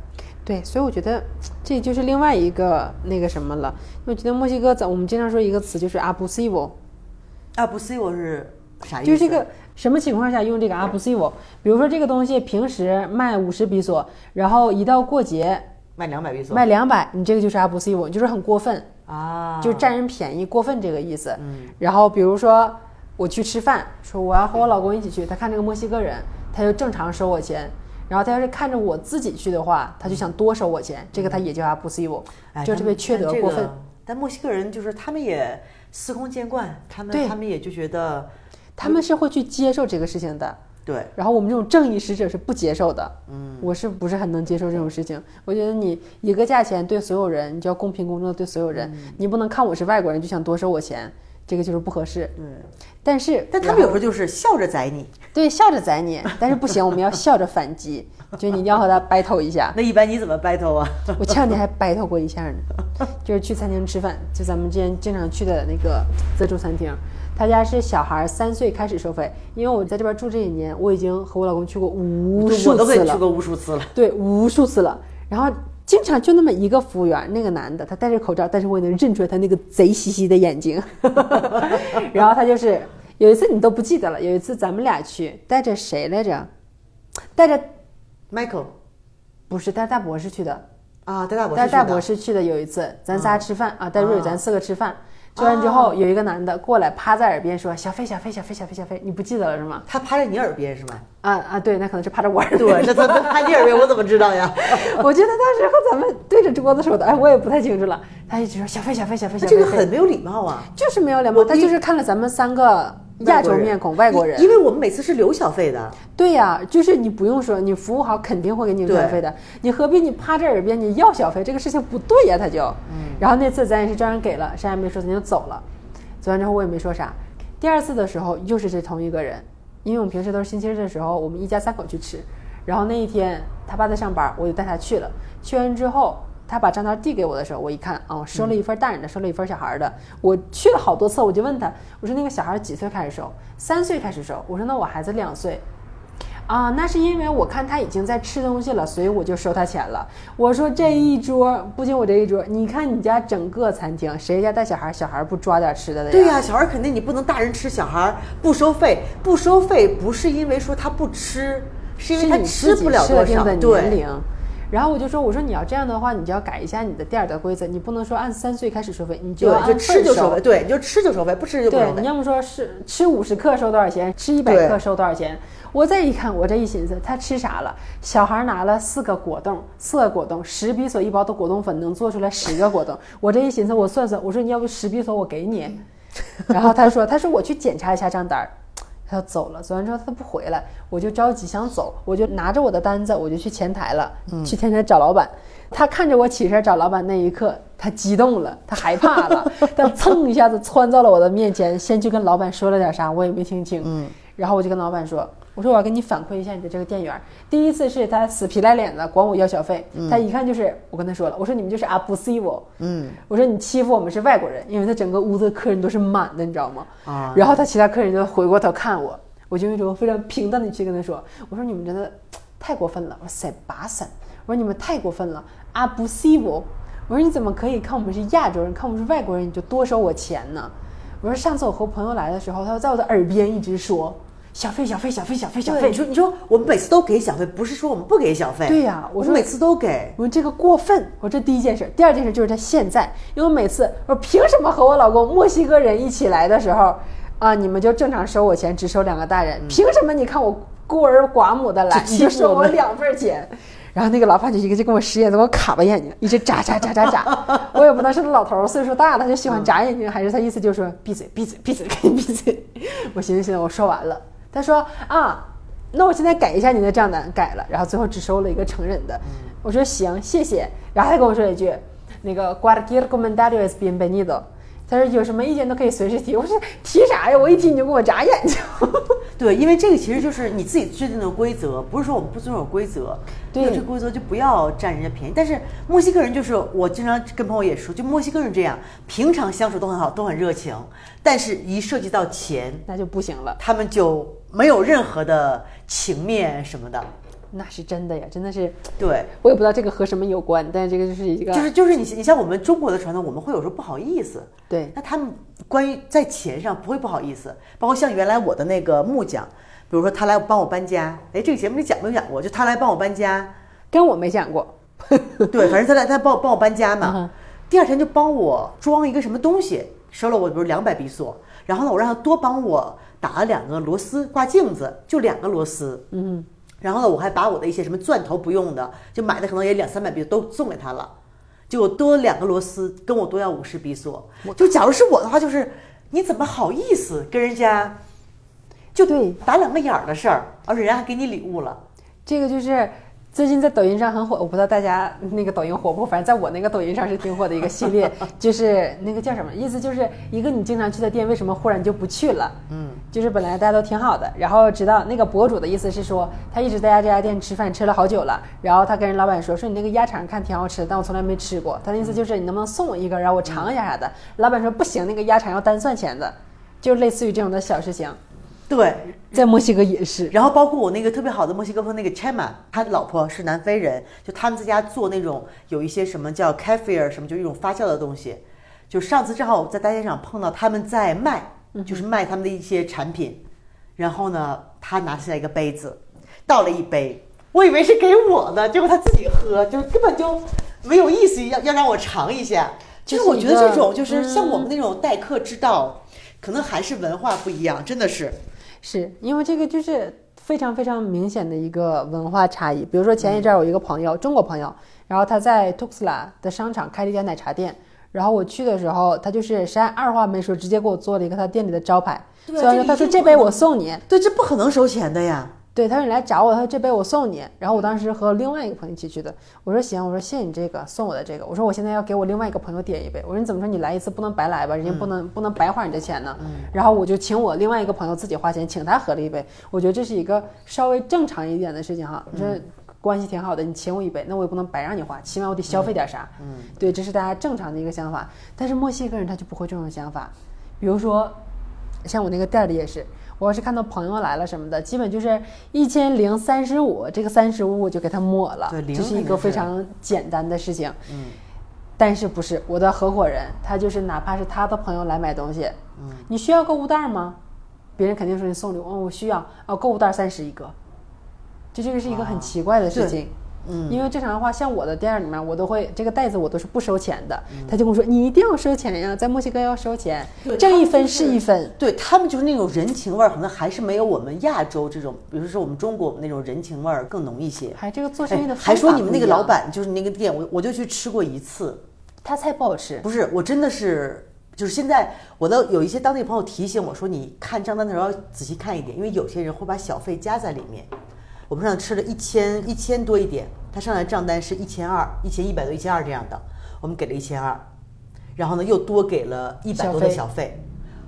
Speaker 2: 对，所以我觉得这就是另外一个那个什么了。我觉得墨西哥在我们经常说一个词就是 abusivo，
Speaker 1: 啊，不是，我是啥意思？
Speaker 2: 就是这个什么情况下用这个 abusivo？比如说这个东西平时卖五十比索，然后一到过节
Speaker 1: 卖两百比索
Speaker 2: 卖两百，你这个就是 abusivo，你就是很过分。
Speaker 1: 啊，嗯
Speaker 2: 就是占人便宜、过分这个意思。然后比如说我去吃饭，说我要和我老公一起去，他看这个墨西哥人，他就正常收我钱。然后他要是看着我自己去的话，他就想多收我钱，这个他也叫 abusivo，、
Speaker 1: 哎
Speaker 2: 就
Speaker 1: 他
Speaker 2: 特
Speaker 1: 们
Speaker 2: 别缺
Speaker 1: 但
Speaker 2: 德
Speaker 1: 这
Speaker 2: 过
Speaker 1: 个
Speaker 2: 分。
Speaker 1: 但墨西哥人就是他们也司空见惯，他们
Speaker 2: 对
Speaker 1: 他们也就觉得
Speaker 2: 他们是会去接受这个事情的。
Speaker 1: 对，
Speaker 2: 然后我们这种正义使者是不接受的，嗯，我是不是很能接受这种事情？我觉得你一个价钱对所有人，你就要公平公正的对所有人，
Speaker 1: 嗯
Speaker 2: 你不能看我是外国人就想多收我钱，这个就是不合适。
Speaker 1: 对，
Speaker 2: 但是
Speaker 1: 但他们有时候就是笑着宰你。
Speaker 2: 对，笑着宰你，但是不行，我们要笑着反击， 就你一定要和他 battle 一下。
Speaker 1: 那一般你怎么 battle 啊？
Speaker 2: 我前两天还 battle 过一下呢，就是去餐厅吃饭，就咱们之前经常去的那个自助餐厅，他家是小孩三岁开始收费，因为我在这边住这几年，我已经和我老公去过无
Speaker 1: 我
Speaker 2: 数
Speaker 1: 都跟
Speaker 2: 次
Speaker 1: 你去
Speaker 2: 了，
Speaker 1: 过无数次了。
Speaker 2: 对，无数次了，然后。经常就那么一个服务员，那个男的，他戴着口罩，但是我也能认出来他那个贼兮兮的眼睛。 然后他就是有一次你都不记得了，有一次咱们俩去，带着谁来着？带着
Speaker 1: Michael
Speaker 2: 不是带大博士去的，
Speaker 1: 啊，戴大博士
Speaker 2: 带
Speaker 1: 去的，
Speaker 2: 大博士去的有一次，咱仨吃饭、啊，带瑞瑞咱四个吃饭，吃完之
Speaker 1: 啊
Speaker 2: 后、有一个男的过来趴在耳边说小飞小飞小飞小飞小飞，你不记得了是吗？
Speaker 1: 他趴在你耳边是吗？
Speaker 2: 啊啊对，那可能是趴着我耳朵。
Speaker 1: 对，这他他趴你耳边，我怎么知道 呀？
Speaker 2: 我记得当时和咱们对着桌子说的，哎，我也不太清楚了。他一直说小飞小飞小飞小
Speaker 1: 他
Speaker 2: 飞，
Speaker 1: 这个
Speaker 2: 小飞
Speaker 1: 很没有礼貌啊，
Speaker 2: 就是没有脸貌，他就是看了咱们三个 亚洲面孔外国人
Speaker 1: 因，因为我们每次是留小费的，
Speaker 2: 对呀、就是你不用说，你服务好肯定会给你
Speaker 1: 对
Speaker 2: 小费的，你何必你趴着耳边你要小费，这个事情不对呀、他就。然后那次咱也是照样给了，啥也没说，咱就走了。走完之后我也没说啥。第二次的时候又是这同一个人，因为我们平时都是星期日的时候，我们一家三口去吃。然后那一天他爸在上班，我就带他去了。去完之后，他把账单递给我的时候，我一看，哦，收了一份大人的，收了一份小孩儿的。我去了好多次，我就问他，我说那个小孩儿几岁开始收？三岁开始收。我说那我孩子两岁。啊，那是因为我看他已经在吃东西了，所以我就收他钱了。我说这
Speaker 1: 嗯
Speaker 2: 一桌不仅我这一桌，你看你家整个餐厅，谁家带小孩，小孩不抓点吃的的呀？
Speaker 1: 对呀、小孩肯定你不能大人吃小孩不收费，不收费不是因为说他不吃，是因为
Speaker 2: 是
Speaker 1: 他
Speaker 2: 你
Speaker 1: 吃
Speaker 2: 自己
Speaker 1: 不了
Speaker 2: 设
Speaker 1: 多
Speaker 2: 定
Speaker 1: 少
Speaker 2: 的，年
Speaker 1: 对，
Speaker 2: 龄。然后我就说，我说你要这样的话，你就要改一下你的店儿的规则，你不能说按三岁开始收费，你就要
Speaker 1: 对，就
Speaker 2: 按
Speaker 1: 吃就收
Speaker 2: 份收
Speaker 1: 费，。对，你就吃就收费，不吃就不
Speaker 2: 对
Speaker 1: 收，
Speaker 2: 你
Speaker 1: 费。
Speaker 2: 要么说是吃五十克收多少钱，吃一百
Speaker 1: 对
Speaker 2: 克收多少钱。我再一看，我这一寻思，他吃啥了？小孩拿了四个果冻，四个果冻，十比索一包的果冻粉能做出来十个果冻。我这一寻思，我算算，我说你要不十比索我给你。然后他说，他说我去检查一下账单儿。他就走了，走完之后他不回来，我就着急想走，我就拿着我的单子，我就去前台了，去前台找老板。他看着我起身找老板那一刻，他激动了，他害怕了，他蹭一下子窜到了我的面前，先去跟老板说了点啥，我也没听清。嗯，然后我就跟老板说，我说我要跟你反馈一下你的这个店员儿。第一次是他死皮赖脸的管我要小费，他一看就是我跟他说了，我说你们就是啊不 see 我，嗯，我说你欺负我们是外国人，因为他整个屋子客人都是满的，你知道吗？
Speaker 1: 啊
Speaker 2: 然后他其他客人就回过头看我，我就用一种非常平淡的语气跟他说：“我说你们真的太过分了，我说塞巴森，我说你们太过分了啊不 see 我，我说你怎么可以看我们是亚洲人，看我们是外国人你就多收我钱呢？我说上次我和朋友来的时候，他就在我的耳边一直说小费小费小费小费小
Speaker 1: 对，
Speaker 2: 费
Speaker 1: 你，说你说我们每次都给小费，不是说我们不给小费。
Speaker 2: 对呀
Speaker 1: 我
Speaker 2: 我
Speaker 1: 们
Speaker 2: 说
Speaker 1: 每次都给。
Speaker 2: 我这个过分，我这第一件事。第二件事就是他现在，因为每次我凭什么和我老公墨西哥人一起来的时候，啊，你们就正常收我钱，只收两个大人，凭什么你看我孤儿寡母的来，
Speaker 1: 就欺
Speaker 2: 你就
Speaker 1: 负我
Speaker 2: 收
Speaker 1: 们
Speaker 2: 我两份钱？然后那个老范就一个就跟我使眼色，我卡巴眼睛，一直眨眨眨眨眨。 我也不能是老头儿岁数大了，他就
Speaker 1: 嗯
Speaker 2: 喜欢眨眼睛，还是他意思就是说闭嘴闭嘴闭嘴，赶紧闭嘴。 我寻思寻思，我说完了，他说啊，那我现在改一下您的账单，改了，然后最后只收了一个成人的。
Speaker 1: 嗯
Speaker 2: 我说行，谢谢。然后他跟我说了一句，那个 cualquier comentario es bienvenido。他说有什么意见都可以随时提。我说提啥呀？我一提你就给我眨眼睛。
Speaker 1: 对，因为这个其实就是你自己制定的规则，不是说我们不遵守规则。
Speaker 2: 对
Speaker 1: 有这规则就不要占人家便宜。但是墨西哥人就是我经常跟朋友也说，就墨西哥人这样，平常相处都很好，都很热情，但是一涉及到钱，
Speaker 2: 那就不行了，
Speaker 1: 他们就没有任何的情面什么的。
Speaker 2: 那是真的呀，真的是，
Speaker 1: 对，
Speaker 2: 我也不知道这个和什么有关，但是这个就是一个，
Speaker 1: 就是就是你你像我们中国的传统，我们会有时候不好意思。
Speaker 2: 对
Speaker 1: 那他们关于在钱上不会不好意思，包括像原来我的那个木匠，比如说他来帮我搬家，哎，这个节目里讲没有讲过？就他来帮我搬家，
Speaker 2: 跟我没讲过。
Speaker 1: 对，反正他来他帮我帮我搬家
Speaker 2: 嗯
Speaker 1: 嘛
Speaker 2: 哼，
Speaker 1: 第二天就帮我装一个什么东西，收了我比如两百比索，然后呢，我让他多帮我打了两个螺丝挂镜子，就两个螺丝，嗯，然后呢，我还把我的一些什么钻头不用的，就买的可能也两三百比索都送给他了，结果多两个螺丝跟我多要五十比索，就假如是我的话，就是你怎么好意思跟人家
Speaker 2: 就对，
Speaker 1: 打两个眼儿的事儿，而且人家还给你礼物了。
Speaker 2: 这个就是最近在抖音上很火，我不知道大家那个抖音火不火，反正在我那个抖音上是挺火的一个系列，就是那个叫什么，意思就是一个你经常去的店为什么忽然就不去了？嗯，就是本来大家都挺好的，然后直到那个博主的意思是说，他一直在这家店吃饭吃了好久了，然后他跟人老板说，说你那个鸭肠看挺好吃的，但我从来没吃过，他的意思就是你能不能送我一根儿，让我尝一下啥的？老板说不行，那个鸭肠要单算钱的，就类似于这种的小事情，
Speaker 1: 对，
Speaker 2: 在墨西哥也是。
Speaker 1: 然后包括我那个特别好的墨西哥朋友那个 Chema，他老婆是南非人，就他们在家做那种有一些什么叫 kefir 什么，就一种发酵的东西。就上次正好我在大街上碰到他们在卖，就是卖他们的一些产品。然后呢，他拿起来一个杯子，倒了一杯，我以为是给我的，结果他自己喝，就根本就没有意思，要要让我尝一下。就是嗯我觉得这种就是像我们那种待客之道，可能还是文化不一样，真的是。
Speaker 2: 是因为这个就是非常非常明显的一个文化差异。比如说前一阵
Speaker 1: 嗯
Speaker 2: 儿我一个朋友，中国朋友，然后他在 Tuxla 的商场开了一家奶茶店，然后我去的时候，他就是啥二话没说，直接给我做了一个他店里的招牌。
Speaker 1: 对
Speaker 2: 所
Speaker 1: 啊
Speaker 2: 以说
Speaker 1: 这个
Speaker 2: 他
Speaker 1: 一定
Speaker 2: 说
Speaker 1: 不
Speaker 2: 这
Speaker 1: 可
Speaker 2: 杯
Speaker 1: 能
Speaker 2: 我送你，
Speaker 1: 对，这不可能收钱的呀。
Speaker 2: 对，他说你来找我，他说这杯我送你。然后我当时和另外一个朋友一起去的，我说行，我说谢谢你这个送我的这个，我说我现在要给我另外一个朋友点一杯，我说你怎么说你来一次不能白来吧，人家不能、不能白花你这钱呢。然后我就请我另外一个朋友自己花钱请他喝了一杯，我觉得这是一个稍微正常一点的事情哈，这关系挺好的，你请我一杯，那我也不能白让你花，起码我得消费点啥。嗯，对，这是大家正常的一个想法，但是墨西哥人他就不会这种想法，比如说像我那个店儿里也是，我要是看到朋友来了什么的，基本就是一千零三十五，这个三十五我就给他抹了
Speaker 1: 对，零
Speaker 2: 这是一
Speaker 1: 肯
Speaker 2: 个
Speaker 1: 定
Speaker 2: 非
Speaker 1: 是
Speaker 2: 常简单的事情。嗯，但是不是我的合伙人，他就是哪怕是他的朋友来买东西，嗯，你需要购物袋儿吗？别人肯定说哦你送礼物，嗯，我需要啊，购物袋三十一个，就这个是一个很奇怪的事情。嗯，因为正常的话，像我的店里面，我都会这个袋子我都是不收钱的。
Speaker 1: 嗯
Speaker 2: 他就跟我说，你一定要收钱呀，在墨西哥要收钱，挣一分是一分。
Speaker 1: 对他们就是那种人情味儿，可能还是没有我们亚洲这种，比如说我们中国那种人情味儿更浓一些。
Speaker 2: 还这个做生意的
Speaker 1: 哎还说
Speaker 2: 方法
Speaker 1: 你们那
Speaker 2: 不一
Speaker 1: 个老
Speaker 2: 样，
Speaker 1: 板就是那个店，我我就去吃过一次，
Speaker 2: 他菜不好吃，
Speaker 1: 不是我真的是。就是现在，我的有一些当地朋友提醒我说，你看账单的时候要仔细看一点，因为有些人会把小费加在里面。我们上次吃了一千一千多一点，他上来账单是一千二、一千一百多、一千二这样的，我们给了一千二，然后呢又多给了一百多的小
Speaker 2: 小
Speaker 1: 费。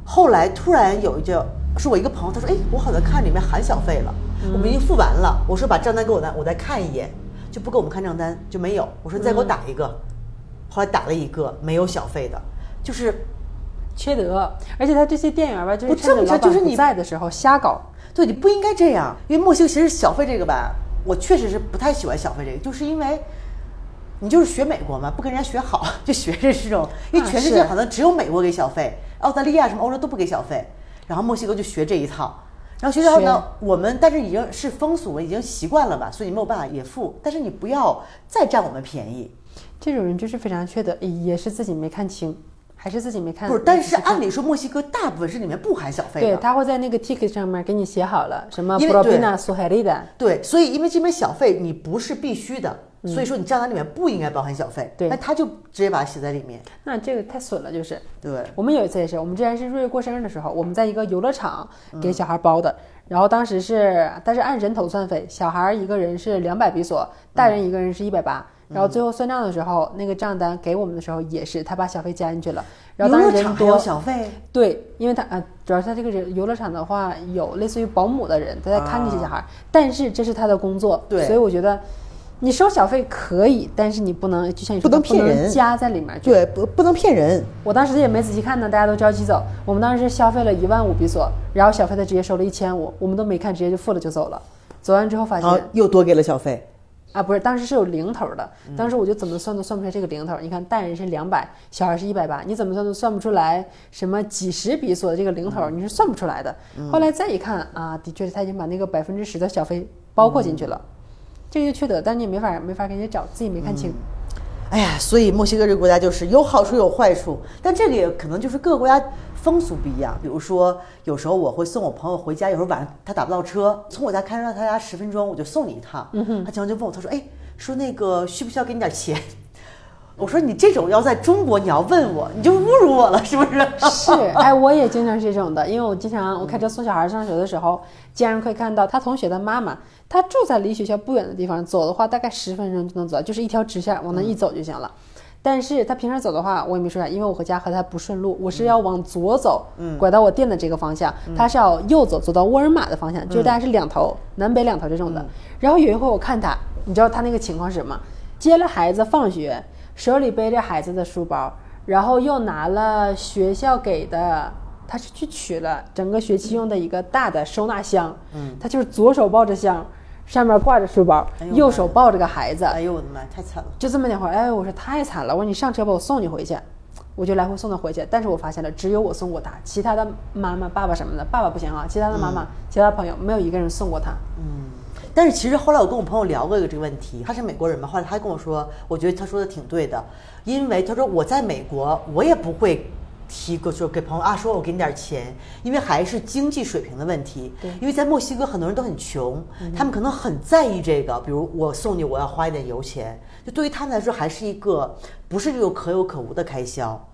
Speaker 1: 后来突然有一叫是我一个朋友，他说：“哎，我好像看里面含小费了，我们已经付完了。”我说：“把账单给我来，我再看一眼。”就不给我们看账单，就没有。我说：“再给我打一个。后来打了一个没有小费的，就是
Speaker 2: 缺德。而且他这些店员吧，就是
Speaker 1: 不
Speaker 2: 趁着
Speaker 1: 正确
Speaker 2: 老板
Speaker 1: 就是
Speaker 2: 不
Speaker 1: 你
Speaker 2: 在的时候瞎搞。
Speaker 1: 对你不应该这样，因为墨西哥其实小费这个吧，我确实是不太喜欢小费这个，就是因为你就是学美国嘛，不跟人家学好，就学着这种，因为
Speaker 2: 啊
Speaker 1: 全世界
Speaker 2: 是
Speaker 1: 好像只有美国给小费，澳大利亚什么欧洲都不给小费，然后墨西哥就学这一套。然后学这一套呢，我们但是已经是风俗了，已经习惯了吧，所以你没有办法也付，但是你不要再占我们便宜。
Speaker 2: 这种人就是非常缺德，也是自己没看清，还是自己没看。
Speaker 1: 不是，但是按理说墨西哥大部分是里面不含小费的，
Speaker 2: 对他会在那个 ticket 上面给你写好了什么
Speaker 1: 因
Speaker 2: p
Speaker 1: 为
Speaker 2: r o b i
Speaker 1: 对
Speaker 2: n a s u g e r i d a
Speaker 1: 对，所以因为这边小费你不是必须的，所以说你账单里面不应该包含小费。
Speaker 2: 对
Speaker 1: 那他就直接把它写在里面。
Speaker 2: 那这个太损了，就是。
Speaker 1: 对，
Speaker 2: 我们有一次也是，我们之前是瑞瑞过生日的时候，我们在一个游乐场给小孩包的，然后当时是，但是按人头算费，小孩一个人是两百比索，大人一个人是一百八。
Speaker 1: 嗯
Speaker 2: 然后最后算账的时候，那个账单给我们的时候也是他把小费加进去了，然
Speaker 1: 嗯
Speaker 2: 后
Speaker 1: 游
Speaker 2: 当时
Speaker 1: 乐
Speaker 2: 人
Speaker 1: 场还有
Speaker 2: 多，
Speaker 1: 小费，
Speaker 2: 对，因为他啊，主要是他这个人游乐场的话，有类似于保姆的人，他在看这些小孩儿，但是这是他的工作，
Speaker 1: 啊对
Speaker 2: 所以我觉得你收小费可以，但是你不能就像你说
Speaker 1: 不能
Speaker 2: 的
Speaker 1: 骗人
Speaker 2: 加在里面去。
Speaker 1: 对，不不能骗人。
Speaker 2: 我当时也没仔细看呢，大家都着急走，我们当时消费了一万五比索，然后小费他直接收了一千五，我们都没看，直接就付了就走了。走完之后发现
Speaker 1: 然后啊又多给了小费，
Speaker 2: 啊，不是，当时是有零头的，当时我就怎么算都算不出来这个零头。你看，大人是两百，小孩是一百八，你怎么算都算不出来什么几十比索的这个零头，你是算不出来的。后来再一看啊，的确是他已经把那个百分之十的小费包括进去了，这个就缺德，但你也没法没法给人家找，自己没看清。
Speaker 1: 哎呀，所以墨西哥这个国家就是有好处有坏处，但这个也可能就是各个国家风俗不一样。比如说，有时候我会送我朋友回家，有时候晚上他打不到车，从我家开车到他家十分钟，我就送你一趟。他经常就问我，他说：“哎，说那个需不需要给你点钱？” 我说：“你这种要在中国，你要问我，你就侮辱我了，是不是？”
Speaker 2: 是，哎，我也经常是这种的，因为我经常我开车送小孩上学的时候，经常会看到他同学的妈妈，她住在离学校不远的地方，走的话大概十分钟就能走到，就是一条直线往那一走就行了。但是她平常走的话，我也没说啥，因为我回家和她不顺路，我是要往左走，拐到我店的这个方向，她是要右走，走到沃尔玛的方向，就是大家是两头、南北两头这种的。然后有一回我看她，你知道她那个情况是什么？接了孩子放学，手里背着孩子的书包，然后又拿了学校给的，他是去取了整个学期用的一个大的收纳箱，嗯，他就是左手抱着箱，上面挂着书包，
Speaker 1: 呦
Speaker 2: 右手抱着个孩 子，
Speaker 1: 哎呦我的妈，太惨了！
Speaker 2: 就这么点会儿，哎，我说太惨了，我说你上车吧，我送你回去，我就来回送他回去。但是我发现了，只有我送过他，其他的妈妈、爸爸什么的，爸爸不行啊，其他的妈妈、其他朋友没有一个人送过他。
Speaker 1: 但是其实后来我跟我朋友聊过一个这个问题，他是美国人嘛，后来他跟我说，我觉得他说的挺对的，因为他说我在美国我也不会提个说给朋友啊说我给你点钱，因为还是经济水平的问题。对，因为在墨西哥很多人都很穷，他们可能很在意这个，比如我送你我要花一点油钱，就对于他们来说还是一个不是这种可有可无的开销。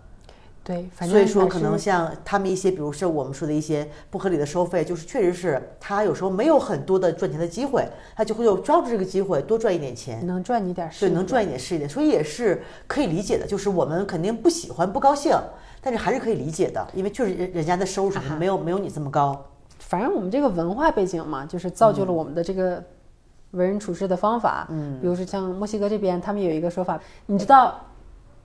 Speaker 2: 对，反正
Speaker 1: 所
Speaker 2: 哎
Speaker 1: 以说，
Speaker 2: 还
Speaker 1: 可
Speaker 2: 是
Speaker 1: 能像他们一些，比如说我们说的一些不合理的收费，就是确实是他有时候没有很多的赚钱的机会，他就会有抓住这个机会多赚一点钱，
Speaker 2: 能赚你点儿是
Speaker 1: 对，能赚一点是一点，所以也是可以理解的。就是我们肯定不喜欢、不高兴，但是还是可以理解的，因为确实人人家的收入水
Speaker 2: 啊
Speaker 1: 平没有没有你这么高。
Speaker 2: 反正我们这个文化背景嘛，就是造就了我们的这个为人处事的方法。嗯，比如说像墨西哥这边，他们有一个说法，你知道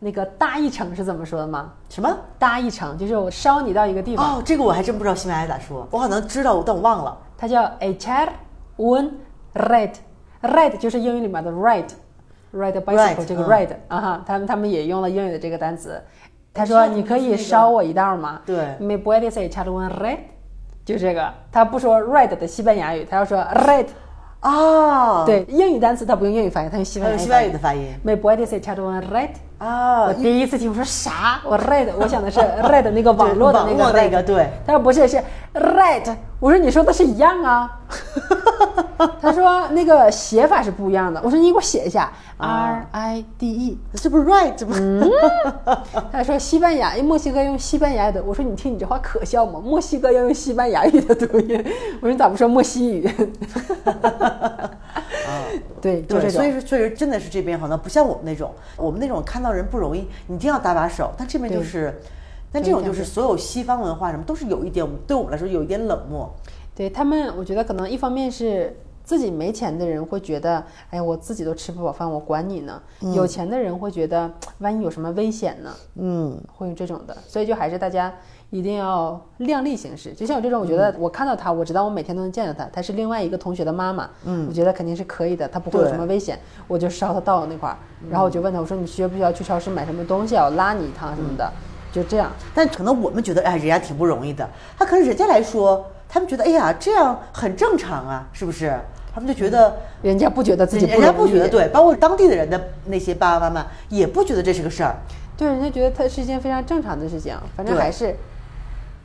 Speaker 2: 那个大一城是怎么说的吗？
Speaker 1: 什么？
Speaker 2: 大一城就是我捎你到一个地方，
Speaker 1: 哦，这个我还真不知道西班牙语咋说，我好像知道，但我忘了。
Speaker 2: 它叫 echar un red。red 就是英语里面的 ride，ride bicycle
Speaker 1: Ride，
Speaker 2: 这个
Speaker 1: 嗯
Speaker 2: ride 啊哈，他们他们也用了英语的这个单词。他说：“你可以捎我一道吗？”
Speaker 1: 对
Speaker 2: ，me
Speaker 1: 嗯
Speaker 2: puedes echar un red，就这个。他不说 red 的西班牙语，他要说 red。
Speaker 1: 啊，，
Speaker 2: 对，英语单词它不用英语发音，它用西班
Speaker 1: 还
Speaker 2: 牙
Speaker 1: 有
Speaker 2: 语
Speaker 1: 西班牙语的
Speaker 2: 发音。
Speaker 1: 发音
Speaker 2: Me puede ser echar un red？
Speaker 1: 啊
Speaker 2: 我，第一次听，我说啥？我 red，我想 的是 red 那个网络的
Speaker 1: 对
Speaker 2: 那
Speaker 1: 网络
Speaker 2: 个
Speaker 1: 那
Speaker 2: red，
Speaker 1: 个对
Speaker 2: 他说不是，是 red。我说你说的是一样啊。 他说那个写法是不一样的。我说你给我写一下，r i d e，这不是 right 吗？他说西班牙，因为墨西哥用西班牙语的。我说你听你这话可笑吗？墨西哥要用西班牙语的读音。我说你咋不说墨西 语？啊 对，就
Speaker 1: 对，
Speaker 2: 这
Speaker 1: 所以说
Speaker 2: 种。
Speaker 1: 确实真的是这边好像不像我们那种，我们那种看到人不容易，你一定要搭把手，但这边就
Speaker 2: 对
Speaker 1: 是。但这种就
Speaker 2: 这
Speaker 1: 是
Speaker 2: 样
Speaker 1: 所有西方文化什么都是有一点，对我们来说有一点冷漠。
Speaker 2: 对他们，我觉得可能一方面是自己没钱的人会觉得，哎呀，我自己都吃不饱饭，我管你呢。有钱的人会觉得，万一有什么危险呢？
Speaker 1: 嗯，
Speaker 2: 会有这种的，所以就还是大家一定要量力行事。就像我这种，我觉得我看到
Speaker 1: 嗯
Speaker 2: 他，我知道我每天都能见到他，他是另外一个同学的妈妈，嗯，我觉得肯定是可以的，他不会有
Speaker 1: 对
Speaker 2: 什么危险，我就捎他到那块儿，然后我就问他，我说你需不需要去超市买什么东西啊？我拉你一趟什么
Speaker 1: 嗯
Speaker 2: 的，就这样。
Speaker 1: 但可能我们觉得，哎，人家挺不容易的。他可能人家来说，他们觉得，哎呀，这样很正常啊，是不是？他们就觉得，
Speaker 2: 人家不觉嗯得自己
Speaker 1: 人人
Speaker 2: 不
Speaker 1: 家
Speaker 2: 容
Speaker 1: 不
Speaker 2: 易
Speaker 1: 觉得对，包括当地的人的那些爸爸妈妈也不觉得这是个事儿。
Speaker 2: 对，人家觉得它是一件非常正常的事情，反正
Speaker 1: 对
Speaker 2: 还是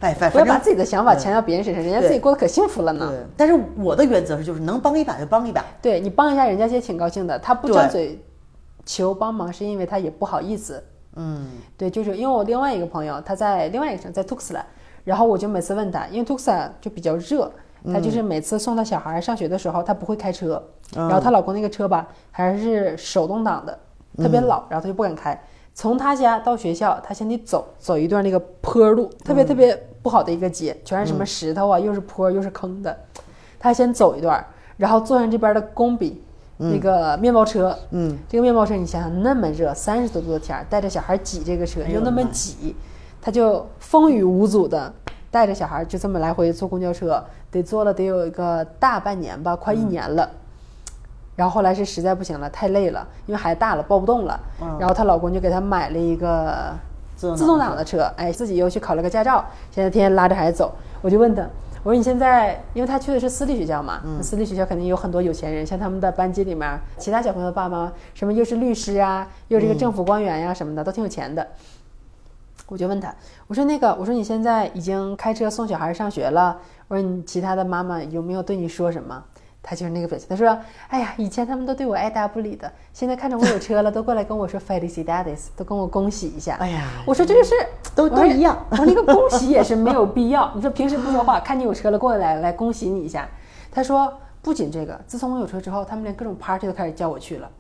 Speaker 1: 哎，反
Speaker 2: 不
Speaker 1: 反
Speaker 2: 要
Speaker 1: 正
Speaker 2: 把自己的想法强加到别人身上，人家
Speaker 1: 对
Speaker 2: 自己过得可幸福了呢。
Speaker 1: 对。但是我的原则是，就是能帮一把就帮一把。
Speaker 2: 对你帮一下人家，其实挺高兴的。他不
Speaker 1: 对
Speaker 2: 张嘴求帮忙，是因为他也不好意思。
Speaker 1: 嗯，
Speaker 2: 对，就是因为我另外一个朋友，他在另外一个城，在 Tuxla，然后我就每次问他，因为 Tuxla 就比较热，他就是每次送他小孩上学的时候，他不会开车，然后她老公那个车吧还是手动挡的，特别老，然后他就不敢开。从他家到学校，他先得走走一段那个坡路，特别特别不好的一个街，全是什么石头啊，又是坡又是坑的。他先走一段，然后坐上这边的工笔，
Speaker 1: 嗯
Speaker 2: 那个面包车，嗯，这个面包车你想想那么热，三十多度的天儿，带着小孩挤这个车
Speaker 1: 哎呦
Speaker 2: 又那么挤，他就风雨无阻的带着小孩就这么来回坐公交车，得坐了得有一个大半年
Speaker 1: 嗯
Speaker 2: 吧，快一年了。然后后来是实在不行了，太累了，因为孩子大了抱不动了，
Speaker 1: 嗯
Speaker 2: 然后她老公就给她买了一个
Speaker 1: 自动挡
Speaker 2: 自动挡的车，哎，自己又去考了个驾照，现在天天拉着孩子走。我就问她，我说你现在，因为她去的是私立学校嘛，
Speaker 1: 嗯
Speaker 2: 私立学校肯定有很多有钱人，像他们的班级里面，其他小朋友的爸妈，什么又是律师啊，又
Speaker 1: 嗯
Speaker 2: 是这个政府官员呀、什么的，都挺有钱的。我就问他，我说那个，我说你现在已经开车送小孩上学了，我说你其他的妈妈有没有对你说什么？他就是那个表情，他说：“哎呀，以前他们都对我爱答不理的，现在看着我有车了，都过来跟我说 felicidades，都跟我恭喜一下。”
Speaker 1: 哎呀
Speaker 2: 我说这个是
Speaker 1: 都
Speaker 2: 我说
Speaker 1: 都一样
Speaker 2: 我说那个恭喜也是 没有必要。你说平时不说话，看你有车了，过来来恭喜你一下。他说不仅这个，自从我有车之后，他们连各种 party 都开始叫我去了。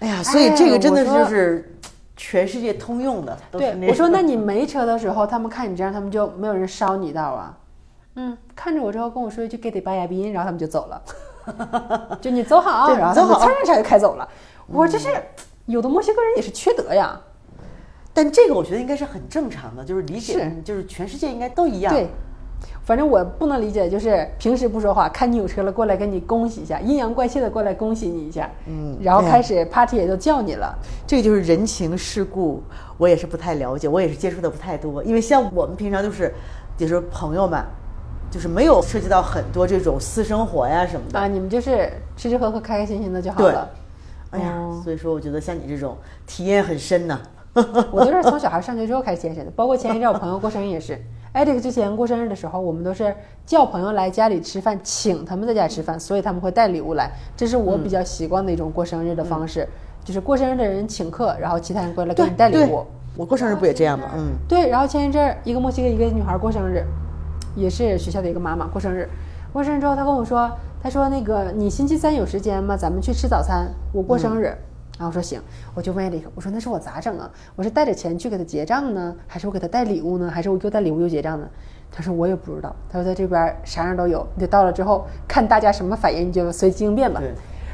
Speaker 1: 哎呀，所以这个真的是
Speaker 2: 我说
Speaker 1: 就是全世界通用的。都是
Speaker 2: 对，
Speaker 1: 那
Speaker 2: 我说
Speaker 1: 种
Speaker 2: 那你没车的时候，他们看你这样，他们就没有人捎你一道啊。嗯，看着我之后跟我说一句 “get 巴亚宾”，然后他们就走了。 就你走好，
Speaker 1: 对
Speaker 2: 然后
Speaker 1: 走
Speaker 2: 他们
Speaker 1: 好嗯
Speaker 2: 噌一下就开走了。我这是有的墨西哥人也是缺德呀。
Speaker 1: 但这个我觉得应该是很正常的，就是理解，
Speaker 2: 是
Speaker 1: 就是全世界应该都一样。
Speaker 2: 对，反正我不能理解，就是平时不说话，看你有车了过来跟你恭喜一下，阴阳怪气的过来恭喜你一下。嗯，然后
Speaker 1: 哎呀
Speaker 2: 开始 party 也就叫你了。
Speaker 1: 这个就是人情世故，我也是不太了解，我也是接触的不太多。因为像我们平常就是，也就是朋友们，就是没有涉及到很多这种私生活呀什么的。
Speaker 2: 啊，你们就是吃吃喝喝、开开心心的就好
Speaker 1: 对
Speaker 2: 了。
Speaker 1: 哎呀，
Speaker 2: 哦
Speaker 1: 所以说我觉得像你这种体验很深呐、
Speaker 2: 我都是从小孩上学之后开始健身的，包括前一阵我朋友过生日也是。艾迪克之前过生日的时候，我们都是叫朋友来家里吃饭，请他们在家吃饭，所以他们会带礼物来，这是
Speaker 1: 嗯
Speaker 2: 我比较习惯的一种过生日的方式，就是过生日的人请客，然后其他人过来给
Speaker 1: 对
Speaker 2: 你带礼
Speaker 1: 对
Speaker 2: 物。
Speaker 1: 我过生日不也这样吗？嗯，
Speaker 2: 对，然后前一阵儿一个墨西哥一个女孩过生日，也是学校的一个妈妈过生日。过生日之后，她跟我说，她说那个你星期三有时间吗？咱们去吃早餐，我过生日。
Speaker 1: 嗯
Speaker 2: 然后我说行，我就问了一个，我说那是我咋整啊？我是带着钱去给她结账呢，还是我给她带礼物呢？还是我又带礼物又结账呢？她说我也不知道。她说在这边儿啥样都有，你得到了之后看大家什么反应，你就随机应变吧。
Speaker 1: 对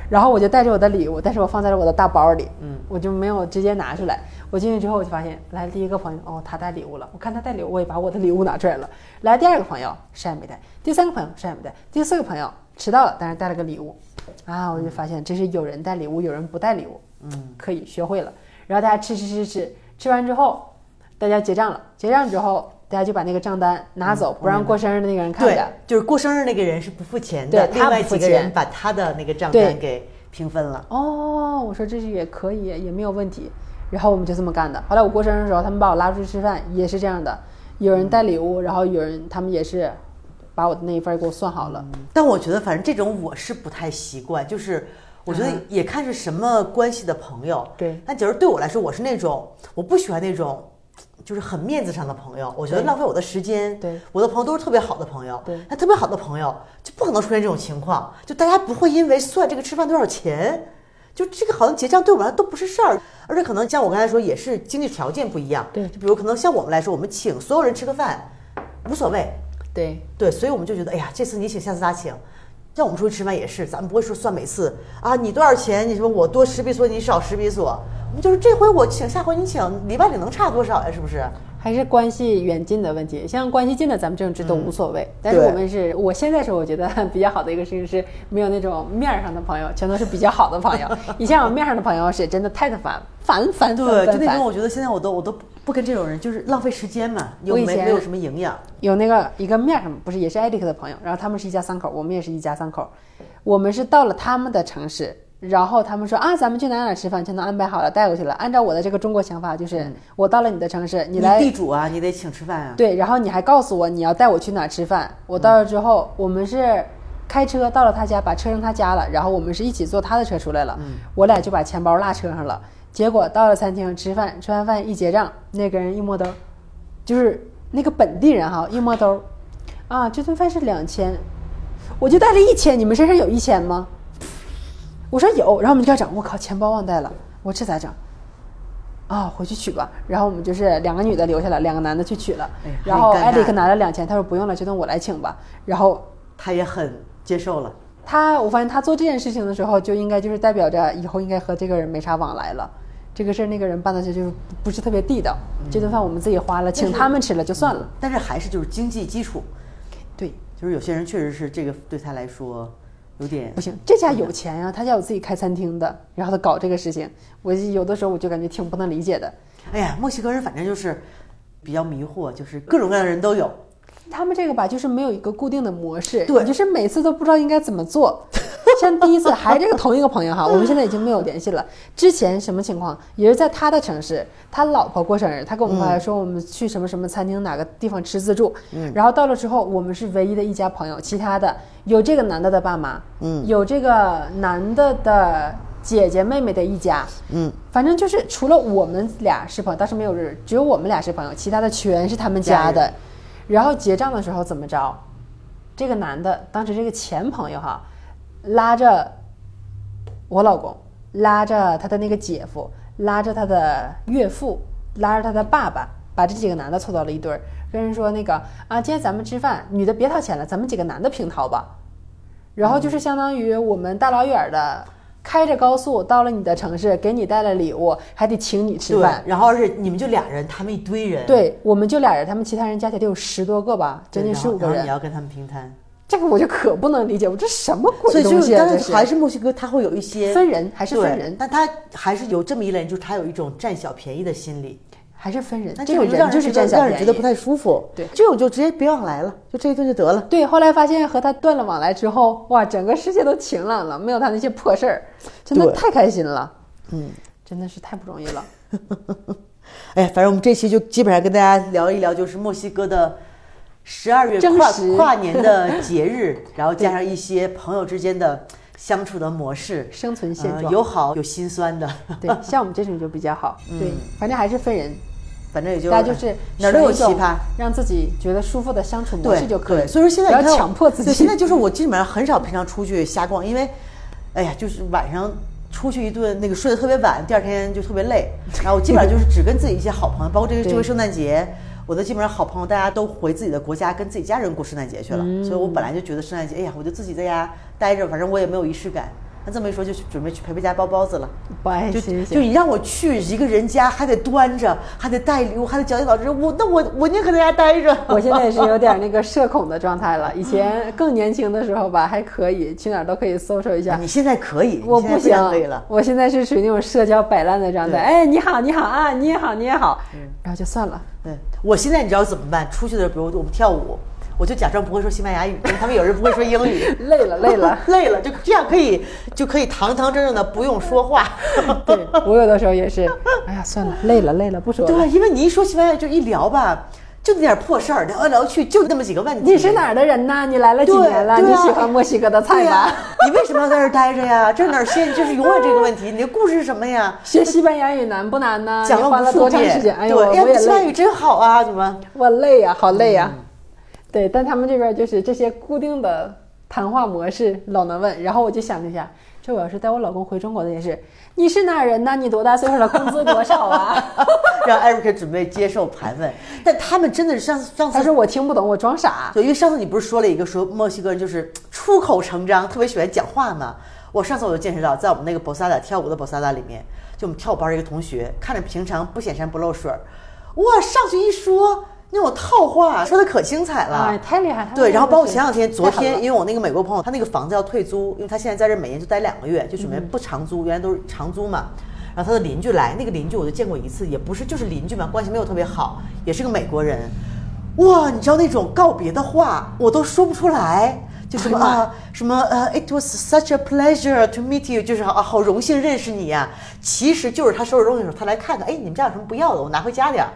Speaker 2: 然后我就带着我的礼物，但是我放在了我的大包里，嗯，我就没有直接拿出来。我进去之后，我就发现来了第一个朋友，哦，他带礼物了。我看他带礼物，我也把我的礼物拿出来了。来第二个朋友，哦啥也没带；第三个朋友，啥也没带；第四个朋友迟到了，但是带了个礼物。啊，我就发现这是有人带礼物，有人不带礼物，嗯，可以学会了。然后大家吃吃吃吃，吃完之后，大家结账了。结账之后，大家就把那个账单拿走，不让过生日的那个人看
Speaker 1: 对
Speaker 2: 着。，
Speaker 1: 就是过生日那个人是不付钱的，
Speaker 2: 对
Speaker 1: 另
Speaker 2: 他
Speaker 1: 外
Speaker 2: 不付
Speaker 1: 几个
Speaker 2: 钱
Speaker 1: 人把他的那个账
Speaker 2: 对
Speaker 1: 单给平分了。
Speaker 2: 哦，我说这也可以，也没有问题。然后我们就这么干的。后来我过生日的时候，他们把我拉出去吃饭，也是这样的，有人带礼物，然后有人他们也是把我的那一份儿给我算好了。
Speaker 1: 但我觉得反正这种我是不太习惯，就是我觉得也看是什么关系的朋友。
Speaker 2: 嗯对
Speaker 1: 但就是对我来说，我是那种我不喜欢那种。就是很面子上的朋友，我觉得
Speaker 2: 对
Speaker 1: 浪费我的时间。
Speaker 2: 对，
Speaker 1: 我的朋友都是特别好的朋友。
Speaker 2: 对
Speaker 1: 那特别好的朋友就不可能出现这种情况，就大家不会因为算这个吃饭多少钱，就这个好像结账对我们来说都不是事儿，而且可能像我刚才说，也是经济条件不一样。
Speaker 2: 对
Speaker 1: 就比如可能像我们来说，我们请所有人吃个饭无所谓，
Speaker 2: 对，
Speaker 1: 对，所以我们就觉得，哎呀，这次你请，下次他请。像我们出去吃饭也是，咱们不会说算每次啊，你多少钱，你什么我多十比索，你少十比索，我们就是这回我请，下回你请，礼拜里能差多少呀？是不是？
Speaker 2: 还是关系远近的问题。像关系近的，咱们这种这都无所谓。但是
Speaker 1: 对
Speaker 2: 我们是，我现在是我觉得比较好的一个事情是，没有那种面儿上的朋友，全都是比较好的朋友。以前我面儿上的朋友是真的太烦，烦烦
Speaker 1: 对，就
Speaker 2: 烦烦
Speaker 1: 那种，
Speaker 2: 烦。
Speaker 1: 我觉得现在我都我都不跟这种人，就是浪费时间嘛，又
Speaker 2: 我以
Speaker 1: 没
Speaker 2: 前
Speaker 1: 没有什么营养。
Speaker 2: 有那个一个面儿上不是也是艾利克的朋友，然后他们是一家三口，我们也是一家三口，我们是到了他们的城市。然后他们说啊，咱们去哪哪哪吃饭，全都安排好了，带过去了。按照我的这个中国想法，就是、我到了你的城市，你
Speaker 1: 你
Speaker 2: 来
Speaker 1: 地主啊，你得请吃饭啊。
Speaker 2: 对，然后你还告诉我你要带我去哪儿吃饭。我到了之后，我们是开车到了他家，把车扔他家了，然后我们是一起坐他的车出来了。我俩就把钱包落车上了。结果到了餐厅吃饭，吃完饭一结账，那个人一摸兜，就是那个本地人哈，一摸兜，啊，这顿饭是两千，我就带了一千，你们身上有一千吗？我说有，然后我们就要整，我靠，钱包忘带了，我这咋整？啊、回去取吧。然后我们就是两个女的留下了，两个男的去取了。
Speaker 1: 哎呀
Speaker 2: 然后
Speaker 1: 很尴尬
Speaker 2: 艾利克拿了两千，他说不用了，这顿我来请吧。然后
Speaker 1: 他也很接受了。
Speaker 2: 他，我发现他做这件事情的时候，就应该就是代表着以后应该和这个人没啥往来了。这个事儿那个人办的就就是不是特别地道。
Speaker 1: 嗯
Speaker 2: 这顿饭我们自己花了，请他们吃了就算了。
Speaker 1: 但是还是就是经济基础，
Speaker 2: 对，
Speaker 1: 就是有些人确实是这个对他来说有点
Speaker 2: 不行，这家有钱呀、他家有自己开餐厅的，然后他搞这个事情，我有的时候我就感觉挺不能理解的。
Speaker 1: 哎呀，墨西哥人反正就是比较迷惑，就是各种各样的人都有。
Speaker 2: 他们这个吧，就是没有一个固定的模式，
Speaker 1: 对
Speaker 2: 你就是每次都不知道应该怎么做。像第一次还是这个同一个朋友哈，我们现在已经没有联系了。之前什么情况？也是在他的城市，他老婆过生日，他跟我们发来说我们去什么什么餐厅哪个地方吃自助，然后到了之后，我们是唯一的一家朋友，其他的有这个男的的爸妈，嗯，有这个男的的姐姐妹妹的一家，嗯，反正就是除了我们俩是朋友，当时没有人，只有我们俩是朋友，其他的全是他们家
Speaker 1: 家
Speaker 2: 的。然后结账的时候怎么着？这个男的当时这个前朋友哈，拉着我老公，拉着他的那个姐夫，拉着他的岳父，拉着他的爸爸，把这几个男的凑到了一堆儿，跟人说那个啊，今天咱们吃饭，女的别掏钱了，咱们几个男的平掏吧。然后就是相当于我们大老远儿的开着高速到了你的城市，给你带了礼物，还得请你吃
Speaker 1: 对
Speaker 2: 饭，，
Speaker 1: 然后而且你们就俩人，他们一堆人，
Speaker 2: 对，我们就俩人，他们其他人加起来得有十多个吧，
Speaker 1: 对，
Speaker 2: 将近
Speaker 1: 然
Speaker 2: 十
Speaker 1: 后
Speaker 2: 五个
Speaker 1: 然后
Speaker 2: 人
Speaker 1: 你。要跟他们平摊，
Speaker 2: 这个我就可不能理解，我这什么
Speaker 1: 所
Speaker 2: 鬼
Speaker 1: 以
Speaker 2: 东
Speaker 1: 就
Speaker 2: 西
Speaker 1: 是
Speaker 2: 啊！
Speaker 1: 但
Speaker 2: 这
Speaker 1: 是还是墨西哥，他会有一些
Speaker 2: 分人，还是分
Speaker 1: 对
Speaker 2: 人，
Speaker 1: 但他还是有这么一类人，就是他有一种占小便宜的心理，
Speaker 2: 还是分人
Speaker 1: 那。
Speaker 2: 这
Speaker 1: 种
Speaker 2: 种
Speaker 1: 就让人
Speaker 2: 人就是
Speaker 1: 觉得
Speaker 2: 占小
Speaker 1: 让人
Speaker 2: 便
Speaker 1: 觉得不
Speaker 2: 宜。
Speaker 1: 太舒服。
Speaker 2: 对
Speaker 1: 这种就直接别往来了，就这一顿就得了。
Speaker 2: 对，后来发现和他断了往来之后，哇，整个世界都晴朗了，没有他那些破事儿，真的
Speaker 1: 对
Speaker 2: 太开心了。嗯，真的是太不容易了。
Speaker 1: 哎，反正我们这期就基本上跟大家聊一聊，就是墨西哥的十二月
Speaker 2: 真
Speaker 1: 跨
Speaker 2: 实
Speaker 1: 跨年的节 日，然后加上一些朋友之间的相处的模式，
Speaker 2: 生存现
Speaker 1: 呃
Speaker 2: 状
Speaker 1: 有好有心酸的，
Speaker 2: 对，像我们这种就比较好。对，反正还是分人，
Speaker 1: 反正也就
Speaker 2: 大家就是
Speaker 1: 哪儿都有
Speaker 2: 选一
Speaker 1: 奇
Speaker 2: 种
Speaker 1: 葩。
Speaker 2: 让自己觉得舒服的相处模
Speaker 1: 对
Speaker 2: 式就可以。
Speaker 1: 对所以说现在
Speaker 2: 不
Speaker 1: 你
Speaker 2: 要
Speaker 1: 看
Speaker 2: 强迫自己。
Speaker 1: 对，现在就是我基本上很少平常出去瞎逛，因为，哎呀，就是晚上出去一顿，那个睡得特别晚，第二天就特别累。然后我基本上就是只跟自己一些好朋友，包括这 个
Speaker 2: 对
Speaker 1: 这回圣诞节，我的基本上好朋友大家都回自己的国家跟自己家人过圣诞节去了，所以我本来就觉得圣诞节，哎呀，我就自己在家待着，反正我也没有仪式感。那这么一说，就去准备去培培家包包子了。
Speaker 2: 不爱
Speaker 1: 就
Speaker 2: 心
Speaker 1: 就你让我去一个人家，还得端着，还得带礼物，还得绞尽脑汁，我那我我宁可在家待着。
Speaker 2: 我现在也是有点那个社恐的状态了。以前更年轻的时候吧，还可以去哪儿都可以搜索一 下
Speaker 1: 你。现在可以，
Speaker 2: 我
Speaker 1: 你现在
Speaker 2: 不
Speaker 1: 非
Speaker 2: 行
Speaker 1: 常可以了，。
Speaker 2: 我现在是属于那种社交摆烂的状态。
Speaker 1: 对嗯
Speaker 2: 哎，你好，你好啊，你也好，你也好，然后就算了。。
Speaker 1: 对，嗯我现在你知道怎么办？出去的，比如我们跳舞，我就假装不会说西班牙语，因为他们有人不会说英语
Speaker 2: 累了 累了
Speaker 1: 累了，就这样可以，就可以堂堂正正的不用说话。
Speaker 2: 对我有的时候也是，哎呀，算了，累了累了，不说 了。
Speaker 1: 对，啊因为你一说西班牙语就一聊吧，就那点破事儿，聊来聊去就那么几个问题。
Speaker 2: 你是哪儿的人呐？你来了几
Speaker 1: 对
Speaker 2: 年了？
Speaker 1: 对
Speaker 2: 你
Speaker 1: 啊
Speaker 2: 喜欢墨西哥的菜
Speaker 1: 对啊呀、
Speaker 2: 吗？
Speaker 1: 你为什么要在这儿待着呀？这哪儿现就是永远这个问题。你的故事是什么呀？
Speaker 2: 学西班牙语难不难呢？
Speaker 1: 讲
Speaker 2: 啊你花
Speaker 1: 了
Speaker 2: 了
Speaker 1: 无数
Speaker 2: 多长时
Speaker 1: 遍，
Speaker 2: 间？哎呦，
Speaker 1: 对，
Speaker 2: 我
Speaker 1: 呀
Speaker 2: 也
Speaker 1: 西班牙语
Speaker 2: 累，
Speaker 1: 真好啊，怎么？
Speaker 2: 我累呀、好累呀、啊
Speaker 1: 嗯
Speaker 2: 对，但他们这边就是这些固定的谈话模式老能问，然后我就想了一下，这我要是带我老公回中国的也是，你是哪儿人呐？你多大岁数了？工资多少 啊？
Speaker 1: 让艾瑞克准备接受盘问，但他们真的是上次上
Speaker 2: 他
Speaker 1: 次
Speaker 2: 说我听不懂，我装傻。
Speaker 1: 对，因为上次你不是说了一个说墨西哥人就是出口成章，特别喜欢讲话嘛？我上次我就见识到，在我们那个 Bosada 跳舞的 Bosada 里面，就我们跳舞班儿一个同学，看着平常不显山不露水儿，哇，上去一说那种套话，说的可精彩了。
Speaker 2: 哎，太厉害！他们
Speaker 1: 啊对，然后包括前两天，
Speaker 2: 太
Speaker 1: 昨
Speaker 2: 狠了
Speaker 1: 天，因为我那个美国朋友，他那个房子要退租，因为他现在在这每年就待两个月，就准备
Speaker 2: 嗯
Speaker 1: 不长租，原来都是长租嘛。然后他的邻居来，那个邻居我就见过一次，也不是就是邻居嘛，关系没有特别好，也是个美国人。哇，你知道那种告别的话，我都说不出来，就什么
Speaker 2: 哎呀妈呀
Speaker 1: 啊，什么呃、i t was such a pleasure to meet you，就是啊，好荣幸认识你呀、其实就是他收拾东西的时候，他来看看，哎，你们家有什么不要的，我拿回家点儿。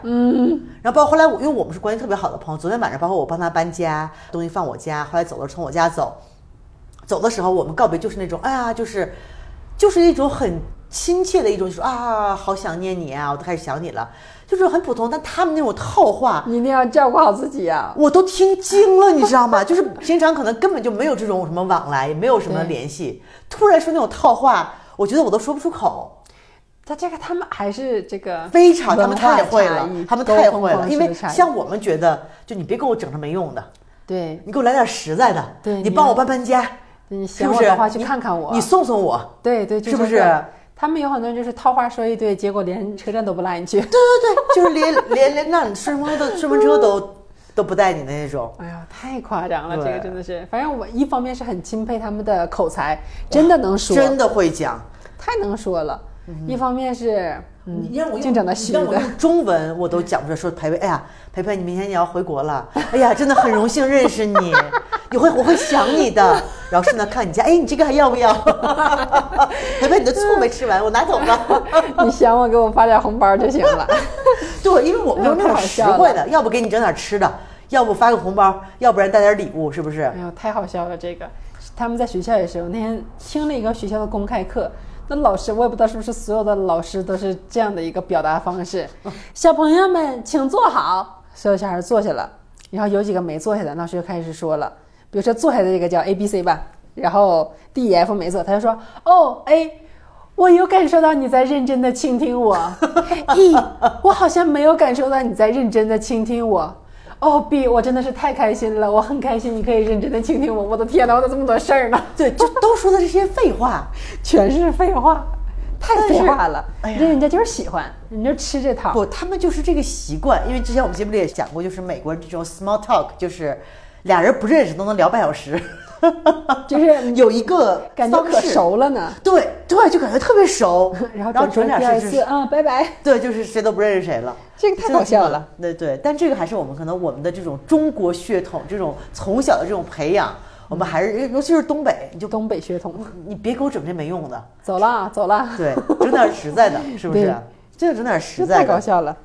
Speaker 1: 然后包括后来我，因为我们是关系特别好的朋友，昨天晚上包括我帮他搬家，东西放我家，后来走的时候从我家走，走的时候我们告别就是那种，哎呀，就是就是一种很亲切的一种，就是啊，好想念你啊，我都开始想你了，就是很普通，但他们那种套话。
Speaker 2: 你一定要照顾好自己啊！
Speaker 1: 我都听惊了，你知道吗？就是平常可能根本就没有这种什么往来，也没有什么
Speaker 2: 对
Speaker 1: 联系，突然说那种套话，我觉得我都说不出口。
Speaker 2: 他这个他们还是这个
Speaker 1: 非常，他们
Speaker 2: 文化
Speaker 1: 太会
Speaker 2: 差
Speaker 1: 了
Speaker 2: 异，
Speaker 1: 他们太
Speaker 2: 沟通
Speaker 1: 会了。
Speaker 2: 方式
Speaker 1: 因
Speaker 2: 的
Speaker 1: 为
Speaker 2: 差异
Speaker 1: 像我们觉得，就你别给我整这没用的，
Speaker 2: 对
Speaker 1: 你给我来点实在的。
Speaker 2: 对
Speaker 1: 你
Speaker 2: 你
Speaker 1: 帮
Speaker 2: 要
Speaker 1: 我搬搬家，
Speaker 2: 你
Speaker 1: 是
Speaker 2: 想
Speaker 1: 不
Speaker 2: 我
Speaker 1: 是？
Speaker 2: 的话去
Speaker 1: 你
Speaker 2: 看看我，
Speaker 1: 你送送我。
Speaker 2: 对对，就是
Speaker 1: 不
Speaker 2: 这个
Speaker 1: 是？
Speaker 2: 他们有很多人就是套话说一堆，结果连车站都不拉你 去。
Speaker 1: 对对对，就是连 连连让你顺风车都顺风车都都不带你的那种。
Speaker 2: 哎呀，太夸张了，这
Speaker 1: 对
Speaker 2: 个真的是。反正我一方面是很钦佩他们的口才，真的能说，
Speaker 1: 真的会讲，
Speaker 2: 太能说了。一方面是，嗯
Speaker 1: 你让我用
Speaker 2: 净整的
Speaker 1: 你
Speaker 2: 虚
Speaker 1: 让我
Speaker 2: 的。
Speaker 1: 用中文我都讲不出来。说培培，哎呀，培培，你明天你要回国了， 哎呀，真的很荣幸认识你， 你会我会想你 的。然后顺道看你家，哎，你这个还要不要？ 培培，你的醋没吃完，我拿走 吧。
Speaker 2: 你想我，给我发点红包就行 了。
Speaker 1: 对，因为我们哎有那种
Speaker 2: 太好
Speaker 1: 实
Speaker 2: 笑了
Speaker 1: 惠的，要不给你整点吃的，要不发个红包，要不然带点礼物，是不是？
Speaker 2: 哎呦，太好笑了！这个他们在学校也是，我那天听了一个学校的公开课，那老师我也不知道是不是所有的老师都是这样的一个表达方式。小朋友们，请坐好。所有小孩坐下了，然后有几个没坐下的，老师就开始说了，比如说坐下的这个叫 A B C 吧，然后 D E F 没坐，他就说哦 A。我有感受到你在认真的倾听我 ，E，我好像没有感受到你在认真的倾听我。哦，B，我真的是太开心了，我很开心，你可以认真的倾听我。我的天哪，我咋这么多事儿呢？
Speaker 1: 对，就都说的这些废话。
Speaker 2: 全是废话，太
Speaker 1: 但
Speaker 2: 废
Speaker 1: 是
Speaker 2: 话了。
Speaker 1: 哎呀
Speaker 2: 人人家就是喜欢，人家就吃这套。
Speaker 1: 不，他们就是这个习惯，因为之前我们节目里也讲过，就是美国人这种 small talk，就是俩人不认识都能聊半小时，
Speaker 2: 就是
Speaker 1: 有一个
Speaker 2: 感觉可
Speaker 1: 方式。
Speaker 2: 熟了呢。，
Speaker 1: 对对，就感觉特别熟
Speaker 2: 然后
Speaker 1: 转
Speaker 2: 转
Speaker 1: 脸
Speaker 2: 第二
Speaker 1: 是
Speaker 2: 次啊，拜拜。
Speaker 1: 对，就是谁都不认识谁了，
Speaker 2: 这 个太
Speaker 1: 真的
Speaker 2: 搞笑
Speaker 1: 挺
Speaker 2: 了。
Speaker 1: 对对，但这个还是我们可能我们的这种中国血统，这种从小的这种培养，我们还是尤其是东北，你就
Speaker 2: 东北血统，
Speaker 1: 你别给我整这没用的，
Speaker 2: 走啦，走啦。
Speaker 1: 对，整点实在的，是不是
Speaker 2: 对？
Speaker 1: 真的整点实
Speaker 2: 这
Speaker 1: 在
Speaker 2: 太搞
Speaker 1: 的。
Speaker 2: 笑了。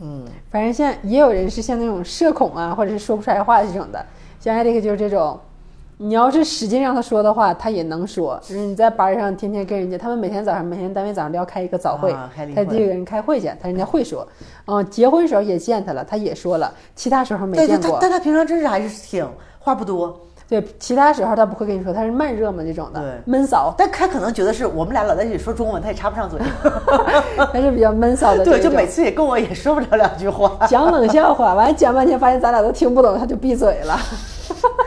Speaker 2: 嗯，反正现在也有人是像那种社恐啊，或者是说不出来话这种的。像艾利克就是这种，你要是使劲让他说的话，他也能说。就是你在班上天天跟人家，他们每天早上每天单位早上都要开一个早会，
Speaker 1: 啊开例
Speaker 2: 他
Speaker 1: 会
Speaker 2: 这个人开会去，他人家会说。嗯，结婚时候也见他了，他也说了，其他时候没
Speaker 1: 对对，
Speaker 2: 见
Speaker 1: 他
Speaker 2: 过。
Speaker 1: 但他平常真是还是挺话不多，
Speaker 2: 对其他时候他不会跟你说，他是慢热嘛这种的，
Speaker 1: 对
Speaker 2: 闷骚，
Speaker 1: 但他可能觉得是我们俩老在一起说中文，他也插不上 嘴。
Speaker 2: 他是比较闷骚的这种。
Speaker 1: 对，就每次也跟我也说不了两句话，
Speaker 2: 讲冷笑话，完了讲半天，发现咱俩都听不懂，他就闭嘴了。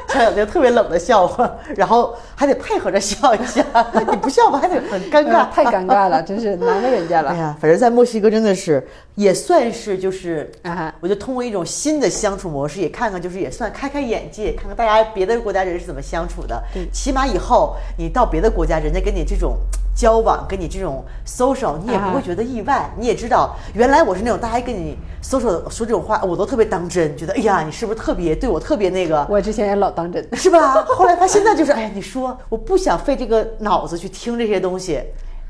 Speaker 1: 讲两个特别冷的笑话，然后还得配合着笑一下，你不笑吧还得很尴尬，
Speaker 2: 嗯太 尴尬了，真是难为人家
Speaker 1: 哎
Speaker 2: 了。
Speaker 1: 呀，反正在墨西哥真的是也算是就是
Speaker 2: 啊，
Speaker 1: 我就通过一种新的相处模式，也看看就是也算开开眼界，看看大家别的国家人是怎么相处的。起码以后你到别的国家，人家跟你这种交往，跟你这种 social，你也不会
Speaker 2: 啊
Speaker 1: 觉得意外。你也知道，原来我是那种大家跟你 social 说这种话，我都特别当真，觉得哎呀，你是不是特别对我特别那个？
Speaker 2: 我之前也老当真。
Speaker 1: 是吧？后来他现在就是，哎，你说我不想费这个脑子去听这些东西，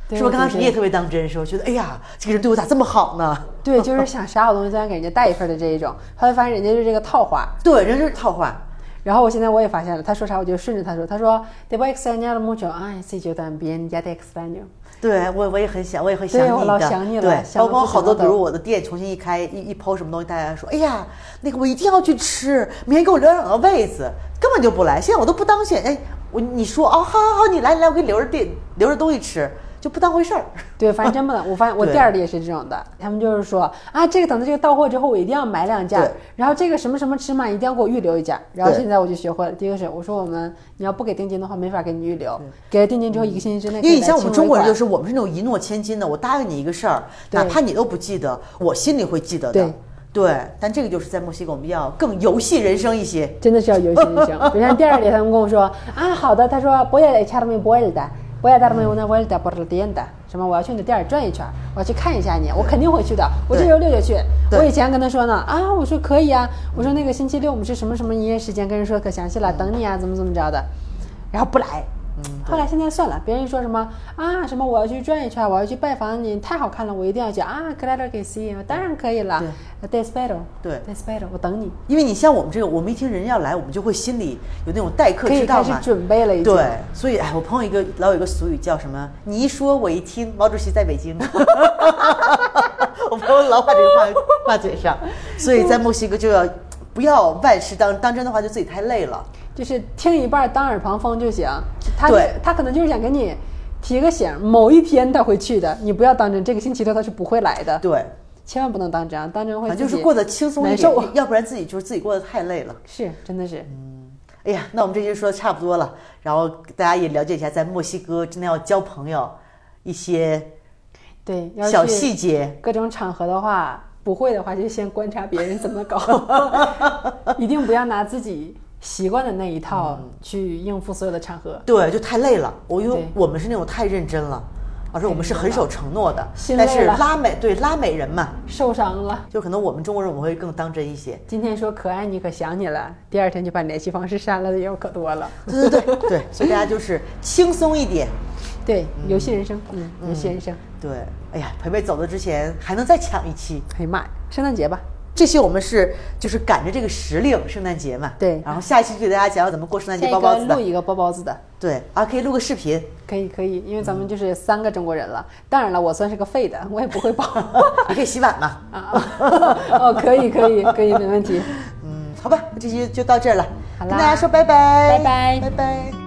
Speaker 2: 对
Speaker 1: 是不是？刚开始
Speaker 2: 对对
Speaker 1: 你也特别当真，是吧？觉得哎呀，这个人对我咋这么好呢？
Speaker 2: 对，就是想啥好东西都想给人家带一份的这一种。后来发现人家就是这个套话，
Speaker 1: 对，人就是套话。
Speaker 2: 然后我现在我也发现了，他说啥我就顺着他说。他说，Te voy a extrañar mucho, ay, si yo también ya te extraño。
Speaker 1: 对我我也很想，我也很想你
Speaker 2: 对
Speaker 1: 的。
Speaker 2: 我老想你了
Speaker 1: 对，
Speaker 2: 想
Speaker 1: 包括
Speaker 2: 得不
Speaker 1: 好
Speaker 2: 行
Speaker 1: 多，
Speaker 2: 了
Speaker 1: 比如
Speaker 2: 都
Speaker 1: 我的店重新一开，一一抛什么东西，大家说，哎呀，那个我一定要去吃，明天给我留两个位子，根本就不来。现在我都不当选，哎，我你说哦，好好好，你来你来，我给你留着店留着东西吃，就不当回事儿。
Speaker 2: 对，反正真不能。我发现我
Speaker 1: 对
Speaker 2: 店儿里也是这种的，他们就是说啊，这个等到这个到货之后，我一定要买两件
Speaker 1: 对
Speaker 2: 儿，然后这个什么什么尺码一定要给我预留一件儿。然后
Speaker 1: 对
Speaker 2: 现在我就学会了，第一个是我说我们你要不给定金的话，没法给你预留，给了定金之后一个星期之内可
Speaker 1: 因
Speaker 2: 以来清
Speaker 1: 为你像
Speaker 2: 尾款，
Speaker 1: 我们中国人，就是我们是那种一诺千金的，我答应你一个事儿，
Speaker 2: 对
Speaker 1: 哪怕你都不记得，我心里会记得的。
Speaker 2: 对
Speaker 1: 对但这个就是在墨西哥，我们要更游戏人生一些。
Speaker 2: 真的是要有心一 生。比如像店儿里他们跟我说啊，好的，他说 voy a echarme vuelta。voy a darme una vuelta por la tienda，什么？我要去你的店儿转一圈儿，我要去看一下你，我肯定会去的。我这
Speaker 1: 对
Speaker 2: 周六就去。
Speaker 1: 对
Speaker 2: 我以前跟他说呢，啊，我说可以啊，我说那个星期六我们是什么什么营业时间，跟人说可详细了，等你
Speaker 1: 嗯
Speaker 2: 啊，怎么怎么着的，然后不来。后来现在算了，别人一说什么啊什么我要去转一圈儿，我要去拜访你，太好看了，我一定要去啊，claro que sí，我当然可以了，te espero，
Speaker 1: 对
Speaker 2: ，te espero，我等你。
Speaker 1: 因为你像我们这个，我们一听人家要来，我们就会心里有那种待客
Speaker 2: 可以
Speaker 1: 之道
Speaker 2: 开始
Speaker 1: 嘛。
Speaker 2: 准备了，已经。
Speaker 1: 对，所以哎，我朋友一个老有一个俗语叫什么？你一说，我一听，毛主席在北京。 我朋友老把这个话挂嘴上，所以在墨西哥就要不要万事当当真的话，就自己太累了。
Speaker 2: 就是听一半儿当耳旁风就行。他
Speaker 1: 对
Speaker 2: 他可能就是想给你提个醒儿，某一天他会去的，你不要当真。这个星期六他是不会来的，
Speaker 1: 对，
Speaker 2: 千万不能当真，啊！当真会
Speaker 1: 反
Speaker 2: 自己
Speaker 1: 正就是过得轻松一
Speaker 2: 难
Speaker 1: 点
Speaker 2: 受。，
Speaker 1: 要不然自己就是自己过得太累了。
Speaker 2: 是，真的是。
Speaker 1: 哎呀，那我们这期说的差不多了，然后大家也了解一下，在墨西哥真的要交朋友一些
Speaker 2: 对，要
Speaker 1: 小
Speaker 2: 去
Speaker 1: 细节。
Speaker 2: 各种场合的话，不会的话就先观察别人怎么搞， 一定不要拿自己习惯的那一套
Speaker 1: 嗯
Speaker 2: 去应付所有的场合。
Speaker 1: 对，就太累了。我因为
Speaker 2: 对
Speaker 1: 我们是那种太认真了，而且我们是很守承诺的。
Speaker 2: 心累
Speaker 1: 但
Speaker 2: 了
Speaker 1: 是拉美对拉美人嘛，
Speaker 2: 受伤了，
Speaker 1: 就可能我们中国人我们会更当真一 些。
Speaker 2: 今天说可爱你可想你了，第二天就把联系方式删了的也有可 多了。
Speaker 1: 对对对对，所以大家就是轻松一点。
Speaker 2: 对，游戏人生，嗯，游戏人生。
Speaker 1: 对，哎呀，培培走的之前还能再抢一期。
Speaker 2: 哎呀妈呀，圣诞节吧，
Speaker 1: 这期我们是就是赶着这个时令，圣诞节嘛。
Speaker 2: 对
Speaker 1: 然后下一期就给大家讲讲怎么过圣诞节包包子
Speaker 2: 录
Speaker 1: 的。
Speaker 2: 一个包包子的，
Speaker 1: 对，啊，可以录个视频。
Speaker 2: 可以可以，因为咱
Speaker 1: 嗯
Speaker 2: 们就是三个中国人了。当然了，我算是个废的，我也不 会包
Speaker 1: 你可以洗碗嘛。
Speaker 2: 啊。哦，可以可以可以，没问题。
Speaker 1: 嗯，好吧，这期就到这儿了，
Speaker 2: 好
Speaker 1: 跟
Speaker 2: 啦
Speaker 1: 大家说拜拜，
Speaker 2: 拜拜
Speaker 1: 拜拜。